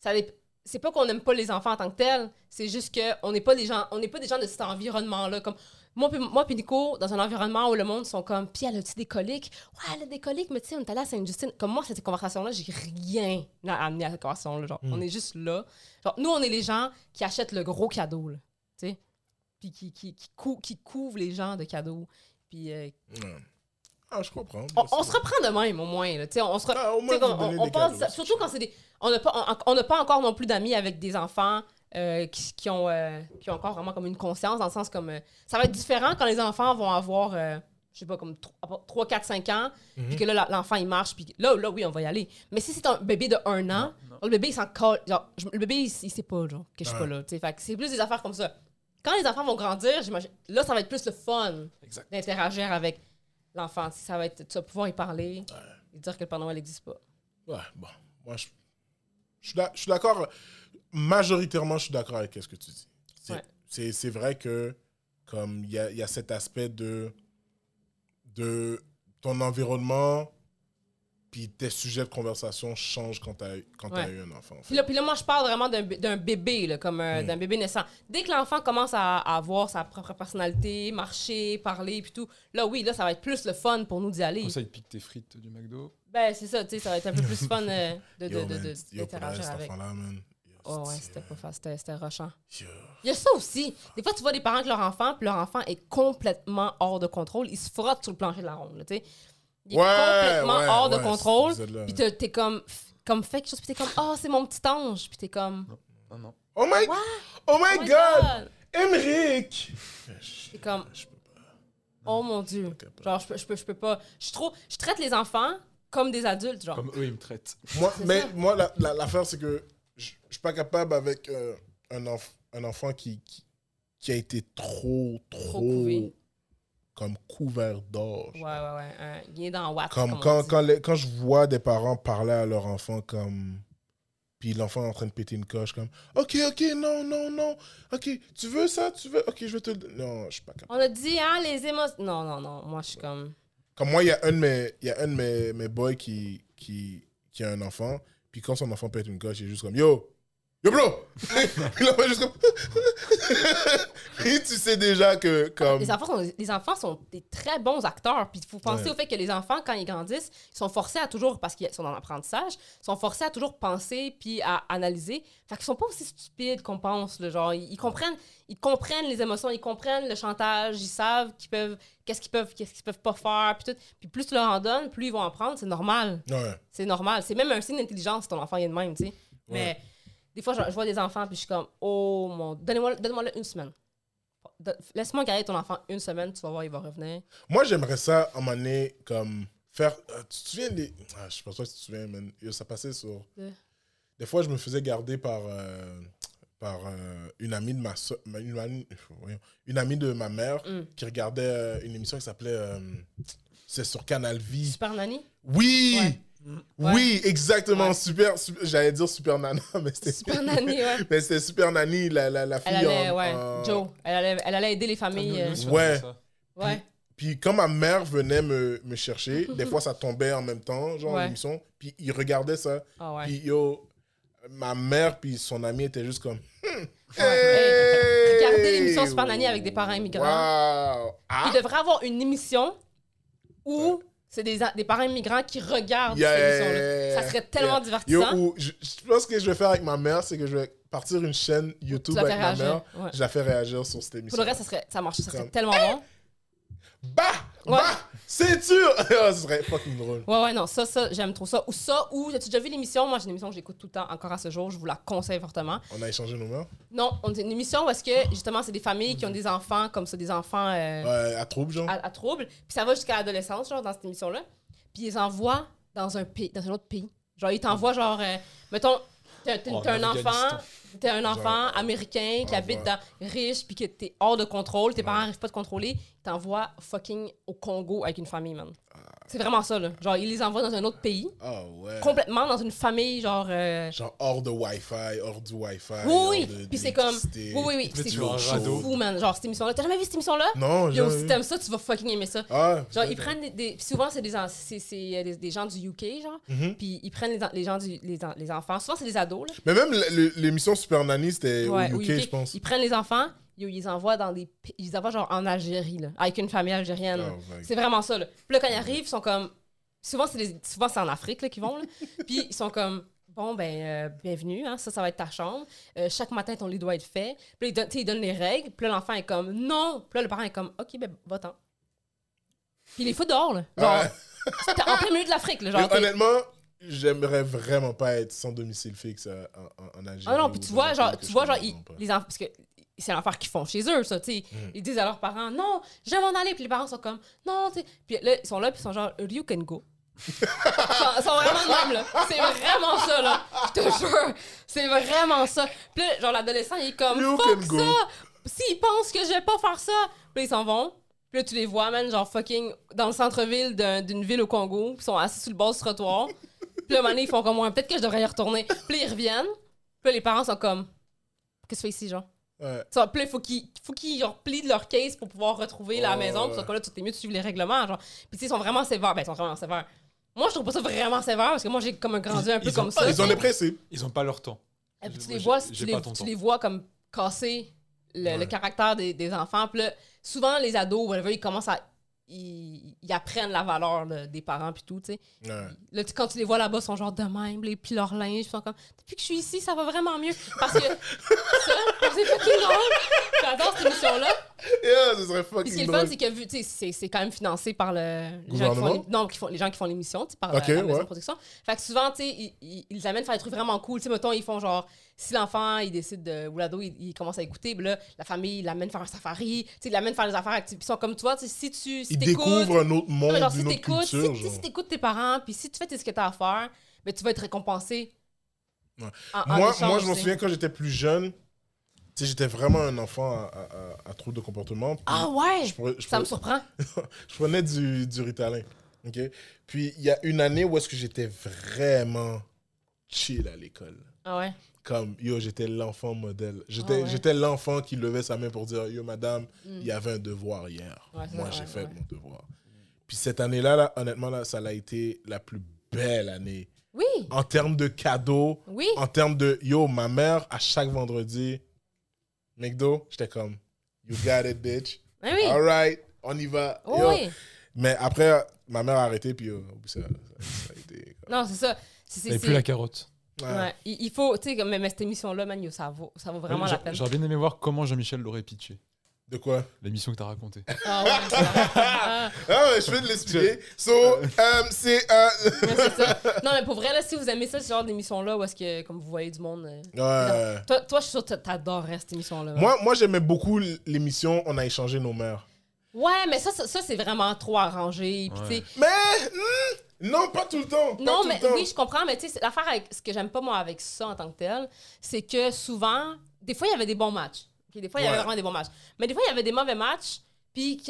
ça dép- c'est pas qu'on n'aime pas les enfants en tant que tels, c'est juste qu'on n'est pas des gens, on n'est pas des gens de cet environnement-là. Comme Moi, puis- moi puis Nico, dans un environnement où le monde sont comme, puis elle a-tu des coliques? Ouais, elle a des coliques, mais tu sais, on est allé à Sainte-Justine. Comme moi, cette conversation-là, j'ai rien à amener à cette conversation-là. Genre,
Mm.
on est juste là. Genre, nous, on est les gens qui achètent le gros cadeau, là, tu sais, puis qui, qui, qui, cou- qui couvrent les gens de cadeaux. Puis euh,
Ouais. Ah, je comprends.
on, on se reprend de même, au moins, là, tu sais, on se re-
Ah, au
tu sais,
moins,
qu'on-
vous
on,
donnez
on
des
pense,
cadeaux.
surtout quand c'est des. On n'a pas, on- on n'a pas encore non plus d'amis avec des enfants euh, qui, qui ont, euh, qui ont encore vraiment comme une conscience, dans le sens comme. euh, ça va être différent quand les enfants vont avoir, euh, je sais pas, comme 3, 4, 5 ans, puis
Mhm.
que là, la- l'enfant il marche, puis là, là, oui, on va y aller. Mais si c'est un bébé de 1 an,
Non.
le bébé il s'en colle. genre, je- le bébé il, il sait pas genre, que je suis pas
Ouais.
là. tu sais. Fait que c'est plus des affaires comme ça. Quand les enfants vont grandir, j'imagine, là, ça va être plus le fun
Exact.
d'interagir avec l'enfant. Ça va être, tu vas pouvoir y parler, et dire que le Père Noël n'existe pas.
Ouais, bon. Moi, je, je suis d'ac- je suis d'accord. Majoritairement, je suis d'accord avec ce que tu dis. C'est
Ouais.
c'est- c'est vrai que, comme il y a, il y a cet aspect de, de ton environnement, puis tes sujets de conversation changent quand tu as,
Ouais.
eu un enfant. en fait.
Puis là, puis là, moi, je parle vraiment d'un bé- d'un bébé, là, comme euh,
Mm.
d'un bébé naissant. Dès que l'enfant commence à, à avoir sa propre personnalité, marcher, parler, puis tout, là, oui, là, ça va être plus le fun pour nous d'y aller.
Comme ça, il pique tes frites du McDo.
Ben, c'est ça, tu sais, ça va être un peu plus fun euh, de- de-
Yo,
de-
man,
de-
yo, pour
d'interagir
vrai, cet
avec.
enfant-là, man. Yo,
Oh ouais,
c'est- euh,
c'était pas facile, c'était- c'était rushant.
yo.
Il y a ça aussi. Des fois, tu vois des parents avec leur enfant, puis leur enfant est complètement hors de contrôle. Il se frotte sur le plancher de la ronde, là, tu sais. Il est complètement
ouais,
hors
ouais,
de contrôle.
cet épisode-là.
Puis t'es t'es comme, comme fait quelque chose, puis t'es comme, oh, c'est mon petit ange. Puis t'es comme,
Non, non.
Oh my,
What?
oh
oh
my
my
god!
God!
Emmerich!
T'es comme,
Je peux pas.
oh mon dieu.
capable.
Genre, je peux, je peux, je peux pas. Je, suis trop, je traite les enfants comme des adultes, genre.
Comme eux, ils me traitent.
Moi,
C'est
mais
ça.
moi, la- la- l'affaire, c'est que je je suis pas capable avec euh, un, enf- un enfant qui, qui, qui a été trop, trop,
couvé.
comme couvert d'or.
Ouais, ouais, ouais. hein, il est dans Watt.
Comme
comme on
quand,
dit.
quand, les- quand je vois des parents parler à leur enfant comme... Puis l'enfant est en train de péter une coche comme « Ok, ok, non, non, non. Ok, tu veux ça, tu veux... Ok, je vais te le... don- » Non, je suis pas capable.
On a dit, hein, les émotions. Non, non, non. Moi, je suis comme.
Comme moi, il y a un de mes, il y a un de mes, mes boys qui, qui, qui a un enfant. Puis quand son enfant pète une coche, il est juste comme Yo! Yo, bro! il en fait juste comme. Et tu sais déjà que. Comme...
Les enfants, sont, les enfants sont des très bons acteurs. Puis il faut penser
Ouais.
au fait que les enfants, quand ils grandissent, ils sont forcés à toujours, parce qu'ils sont dans l'apprentissage, ils sont forcés à toujours penser puis à analyser. Fait qu'ils sont pas aussi stupides qu'on pense. Le genre, ils, ils comprennent, ils comprennent les émotions, ils comprennent le chantage, ils savent qu'ils peuvent, qu'est-ce qu'ils peuvent, qu'est-ce qu'ils peuvent pas faire, puis tout. Puis plus tu leur en donnes, plus ils vont en prendre. C'est normal.
Ouais.
C'est normal. C'est même un signe d'intelligence si ton enfant il est de même, tu sais.
Ouais.
Mais des fois, je, je vois des enfants, puis je suis comme, oh mon, donnez-moi donne-moi le une semaine. De- Laisse-moi garder ton enfant une semaine, tu vas voir, il va revenir.
Moi, j'aimerais ça, à un moment donné, comme. Faire. euh, tu te souviens des. Ah, je pense pas si tu te souviens, man. Yo, Ça passait sur.
Ouais.
Des fois, je me faisais garder par. euh, par euh, une amie de ma soeur, une, amie- voyons, une amie de ma mère
Mm.
qui regardait euh, une émission qui s'appelait euh, c'est sur Canal Vie
Super Nanny?
Oui,
Ouais. Ouais.
oui, exactement.
Ouais.
Super, su- j'allais dire super nana, mais c'était
Super Nanny, ouais.
mais c'était super nanny la, la, la fille.
Elle allait,
en-
ouais,
en-
Joe, elle allait, elle allait aider les
Ah,
Ah, Nous,
familles.
nous,
euh,
si on
Ouais.
fait ça.
ouais.
Puis quand ma mère venait me, me chercher, des fois ça tombait en même temps, genre
Ouais.
l'émission. Puis il regardait ça.
Ah ouais.
Puis yo, ma mère puis son ami étaient juste comme. hmm,
Ouais.
Hey!
Regardez l'émission Super Nanny avec des parents immigrants.
Wow. Ah,
Il devrait avoir une émission où c'est des, des parents immigrants qui regardent
Yeah.
cette émission-là. Ça serait tellement
Yeah. yo,
divertissant.
ou- je, je pense que je vais faire avec ma mère, c'est que je vais partir une chaîne
tu
YouTube
la
avec
fais
ma
réagir.
mère.
ouais.
Je la fais réagir sur cette émission.
Pour le reste, ça, serait, ça marche, ça serait
Comme-
tellement bon.
Bah!
Ouais.
Bah! C'est sûr! Ah, Ce serait fucking drôle.
Ouais, ouais, non, ça, ça, j'aime trop ça. Ou ça, ou, as-tu déjà vu l'émission? Moi, j'ai une émission que j'écoute tout le temps, encore à ce jour, je vous la conseille fortement.
On a échangé nos mains.
Non, on c'est une émission où est-ce que, justement, c'est des familles qui ont des enfants, comme ça, des enfants euh,
Ouais, à trouble, genre.
à, à trouble, puis ça va jusqu'à l'adolescence, genre, dans cette émission-là. Puis ils les envoient dans un pays, dans un autre pays. Genre, ils t'envoient, genre, euh, mettons, t'as
Oh,
t'as-
En
t'as un enfant,
Afghanistan.
t'es un enfant
Genre,
américain qui
envoie.
habite dans riche, puis que t'es hors de contrôle, tes parents
Ouais.
n'arrivent pas à te contrôler, ils t'envoient fucking au Congo avec une famille, man. C'est vraiment ça, là. Genre, ils les envoient dans un autre pays.
Ah ouais.
complètement dans une famille, genre. euh,
Genre hors de Wi-Fi, hors du Wi-Fi. hors
oui,
de-
oui. Puis c'est comme.
d'électricité.
Oui, oui, oui.
Mais
C'est
tu vois un
radeau.
fou, man. Genre, cette émission-là. T'as jamais vu cette émission-là?
Non,
Yo,
genre.
si t'aimes ça, tu vas fucking aimer ça.
Ah,
Genre, ils
peut-être.
prennent des. des- puis souvent, c'est des, en- c'est- c'est, euh, des, des gens du UK, genre.
Mhm.
Puis ils prennent les, en- les gens du, les, en- les enfants. Souvent, c'est des ados, là.
Mais même le- le- l'émission Super Nanny, c'était
Ouais,
au
au
UK, je pense.
Ils prennent les enfants, yo, ils envoient dans des. p- Ils envoient genre en Algérie, là, avec une famille algérienne.
Oh my
C'est vraiment ça. Là. Puis là, quand ils arrivent, ils sont comme. Souvent, c'est des- souvent, c'est en Afrique là, qu'ils vont. Là. Puis ils sont comme. Bon, ben, euh, bienvenue, hein, ça, ça va être ta chambre. Euh, chaque matin, ton lit doit être fait. Puis là, ils donnent, tu sais, ils donnent les règles. Puis là, l'enfant est comme, non. Puis là, le parent est comme, OK, ben, va-t'en. Puis il les fout dehors, là. Genre,
Ouais.
c'était en plein milieu de l'Afrique, là.
Mais
Genre, t'es-
Ah, honnêtement, j'aimerais vraiment pas être sans domicile fixe euh, en, en- en Algérie.
Ah non, puis
ou
tu
dans
vois,
un
genre,
pays que
tu
je
vois, genre,
connais
ils-
vraiment pas.
les enfants, parce que c'est l'enfer qu'ils font chez eux, ça, tu sais.
Mm.
Ils disent à leurs parents, non, je vais m'en aller. Puis les parents sont comme, non, tu sais. Puis là, ils sont là, puis ils sont genre, you can go. ils, sont, ils sont vraiment de même, là. C'est vraiment ça, là. Je te jure. C'est vraiment ça. Puis là, genre, l'adolescent, il est comme,
You
fuck
can go.
ça. S'ils pensent que je vais pas faire ça. Puis là, ils s'en vont. Puis là, tu les vois, man, genre fucking dans le centre-ville d'un- d'une ville au Congo. Puis ils sont assis sur le bord du trottoir. Puis là, un moment donné, ils font comme moi, peut-être que je devrais y retourner. Puis là, ils reviennent. Puis là, les parents sont comme, qu'est-ce que tu fais ici, genre?
Ouais.
Ça, puis là, il faut qu'ils faut qu'ils genre, plient de leur case pour pouvoir retrouver la
Oh,
maison.
ouais.
Puis ça, comme là, tu t'es mieux de suivre les règlements. Genre. Puis tu sais, ils sont vraiment sévères. Ben, ils sont vraiment sévères. Moi, je trouve pas ça vraiment sévère parce que moi, j'ai comme grandi un
Ils-
peu
ils
comme
ont-
ça.
Ils ont
tu sais.
des principes.
Ils ont pas leur temps.
Et puis tu
Moi,
les
j'ai-
vois,
j'ai
tu
pas
les,
ton
tu
temps.
les vois comme casser le, le
Ouais.
caractère des, des enfants. Puis là, souvent, les ados, whatever, ils commencent à. Ils, ils apprennent la valeur là, des parents, puis tout, tu sais.
Ouais.
Là, tu- quand tu les vois là-bas, ils sont genre de même, les- puis leur linge, ils sont comme Depuis que je suis ici, ça va vraiment mieux. Parce que ça, c'est fucking drôle. J'adore cette émission-là.
Yeah, ce serait
Puis ce qui est le
fucking
fun,
drôle.
c'est que vu, tu sais, c'est- c'est quand même financé par le. les gens qui
Gouvernement?
font les- non, qui font, les gens qui font l'émission, tu sais, par euh,
Ok,
la, la maison
ouais.
de production. Fait que souvent, tu sais, ils, ils- ils amènent faire des trucs vraiment cool. Tu sais, mettons, ils font genre, si l'enfant, il décide de. ou l'ado, il, il commence à écouter, ben là, la famille, il l'amène faire un safari, tu sais, il l'amène faire des affaires actives. Puis ils sont comme toi, tu sais, si tu. Si
Ils
t'écoutes-
découvrent un autre
non, mais
monde,
genre, si
une autre
t'écoutes, si,
culture.
si-
genre.
si t'écoutes tes parents, puis si tu fais ce que t'as à faire, ben, tu vas être récompensé.
Ouais.
En- en
Moi,
échange,
moi, je m'en
tu sais.
souviens quand j'étais plus jeune, tu sais, j'étais vraiment un enfant à, à, à- à trouble de comportement. puis
Ah ouais!
je, prenais- je
Ça me
prenais-
surprend.
je prenais du, du Ritalin. ok? Puis il y a une année où est-ce que j'étais vraiment chill à l'école.
Ah ouais.
Comme, yo, j'étais l'enfant modèle. J'étais
Ah ouais.
j'étais l'enfant qui levait sa main pour dire, yo, madame,
Mm.
il y avait un devoir hier.
Ouais, c'est
Moi,
ça,
j'ai
ouais,
fait
ouais.
mon devoir. Puis cette année-là, là, honnêtement, là, ça a été la plus belle année.
Oui,
En termes de cadeaux,
oui.
en termes de yo, ma mère, à chaque vendredi, McDo, j'étais comme, you got it, bitch.
Ah oui.
All right, on y va.
Oh
Yo.
oui.
Mais après, ma mère a arrêté, puis yo, ça, ça- ça a été.
Non, c'est ça. C'est- c'est-
Et
c'est-
plus la carotte.
Ah,
Ouais. Il, il faut, tu sais, comme- mais, mais cette émission-là, man, yo, ça vaut, ça vaut vraiment la
J'a-
peine.
J'aurais bien aimé voir comment Jean-Michel l'aurait pitché,
De quoi
l'émission que t'as racontée.
Ah ouais, c'est vrai. Ah,
Ah, ouais, je vais te l'expliquer. So, euh, c'est un.
mais c'est ça. Non, mais pour vrai, là, si vous aimez ça, ce genre d'émission-là, où est-ce que, comme vous voyez du monde. euh,
Ouais.
Toi, toi, je suis sûr que t'a- t'adorerais cette émission-là. man.
Moi, moi j'aimais beaucoup l'émission On a échangé nos mères.
Ouais, mais ça, ça, ça, c'est vraiment trop arrangé. Puis, tu sais,
Ouais.
Mais hmm, non, pas tout le temps. pas
Non,
tout
mais
le temps.
oui, je comprends, mais tu sais, c'est- l'affaire avec ce que j'aime pas, moi, avec ça en tant que tel, c'est que souvent, des fois, il y avait des bons matchs. ok? Des fois, il y avait
Ouais.
vraiment des bons matchs. Mais des fois, il y avait des mauvais matchs, puis que.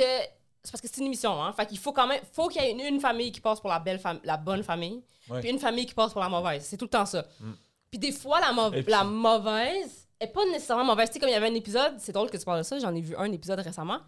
C'est parce que c'est une émission, hein. Fait qu'il faut quand même. faut qu'il y ait une, une famille qui passe pour la, belle fam- la bonne famille,
Ouais.
puis une famille qui passe pour la mauvaise. C'est tout le temps ça.
Mm.
Puis des fois, la, mau-
Et puis-
la mauvaise est pas nécessairement mauvaise. Tu sais, comme il y avait un épisode, c'est drôle que tu parles de ça, j'en ai vu un épisode récemment,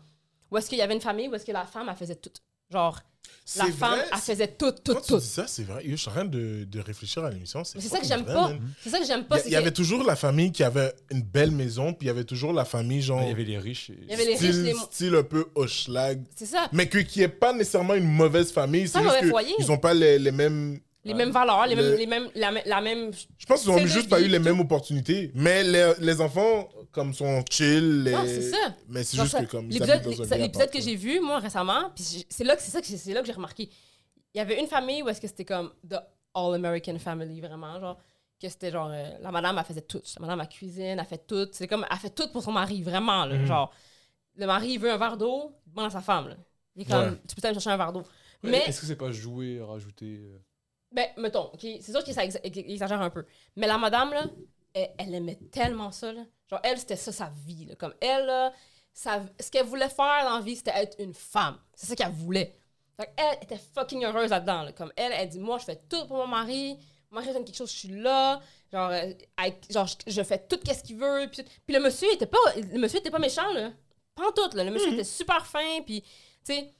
où est-ce qu'il y avait une famille où est-ce que la femme, elle faisait tout. Genre,
C'est
la femme,
vrai,
elle
c'est-
faisait tout, tout,
Quand tu
tout.
dis ça, c'est vrai. Yo, Je suis en train de, de réfléchir à l'émission. C'est
Mais c'est ça que
fucking
j'aime
vrai,
pas.
man.
C'est ça que j'aime
Il
pas.
y a-
c'est
il y, avait toujours la famille qui avait une belle maison, puis il y avait toujours la famille, genre,
Il y avait les riches. et-
Il y avait les riches,
style,
les mo-
style un peu hochelag.
C'est ça.
Mais que, qui n'est pas nécessairement une mauvaise famille.
Pas
C'est
un
juste
mauvais
que
foyer.
ils n'ont pas les, les mêmes.
Les mêmes valeurs, les
Le-
mêmes, les mêmes, la, me- la même.
Je pense qu'ils
C'est
n'ont
le
juste pas
vie,
eu les
tout.
mêmes opportunités. Mais les, les enfants, comme, sont chill. les-
Non, c'est ça.
Mais c'est
Genre,
juste
ça-
que, comme, ils habitent
L'épisode
dans un
ça,
vieil
l'épisode que
appart,
j'ai vu, moi, récemment, puis j'ai- c'est là que c'est ça que j'ai- c'est là que j'ai remarqué. Il y avait une famille où est-ce que c'était comme the all American family vraiment, genre que c'était genre euh, la madame elle faisait tout, la madame elle cuisine, elle fait tout, c'est comme elle fait tout pour son mari vraiment là,
Mhm.
genre le mari il veut un verre d'eau, il demande à sa femme. là. Il est comme
Ouais.
tu peux aller me chercher un verre d'eau.
Ouais,
Mais
Est-ce que c'est pas jouer, rajouter euh,
Ben, mettons, ok, c'est sûr qu'il s'ex- qu'il exagère un peu. Mais la madame, là, elle, elle aimait tellement ça. Là. Genre, elle, c'était ça sa vie. là. Comme elle, là, sa- ce qu'elle voulait faire dans la vie, c'était être une femme. C'est ça qu'elle voulait. Fait elle était fucking heureuse là-dedans. là. Comme elle, elle dit Moi, je fais tout pour mon mari. Mon mari donne quelque chose, je suis là. Genre, euh, avec- genre je, je fais tout quest ce qu'il veut. Puis, tout. Puis le monsieur, il était pas, le monsieur était pas méchant, là. Pas en tout, là. Le monsieur était super fin. Puis, tu sais,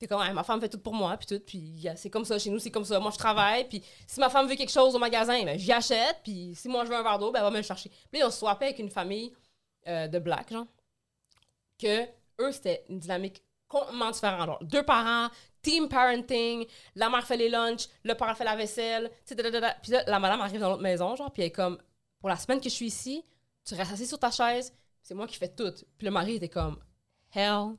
t'es comme, Ouais, ma femme fait tout pour moi, puis tout, puis yeah, c'est comme ça, chez nous, c'est comme ça, moi je travaille, puis si ma femme veut quelque chose au magasin, ben j'y achète, puis si moi je veux un verre d'eau, ben elle va me le chercher. Puis là, on se swappait avec une famille euh, de black, genre. que eux, c'était une dynamique complètement différente. Alors, deux parents, team parenting, la mère fait les lunchs, le parent fait la vaisselle, tu sais, da, da, da, da. Puis là, la madame arrive dans l'autre maison, genre, puis elle est comme, pour la semaine que je suis ici, tu restes assis sur ta chaise, c'est moi qui fais tout. Puis le mari était comme, hell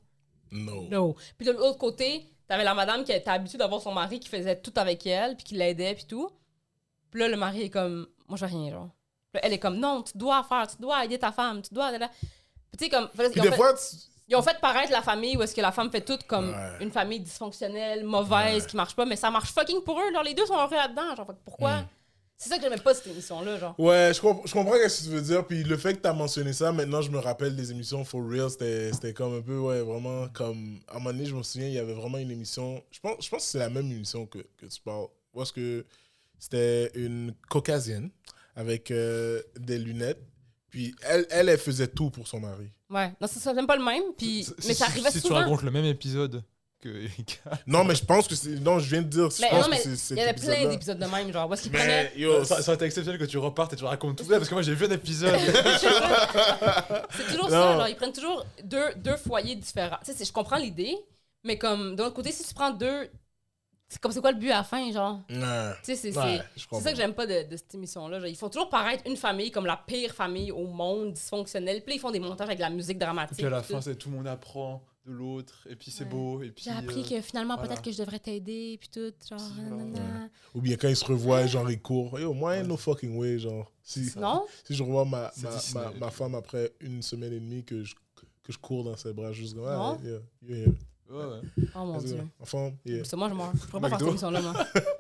No.
no. Puis de l'autre côté, t'avais la madame qui était habituée d'avoir son mari qui faisait tout avec elle, puis qui l'aidait, puis tout. Puis là, le mari est comme, moi, je fais rien, genre. Puis là, elle est comme, non, tu dois faire, tu dois aider ta femme, tu dois. là, là. Puis tu sais, comme. fallait-
Puis
ils ont
des
fait-
fois, tu-
ils ont fait paraître la famille où est-ce que la femme fait tout comme
Ouais.
une famille dysfonctionnelle, mauvaise, qui marche pas, mais ça marche fucking pour eux. Genre, les deux sont heureux là-dedans. Genre, fait que pourquoi?
Mm.
C'est ça que j'aimais pas cette émission-là, genre.
Ouais, je, comp- je comprends ce que tu veux dire. Puis le fait que tu as mentionné ça, maintenant je me rappelle des émissions For Real. C'était c'était comme un peu, ouais, vraiment comme. À un moment donné, je me souviens, il y avait vraiment une émission. Je pense, je pense que c'est la même émission que, que tu parles. Parce que c'était une caucasienne avec euh, des lunettes. Puis elle, elle, elle faisait tout pour son mari.
Ouais. Non, ça, ça j'aime pas le même, puis.
C'est-
Mais
c'est-
ça arrivait
si tu
souvent.
racontes le même épisode que Erika.
Non, mais je pense que c'est. Non, je viens de dire. Je
Mais
pense
non, mais
que c'est. cet
Il y avait plein
épisode-là.
d'épisodes de même, genre. Où est-ce qu'ils prenaient.
Mais yo,
ça, ça aurait été exceptionnel que tu repartes et tu racontes tout ça parce que moi j'ai vu un épisode.
C'est toujours
Non.
ça, genre. Ils prennent toujours deux, deux foyers différents. Tu sais, c'est- je comprends l'idée, mais comme, d'un autre côté, si tu prends deux. C'est comme, c'est quoi le but à la fin, genre?
Ouais,
Tu sais, c'est. c'est-
ouais, je
C'est
comprends.
ça que j'aime pas de, de cette émission-là. Genre, Ils font toujours paraître une famille comme la pire famille au monde, dysfonctionnelle. Puis là, ils font des montages avec de la musique
et
dramatique.
puis à la
puis
fin,
tout.
c'est tout le monde apprend de l'autre et puis c'est
Ouais.
beau. Et puis,
j'ai appris
euh,
que finalement,
voilà.
peut-être que je devrais t'aider, puis tout. Genre,
Si,
nanana.
Ou bien quand ils se revoient, genre ils courent. Yo, moi, no fucking way, genre. Si,
Non?
Si je revois ma,
C'est
ma,
Disney.
ma, ma femme après une semaine et demie que je, que je cours dans ses bras juste comme ah,
Non.
yeah, yeah, yeah.
ouais, ouais.
Oh mon
Let's go.
dieu.
Enfin, yeah.
C'est moi, je meurs. Je pourrais pas faire
McDo.
cette émission-là, moi.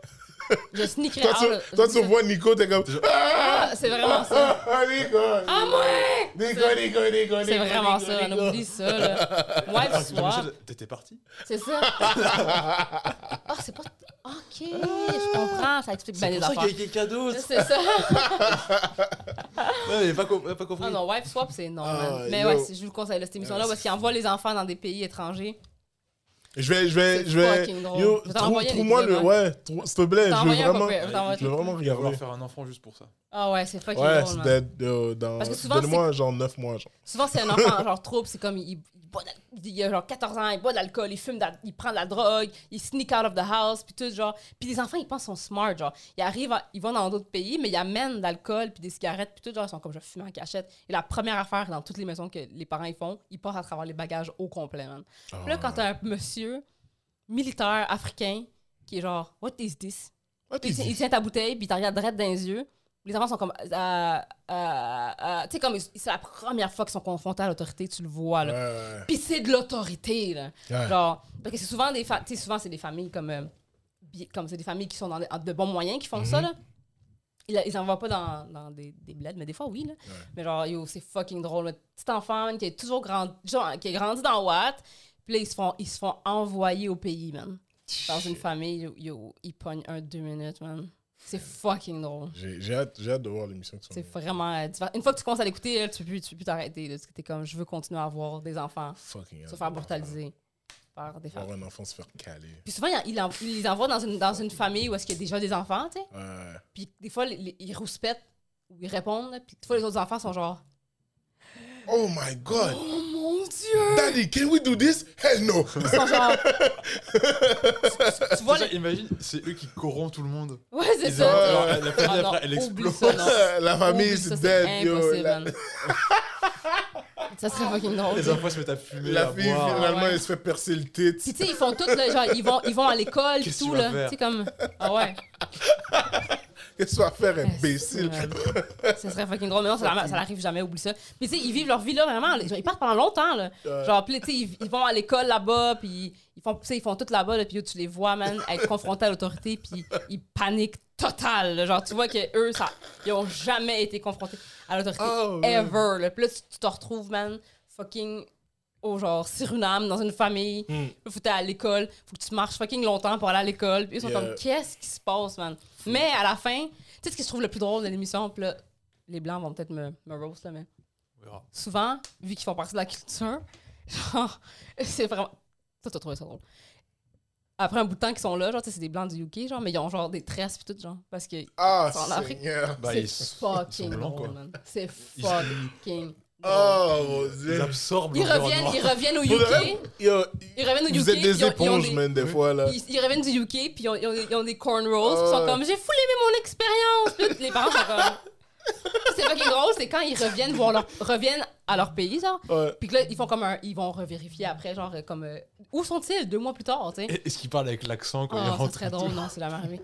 Je sneakerais
Toi,
out,
tu,
je-
toi,
je-
tu vois Nico, t'es comme.
Ah, C'est vraiment ça.
Ah, ah, Nico!
Ah, ouais!
Nico, Nico, Nico, Nico!
C'est vraiment
Nico,
ça.
Nico.
On oublie ça, là. Ah, Wife
Parce que
swap.
Michel, T'étais parti
C'est ça. Ah, c'est pas. Ok, je comprends. Ça explique bien les affaires.
quelqu'un d'autre.
C'est ça.
Non, mais pas, com- pas compris.
Ah non, Wife Swap, c'est non.
Ah,
man. Mais
yo.
ouais, c'est- je vous le conseille, là, cette émission-là,
Ah,
parce qu'ils envoient les enfants dans des pays étrangers.
Je vais, je vais,
C'est
je vais.
fucking drôle.
Yo,
Je vais
trouve-
t'envoyer hein. un
trouve-moi le.
épisode,
Ouais, trou- s'il te plaît,
T'as
je veux
envoyé un
vraiment.
copier, t'as
Je veux
envoyé
vraiment
On va falloir
regarder.
faire un enfant juste pour ça.
Ah ouais, c'est fucking
Ouais,
drôle,
c'est
man.
d'être, euh, dans.
Parce que souvent,
Donne-moi genre 9 mois, genre.
Souvent, c'est un enfant, genre, trouble, c'est comme, il, il boit de l'al- il a genre 14 ans, il boit de l'alcool, il fume, de la- il prend de la drogue, il sneak out of the house, puis tout, genre. Puis les enfants, ils pensent qu'ils sont smart, genre. Ils arrivent, à- ils vont dans d'autres pays, mais ils amènent de l'alcool, puis des cigarettes, puis tout, genre, ils sont comme, je fume en cachette. Et la première affaire dans toutes les maisons que les parents, ils font, ils passent à travers les bagages au complet, man. Puis
Ah
Là, quand t'as un monsieur militaire africain qui est genre, What is this?
What
Puis il
is
tient- il
this?
tient ta bouteille, puis il te regarde direct dans les yeux. Les enfants sont comme. euh, euh, euh, tu sais, comme. ils- C'est la première fois qu'ils sont confrontés à l'autorité, tu le vois,
Ouais,
là.
ouais,
Puis c'est de l'autorité, là.
ouais.
Genre. Parce que c'est souvent des. fa- Tu sais, souvent, c'est des familles comme. euh, bi- comme c'est des familles qui sont dans des- en- de bons moyens qui font
Mhm.
ça, là. Ils, la- ils en vont pas dans, dans des, des bleds, mais des fois, oui, là. Mais genre, yo, c'est fucking drôle. Le petit enfant, man, qui est toujours grandi. Genre, qui est grandi dans Watt. Puis là, ils se font, ils se font envoyer au pays, man dans une famille, yo, yo, ils pognent un deux minutes, man. C'est fucking drôle.
J'ai j'ai hâte, j'ai hâte de voir l'émission que tu
C'est
vas voir.
vraiment euh, différent. Une fois que tu commences à l'écouter, là, tu peux plus tu peux plus t'arrêter. là, parce que t'es comme, je veux continuer à voir des enfants se
Fucking hâte
faire
de voir ça.
brutaliser par des femmes.
Voir un enfant se faire caler.
Puis souvent, ils en- ils en- ils les envoient dans une, dans une famille où est-ce qu'il y a déjà des enfants, tu sais.
Ouais.
Puis des fois, les- les- ils rouspètent ou ils répondent. là, Puis des fois, les autres enfants sont genre,
Oh my god!
oh mon dieu!
Daddy, can we do this? Hell no!
Ils sont genre. tu, tu- tu vois,
C'est ça,
les-
imagine, c'est eux qui corrompent tout le monde.
ouais, c'est
Ils
ça.
ont-
tu vois.
genre, la famille,
Ah non,
après, elle
oublie
explose.
ça, non.
La famille,
Oublie Oh, ça,
c'est dead, yo.
impossible, hein.
La,
man. ça serait fucking drôle.
Les enfants se mettent à fumer.
la
à
fille,
boire.
finalement,
Ah, ouais.
elle se fait percer le titre.
Puis tu sais, ils font tout, là, genre, ils vont, ils vont à l'école, pis
Qu'est-ce que
tout,
tu vas
là. Tu
faire?
sais, comme. Ah ouais.
Qu'est-ce que tu vas faire, imbécile?
Ouais. Ça serait fucking drôle, mais non, ça, leur- ça n'arrive jamais, oublie ça. Puis tu sais, ils vivent leur vie, là, vraiment. les- genre, ils partent pendant longtemps, là.
Ouais.
Genre, pis tu sais, ils, ils vont à l'école là-bas, puis ils font, tu sais, ils font tout là-bas, là, puis yo, tu les vois, man, être confrontés à l'autorité, puis ils paniquent total. là. Genre, tu vois que eux, ça, ils ont jamais été confrontés à l'autorité.
Oh, ouais.
ever. Là. Puis là, tu, tu te retrouves, man, fucking au genre Sirunam, dans une famille.
Hmm.
Là, Faut que t'ailles à l'école, faut que tu marches fucking longtemps pour aller à l'école. Puis ils sont
Yeah.
comme, qu'est-ce qui se passe, man? Mais à la fin, tu sais ce que je trouve le plus drôle de l'émission? Puis là, les Blancs vont peut-être me, me roast, là, mais
On verra.
souvent, vu qu'ils font partie de la culture, genre, c'est vraiment. Ça, t'as trouvé ça drôle. Après un bout de temps qu'ils sont là, genre, tu sais, c'est des Blancs du UK, genre, mais ils ont genre des tresses, puis tout, genre, parce que.
Ah,
Ils sont en Afrique.
Seigneur.
Bah,
c'est
ils sont- ils sont
fucking
blancs,
drôle,
quoi.
man. C'est
Ils sont-
fucking. drôle.
Oh, mon
Ils
dieu.
absorbe
Ils reviennent,
l'environnement.
ils reviennent au
Pour de
UK.
vrai, yo,
Ils reviennent au UK.
vous êtes des
ils ont- ils ont
éponges, euh,
des-
man, des
Oui.
fois, là.
Ils, ils reviennent du UK, puis ils ont, ils ont des- ils ont des cornrows, puis ils sont
Ah.
comme j'ai foulé mais mon expérience. Puis là, les parents sont comme. C'est pas qui est drôle, c'est quand ils reviennent voir leur reviennent à leur pays, genre.
Ouais.
Puis que là, ils font comme un, ils vont revérifier après, genre euh, comme euh, où sont-ils deux mois plus tard, tu sais.
Et- Est-ce qu'il parle avec l'accent quand il
Oh, ça
rentre
serait drôle, non, c'est la marmite.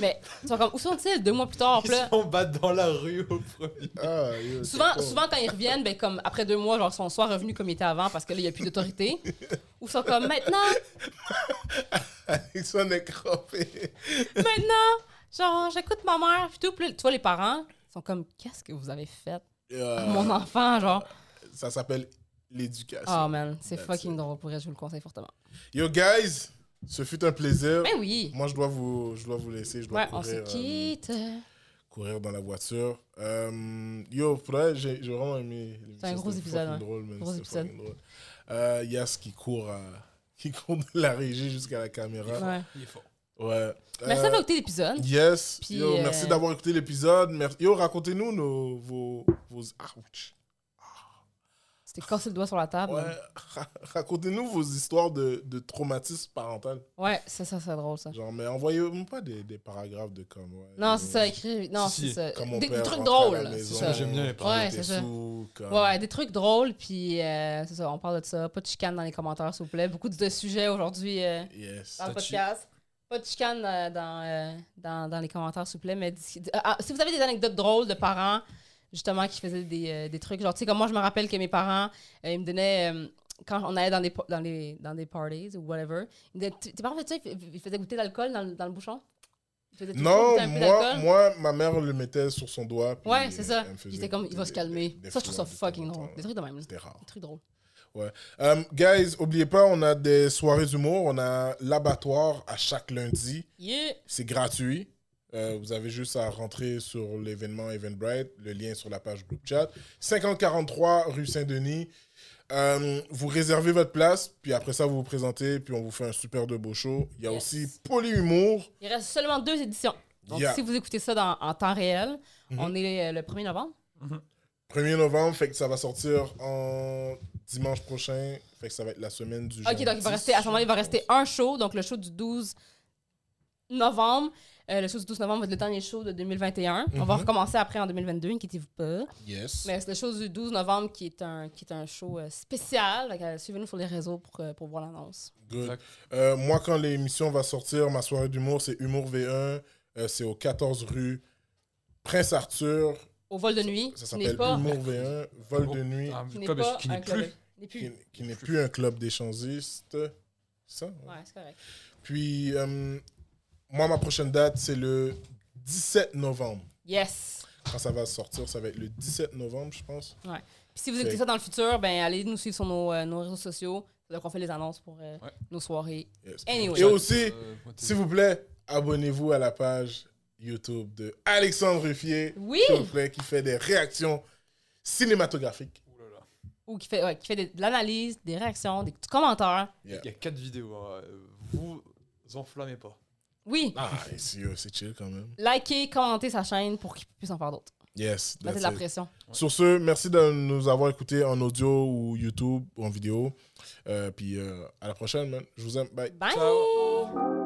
Mais ils sont comme où sont-ils deux mois plus tard, puis
Ils
là.
se battent dans la rue au premier.
Ah, yo, c'est
Souvent,
con.
souvent, quand ils reviennent, ben, comme après deux mois, genre, ils sont soit revenus comme ils étaient avant parce que là, il n'y a plus d'autorité. ou sont comme maintenant,
Ils sont écrapés.
maintenant, genre, j'écoute ma mère, puis tout. Puis là, tu vois, les parents sont comme, qu'est-ce que vous avez fait à
Yeah.
Ah, mon enfant, genre.
Euh, Ça s'appelle l'éducation.
Oh man, c'est
Euh, That's
fucking
it.
drôle pour elle, je vous le conseille fortement.
Yo, guys, ce fut un plaisir.
Mais oui,
Moi, je dois vous, je dois vous laisser. Je dois
ouais, on se
courir, euh,
quitte.
courir dans la voiture. Euh, yo, pour vrai, j'ai j'ai vraiment aimé. l'émission,
C'est un gros
c'était
épisode,
fucking
ouais.
drôle, man,
Gros
c'était
épisode.
fucking drôle. Euh, Yas qui court, à- qui court de la régie jusqu'à la caméra.
Ouais. Ben,
Il est fort.
Ouais.
Merci d'avoir
Euh,
écouté l'épisode.
Yes.
Puis,
Yo,
euh,
merci d'avoir écouté l'épisode. Merci- Yo, racontez-nous nos- vos, vos. Ouch.
C'était cassé le doigt sur la table.
Ouais.
Ouais,
ra- Racontez-nous vos histoires de, de traumatisme parental.
c'est ça, c'est drôle ça.
Genre, mais envoyez même pas des, des paragraphes de comme. ouais,
Non,
yo,
c'est ça, écrit. Non,
Si, si,
c'est ça.
comme mon
Des, des
père
trucs
rentrait à la
drôles. C'est
maison,
ça.
J'aime bien les
quand
Ouais,
il
c'est
était
ça.
sous, comme-
Ouais, ouais, des trucs drôles, puis euh, c'est ça, on parle de ça. Pas de chicane dans les commentaires, s'il vous plaît. Beaucoup de sujets aujourd'hui euh,
Yes.
dans le
Pas de chi-
podcast. Pas de chicane euh, dans, euh, dans, dans les commentaires, s'il vous plaît. Mais dis- ah, ah, si vous avez des anecdotes drôles de parents, justement, qui faisaient des, euh, des trucs, genre, tu sais, comme moi, je me rappelle que mes parents, euh, ils me donnaient. euh, quand on allait dans des, po- dans les, dans des parties ou whatever, ils me disaient, Tes- tes parents faisaient ça, ils ils faisaient goûter de l'alcool dans, le- dans le bouchon? Ils faisaient toujours goûter
Non,
un peu
moi,
d'alcool?
moi, ma mère le mettait sur son doigt. puis
Ouais, c'est ça.
elle me faisait
Il était comme, il va
des-
se calmer.
des- des
ça, je trouve ça
fleurs de temps en
fucking drôle.
temps.
Des trucs de même. là.
C'était rare.
Des trucs drôles.
Um, guys, oubliez pas, on a des soirées d'humour. On a l'abattoir à chaque lundi.
Yeah!
C'est gratuit. Euh, vous avez juste à rentrer sur l'événement Eventbrite. Le lien est sur la page group chat. 5043 rue Saint-Denis. Euh, vous réservez votre place, puis après ça, vous vous présentez, puis on vous fait un super de beau show. Il y a
Yes.
aussi Polyhumour.
Il reste seulement deux éditions. Donc,
Yeah.
si vous écoutez ça dans- en temps réel,
Mhm.
on est euh, le 1er novembre.
1er novembre, fait que ça va sortir en dimanche prochain. Fait que ça va être la semaine du
OK, donc il va rester, à ce moment-là, il va rester un show. Donc, le show du 12 novembre. Euh, le show du 12 novembre va être le dernier show de 2021. On va
Mhm.
recommencer après en 2022, inquiétez-vous pas.
Yes.
Mais c'est le show du 12 novembre qui est un, qui est un show euh, spécial. Donc, euh, Suivez-nous sur les réseaux pour, euh, pour voir l'annonce.
Good.
Exact.
Euh, moi, quand l'émission va sortir, ma soirée d'humour, c'est Humour V1. Euh, c'est au 14 rue Prince Arthur.
Au vol de nuit,
Ça
ce n'est
s'appelle
pas,
Humour V1, Vol de nuit,
Ah,
ce n'est
club
pas
qui
un
n'est
club.
plus.
N'est plus.
qui, qui n'est plus un club d'échangistes. Ça? ouais.
Ouais, c'est correct.
Puis, euh, moi, ma prochaine date, c'est le 17 novembre.
Yes!
Quand ça va sortir, ça va être le 17 novembre, je pense.
Puis si vous écoutez
Fait-
ça dans le futur, ben allez nous suivre sur nos, euh, nos réseaux sociaux. C'est là qu'on fait les annonces pour euh,
Ouais.
nos soirées.
Yes.
Anyway.
Et aussi,
Euh, moi, t'es-
s'il vous plaît, abonnez-vous à la page YouTube de Alexandre Ruffier,
Oui!
s'il vous plaît, qui fait des réactions cinématographiques.
Ouh là là.
Ou qui fait, ouais, qui fait des- de l'analyse, des réactions, des petits commentaires.
Yeah.
Il y a quatre vidéos. hein. Vous enflammez pas.
Oui!
Ah, et si, euh, c'est chill quand même.
Likez, commentez sa chaîne pour qu'il puisse en faire d'autres.
Yes,
Mettez
that's
Bah, de la
it.
pression.
Sur ce, merci de nous avoir écoutés en audio ou YouTube ou en vidéo. Euh, puis euh, à la prochaine, man. Je vous aime. Bye.
Bye!
Ciao.